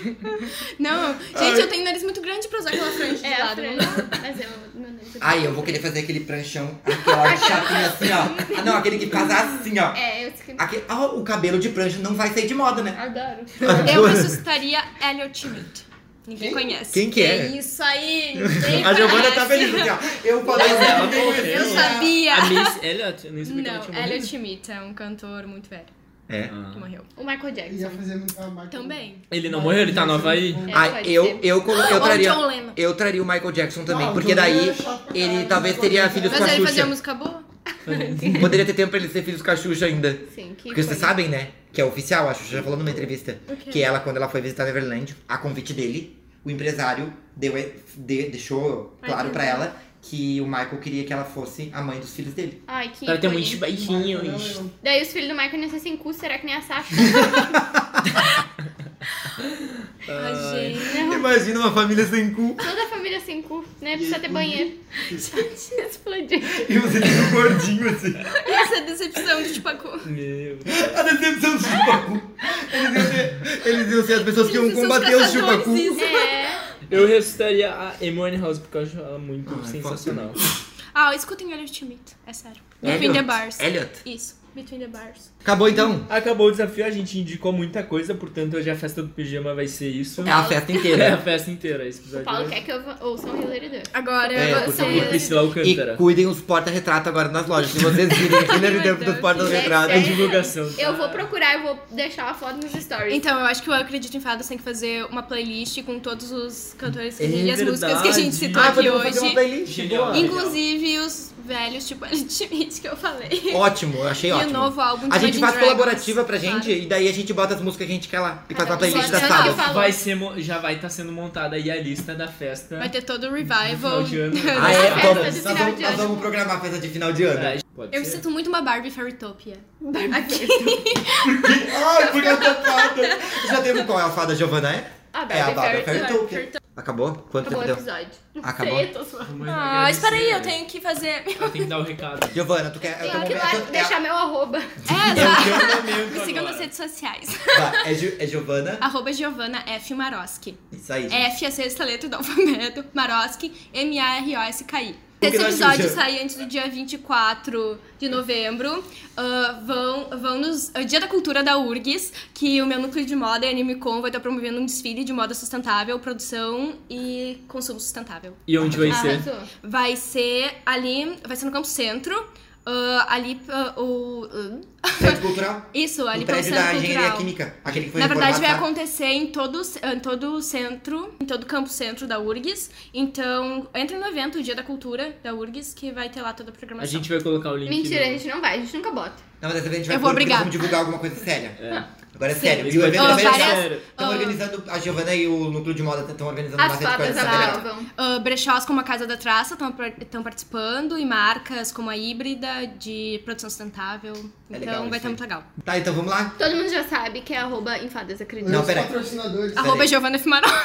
[SPEAKER 4] Não, gente, eu tenho um nariz muito grande pra usar aquela franja de
[SPEAKER 3] É, a
[SPEAKER 4] lado. não
[SPEAKER 3] franja. Mas eu, meu Deus.
[SPEAKER 2] Ai, eu vou querer fazer aquele pranchão, aquela chapinha assim, ó. Ah, não, aquele que casa assim, ó.
[SPEAKER 3] É, eu esque-
[SPEAKER 2] Aquele, ah, o cabelo de prancha não vai sair de moda, né?
[SPEAKER 3] adoro.
[SPEAKER 4] dá. Eu ressuscitaria Elliot Schmidt. Ninguém conhece.
[SPEAKER 2] Quem que é?
[SPEAKER 4] isso aí, ninguém
[SPEAKER 2] A Giovana tá
[SPEAKER 4] conhece.
[SPEAKER 2] feliz assim, ó. Eu falei
[SPEAKER 1] Mas ela
[SPEAKER 2] assim,
[SPEAKER 1] morreu.
[SPEAKER 4] Eu
[SPEAKER 1] É.
[SPEAKER 4] sabia.
[SPEAKER 1] A Miss Elliot? Eu nem sabia que ela
[SPEAKER 4] Não,
[SPEAKER 1] tinha morrido.
[SPEAKER 4] Elliot Schmidt é um cantor muito velho
[SPEAKER 2] É.
[SPEAKER 4] que
[SPEAKER 1] Ah.
[SPEAKER 4] morreu.
[SPEAKER 3] O Michael
[SPEAKER 5] Ia
[SPEAKER 3] Jackson.
[SPEAKER 5] fazer muito a marca.
[SPEAKER 4] Também.
[SPEAKER 1] Ele não morreu, ele tá nova aí.
[SPEAKER 5] É,
[SPEAKER 2] Ai,
[SPEAKER 3] pode
[SPEAKER 2] eu,
[SPEAKER 3] ser.
[SPEAKER 2] eu, colo- eu
[SPEAKER 4] Ou
[SPEAKER 2] traria.
[SPEAKER 4] John Lennon.
[SPEAKER 2] Eu traria o Michael Jackson também,
[SPEAKER 5] Ah, o
[SPEAKER 2] porque
[SPEAKER 5] John
[SPEAKER 2] daí
[SPEAKER 5] Lennon é chato pra
[SPEAKER 2] ele
[SPEAKER 5] caralho,
[SPEAKER 2] talvez
[SPEAKER 5] mas
[SPEAKER 2] teria
[SPEAKER 5] ele-
[SPEAKER 2] filhos
[SPEAKER 4] Mas
[SPEAKER 2] com a
[SPEAKER 4] ele fazia
[SPEAKER 2] Xuxa.
[SPEAKER 4] música boa?
[SPEAKER 2] Poderia ter tempo pra ele ser filhos com a Xuxa ainda.
[SPEAKER 3] Sim, que
[SPEAKER 2] Porque vocês
[SPEAKER 3] coisa.
[SPEAKER 2] sabem, né? Que é oficial, a Xuxa já falou numa entrevista. Que ela, quando ela foi visitar Neverland, a convite dele, o empresário deu, de- deixou claro pra ela que o Michael queria que ela fosse a mãe dos filhos dele.
[SPEAKER 3] Ai, que
[SPEAKER 1] Ela tem
[SPEAKER 3] ícone.
[SPEAKER 1] muitos baixinhos.
[SPEAKER 3] Daí os filhos do Michael nascem sem cu, será que nem a Sasha?
[SPEAKER 4] Ai, gente.
[SPEAKER 2] Imagina uma família sem cu
[SPEAKER 3] Toda a família sem cu, né? Precisa ter banheiro. Gente, explodiu.
[SPEAKER 2] e você tem um gordinho assim.
[SPEAKER 4] Essa é a decepção de Chupacu.
[SPEAKER 1] Meu.
[SPEAKER 2] A decepção do chupacu. Eles iam ser, eles iam ser as pessoas que iam
[SPEAKER 4] Esses são
[SPEAKER 2] combater o
[SPEAKER 4] caçadores,
[SPEAKER 2] chupacu.
[SPEAKER 4] isso.
[SPEAKER 3] É.
[SPEAKER 1] Eu ressuscitaria a Amy House porque eu acho ela muito
[SPEAKER 2] Ai,
[SPEAKER 1] sensacional.
[SPEAKER 4] Ah, escutem Elliot Schmidt, é sério. Between the Bars.
[SPEAKER 2] Elliot.
[SPEAKER 4] Isso, Between the Bars.
[SPEAKER 2] Acabou então.
[SPEAKER 1] Acabou o desafio, a gente indicou muita coisa, portanto hoje a festa do pijama vai ser isso.
[SPEAKER 2] É a festa
[SPEAKER 1] É a
[SPEAKER 2] inteira.
[SPEAKER 1] festa inteira, esse episódio.
[SPEAKER 3] O Paulo
[SPEAKER 1] vai-
[SPEAKER 3] quer que eu vá- ouça um Hillary Duff.
[SPEAKER 4] Agora,
[SPEAKER 2] É,
[SPEAKER 4] agora-
[SPEAKER 2] por
[SPEAKER 4] são
[SPEAKER 2] favor.
[SPEAKER 1] E Priscila Alcântara.
[SPEAKER 2] E cuidem os porta-retrato agora nas lojas. Se vocês virem aquele tempo dos porta-retrato.
[SPEAKER 1] É divulgação. tá?
[SPEAKER 3] Eu vou procurar, eu vou deixar a foto nos stories.
[SPEAKER 4] Então, eu acho que o Acredito em Fadas tem que fazer uma playlist com todos os cantores que-
[SPEAKER 1] É
[SPEAKER 4] e as músicas que a gente citou
[SPEAKER 1] verdade.
[SPEAKER 4] aqui
[SPEAKER 2] podemos Ah, fazer uma
[SPEAKER 4] hoje.
[SPEAKER 2] playlist.
[SPEAKER 1] Genial.
[SPEAKER 2] boa.
[SPEAKER 4] Inclusive os velhos, tipo Elliot Schmidt, que eu falei.
[SPEAKER 2] Ótimo, eu achei
[SPEAKER 4] E
[SPEAKER 2] ótimo.
[SPEAKER 4] o novo álbum de
[SPEAKER 2] A gente
[SPEAKER 4] Imagine
[SPEAKER 2] faz
[SPEAKER 4] Dragons.
[SPEAKER 2] colaborativa pra gente
[SPEAKER 4] Claro.
[SPEAKER 2] e daí a gente bota as músicas que a gente quer lá. E faz uma
[SPEAKER 4] Cada
[SPEAKER 2] playlist da
[SPEAKER 4] episódio
[SPEAKER 3] é
[SPEAKER 2] sábado.
[SPEAKER 3] uma- falou.
[SPEAKER 1] Vai ser, mo- já vai estar sendo montada aí a lista da festa.
[SPEAKER 4] Vai ter todo o
[SPEAKER 1] Final
[SPEAKER 4] revival.
[SPEAKER 1] de ano.
[SPEAKER 2] Ah,
[SPEAKER 1] Nossa,
[SPEAKER 2] é?
[SPEAKER 3] festa
[SPEAKER 2] Vamos,
[SPEAKER 3] de
[SPEAKER 2] nós,
[SPEAKER 3] final
[SPEAKER 2] vamos,
[SPEAKER 3] de
[SPEAKER 2] nós
[SPEAKER 3] ano.
[SPEAKER 2] vamos programar a festa de final de ano.
[SPEAKER 1] É, pode
[SPEAKER 4] Eu me
[SPEAKER 1] ser.
[SPEAKER 4] sinto muito uma Barbie Fairytopia.
[SPEAKER 2] Ai, porque eu tô fada. Já temos qual é a fada, Giovana? É?
[SPEAKER 3] Ah,
[SPEAKER 2] É a Bárbara
[SPEAKER 3] Fairy Tale.
[SPEAKER 2] Fairtopia. Acabou? Quanto
[SPEAKER 3] Acabou o
[SPEAKER 2] tempo deu?
[SPEAKER 3] episódio.
[SPEAKER 2] Acabou?
[SPEAKER 3] Sei, tô suando.
[SPEAKER 1] Vamos
[SPEAKER 4] Ah, espera aí,
[SPEAKER 1] agradecer.
[SPEAKER 4] eu tenho que fazer.
[SPEAKER 1] Ela tem que dar o recado.
[SPEAKER 2] Giovana, tu quer. é o teu
[SPEAKER 3] Tenho que
[SPEAKER 2] momento.
[SPEAKER 3] lá deixar meu arroba.
[SPEAKER 4] É,
[SPEAKER 2] É o
[SPEAKER 4] tá.
[SPEAKER 2] teu
[SPEAKER 4] Me
[SPEAKER 2] momento
[SPEAKER 4] sigam nas
[SPEAKER 2] agora.
[SPEAKER 4] redes sociais.
[SPEAKER 2] Vai, é, Gi- é Giovana.
[SPEAKER 4] Arroba Giovanna F. Maroski.
[SPEAKER 2] Isso aí.
[SPEAKER 4] tá então F é a sexta letra do alfabeto. Maroski, M-A-R-O-S-K-I. Esse
[SPEAKER 1] nós
[SPEAKER 4] episódio
[SPEAKER 1] fizemos?
[SPEAKER 4] sair antes do dia 24 de novembro. Ah, vão, vão nos. ah, dia da Cultura da URGS, que o meu núcleo de moda e AnimeCon vai estar promovendo um desfile de moda sustentável, produção e consumo sustentável.
[SPEAKER 1] E onde
[SPEAKER 3] Ah,
[SPEAKER 1] vai ser?
[SPEAKER 3] Arrasou.
[SPEAKER 4] Vai ser ali. Vai ser no Campo Centro. ah, ali. ah, o, ah,
[SPEAKER 2] Centro Cultural.
[SPEAKER 4] isso, ali
[SPEAKER 2] O
[SPEAKER 4] pelo
[SPEAKER 2] prédio
[SPEAKER 4] um Centro
[SPEAKER 2] da Engenharia
[SPEAKER 4] Cultural.
[SPEAKER 2] Química. Aquele que foi
[SPEAKER 4] Na verdade, vai
[SPEAKER 2] reformado, tá?
[SPEAKER 4] acontecer em todo, o ce- em todo o centro, em todo o campo centro da URGS. Então, entre no evento, o Dia da Cultura da URGS, que vai ter lá toda a
[SPEAKER 1] A
[SPEAKER 4] programação.
[SPEAKER 1] gente vai colocar o link.
[SPEAKER 3] Mentira, a
[SPEAKER 1] no...
[SPEAKER 3] gente não vai, a gente nunca bota.
[SPEAKER 2] tá? Não, mas dessa vez a gente vai
[SPEAKER 4] Eu vou
[SPEAKER 2] porque
[SPEAKER 4] brigar.
[SPEAKER 2] Vamos divulgar alguma coisa séria. Agora é
[SPEAKER 4] Sim.
[SPEAKER 2] sério. E
[SPEAKER 1] Esse
[SPEAKER 2] o evento
[SPEAKER 4] Ó,
[SPEAKER 2] vai
[SPEAKER 4] várias-
[SPEAKER 2] ser-
[SPEAKER 1] sério.
[SPEAKER 2] Estão organizando, a Giovana e o núcleo de moda estão organizando
[SPEAKER 3] As
[SPEAKER 2] bastante
[SPEAKER 3] fábulas
[SPEAKER 2] coisa. tá legal.
[SPEAKER 3] aprovam.
[SPEAKER 4] Ah, brechós como a Casa da Traça estão participando e marcas como a Híbrida de produção sustentável.
[SPEAKER 2] É
[SPEAKER 4] Então,
[SPEAKER 2] legal isso
[SPEAKER 4] vai estar
[SPEAKER 2] aí.
[SPEAKER 4] muito legal.
[SPEAKER 2] Tá, então vamos lá?
[SPEAKER 3] Todo mundo já sabe que é arroba enfadas acredita.
[SPEAKER 2] Não,
[SPEAKER 5] Os
[SPEAKER 2] peraí.
[SPEAKER 5] patrocinadores.
[SPEAKER 4] Arroba
[SPEAKER 2] aí.
[SPEAKER 4] Giovana Fimaró.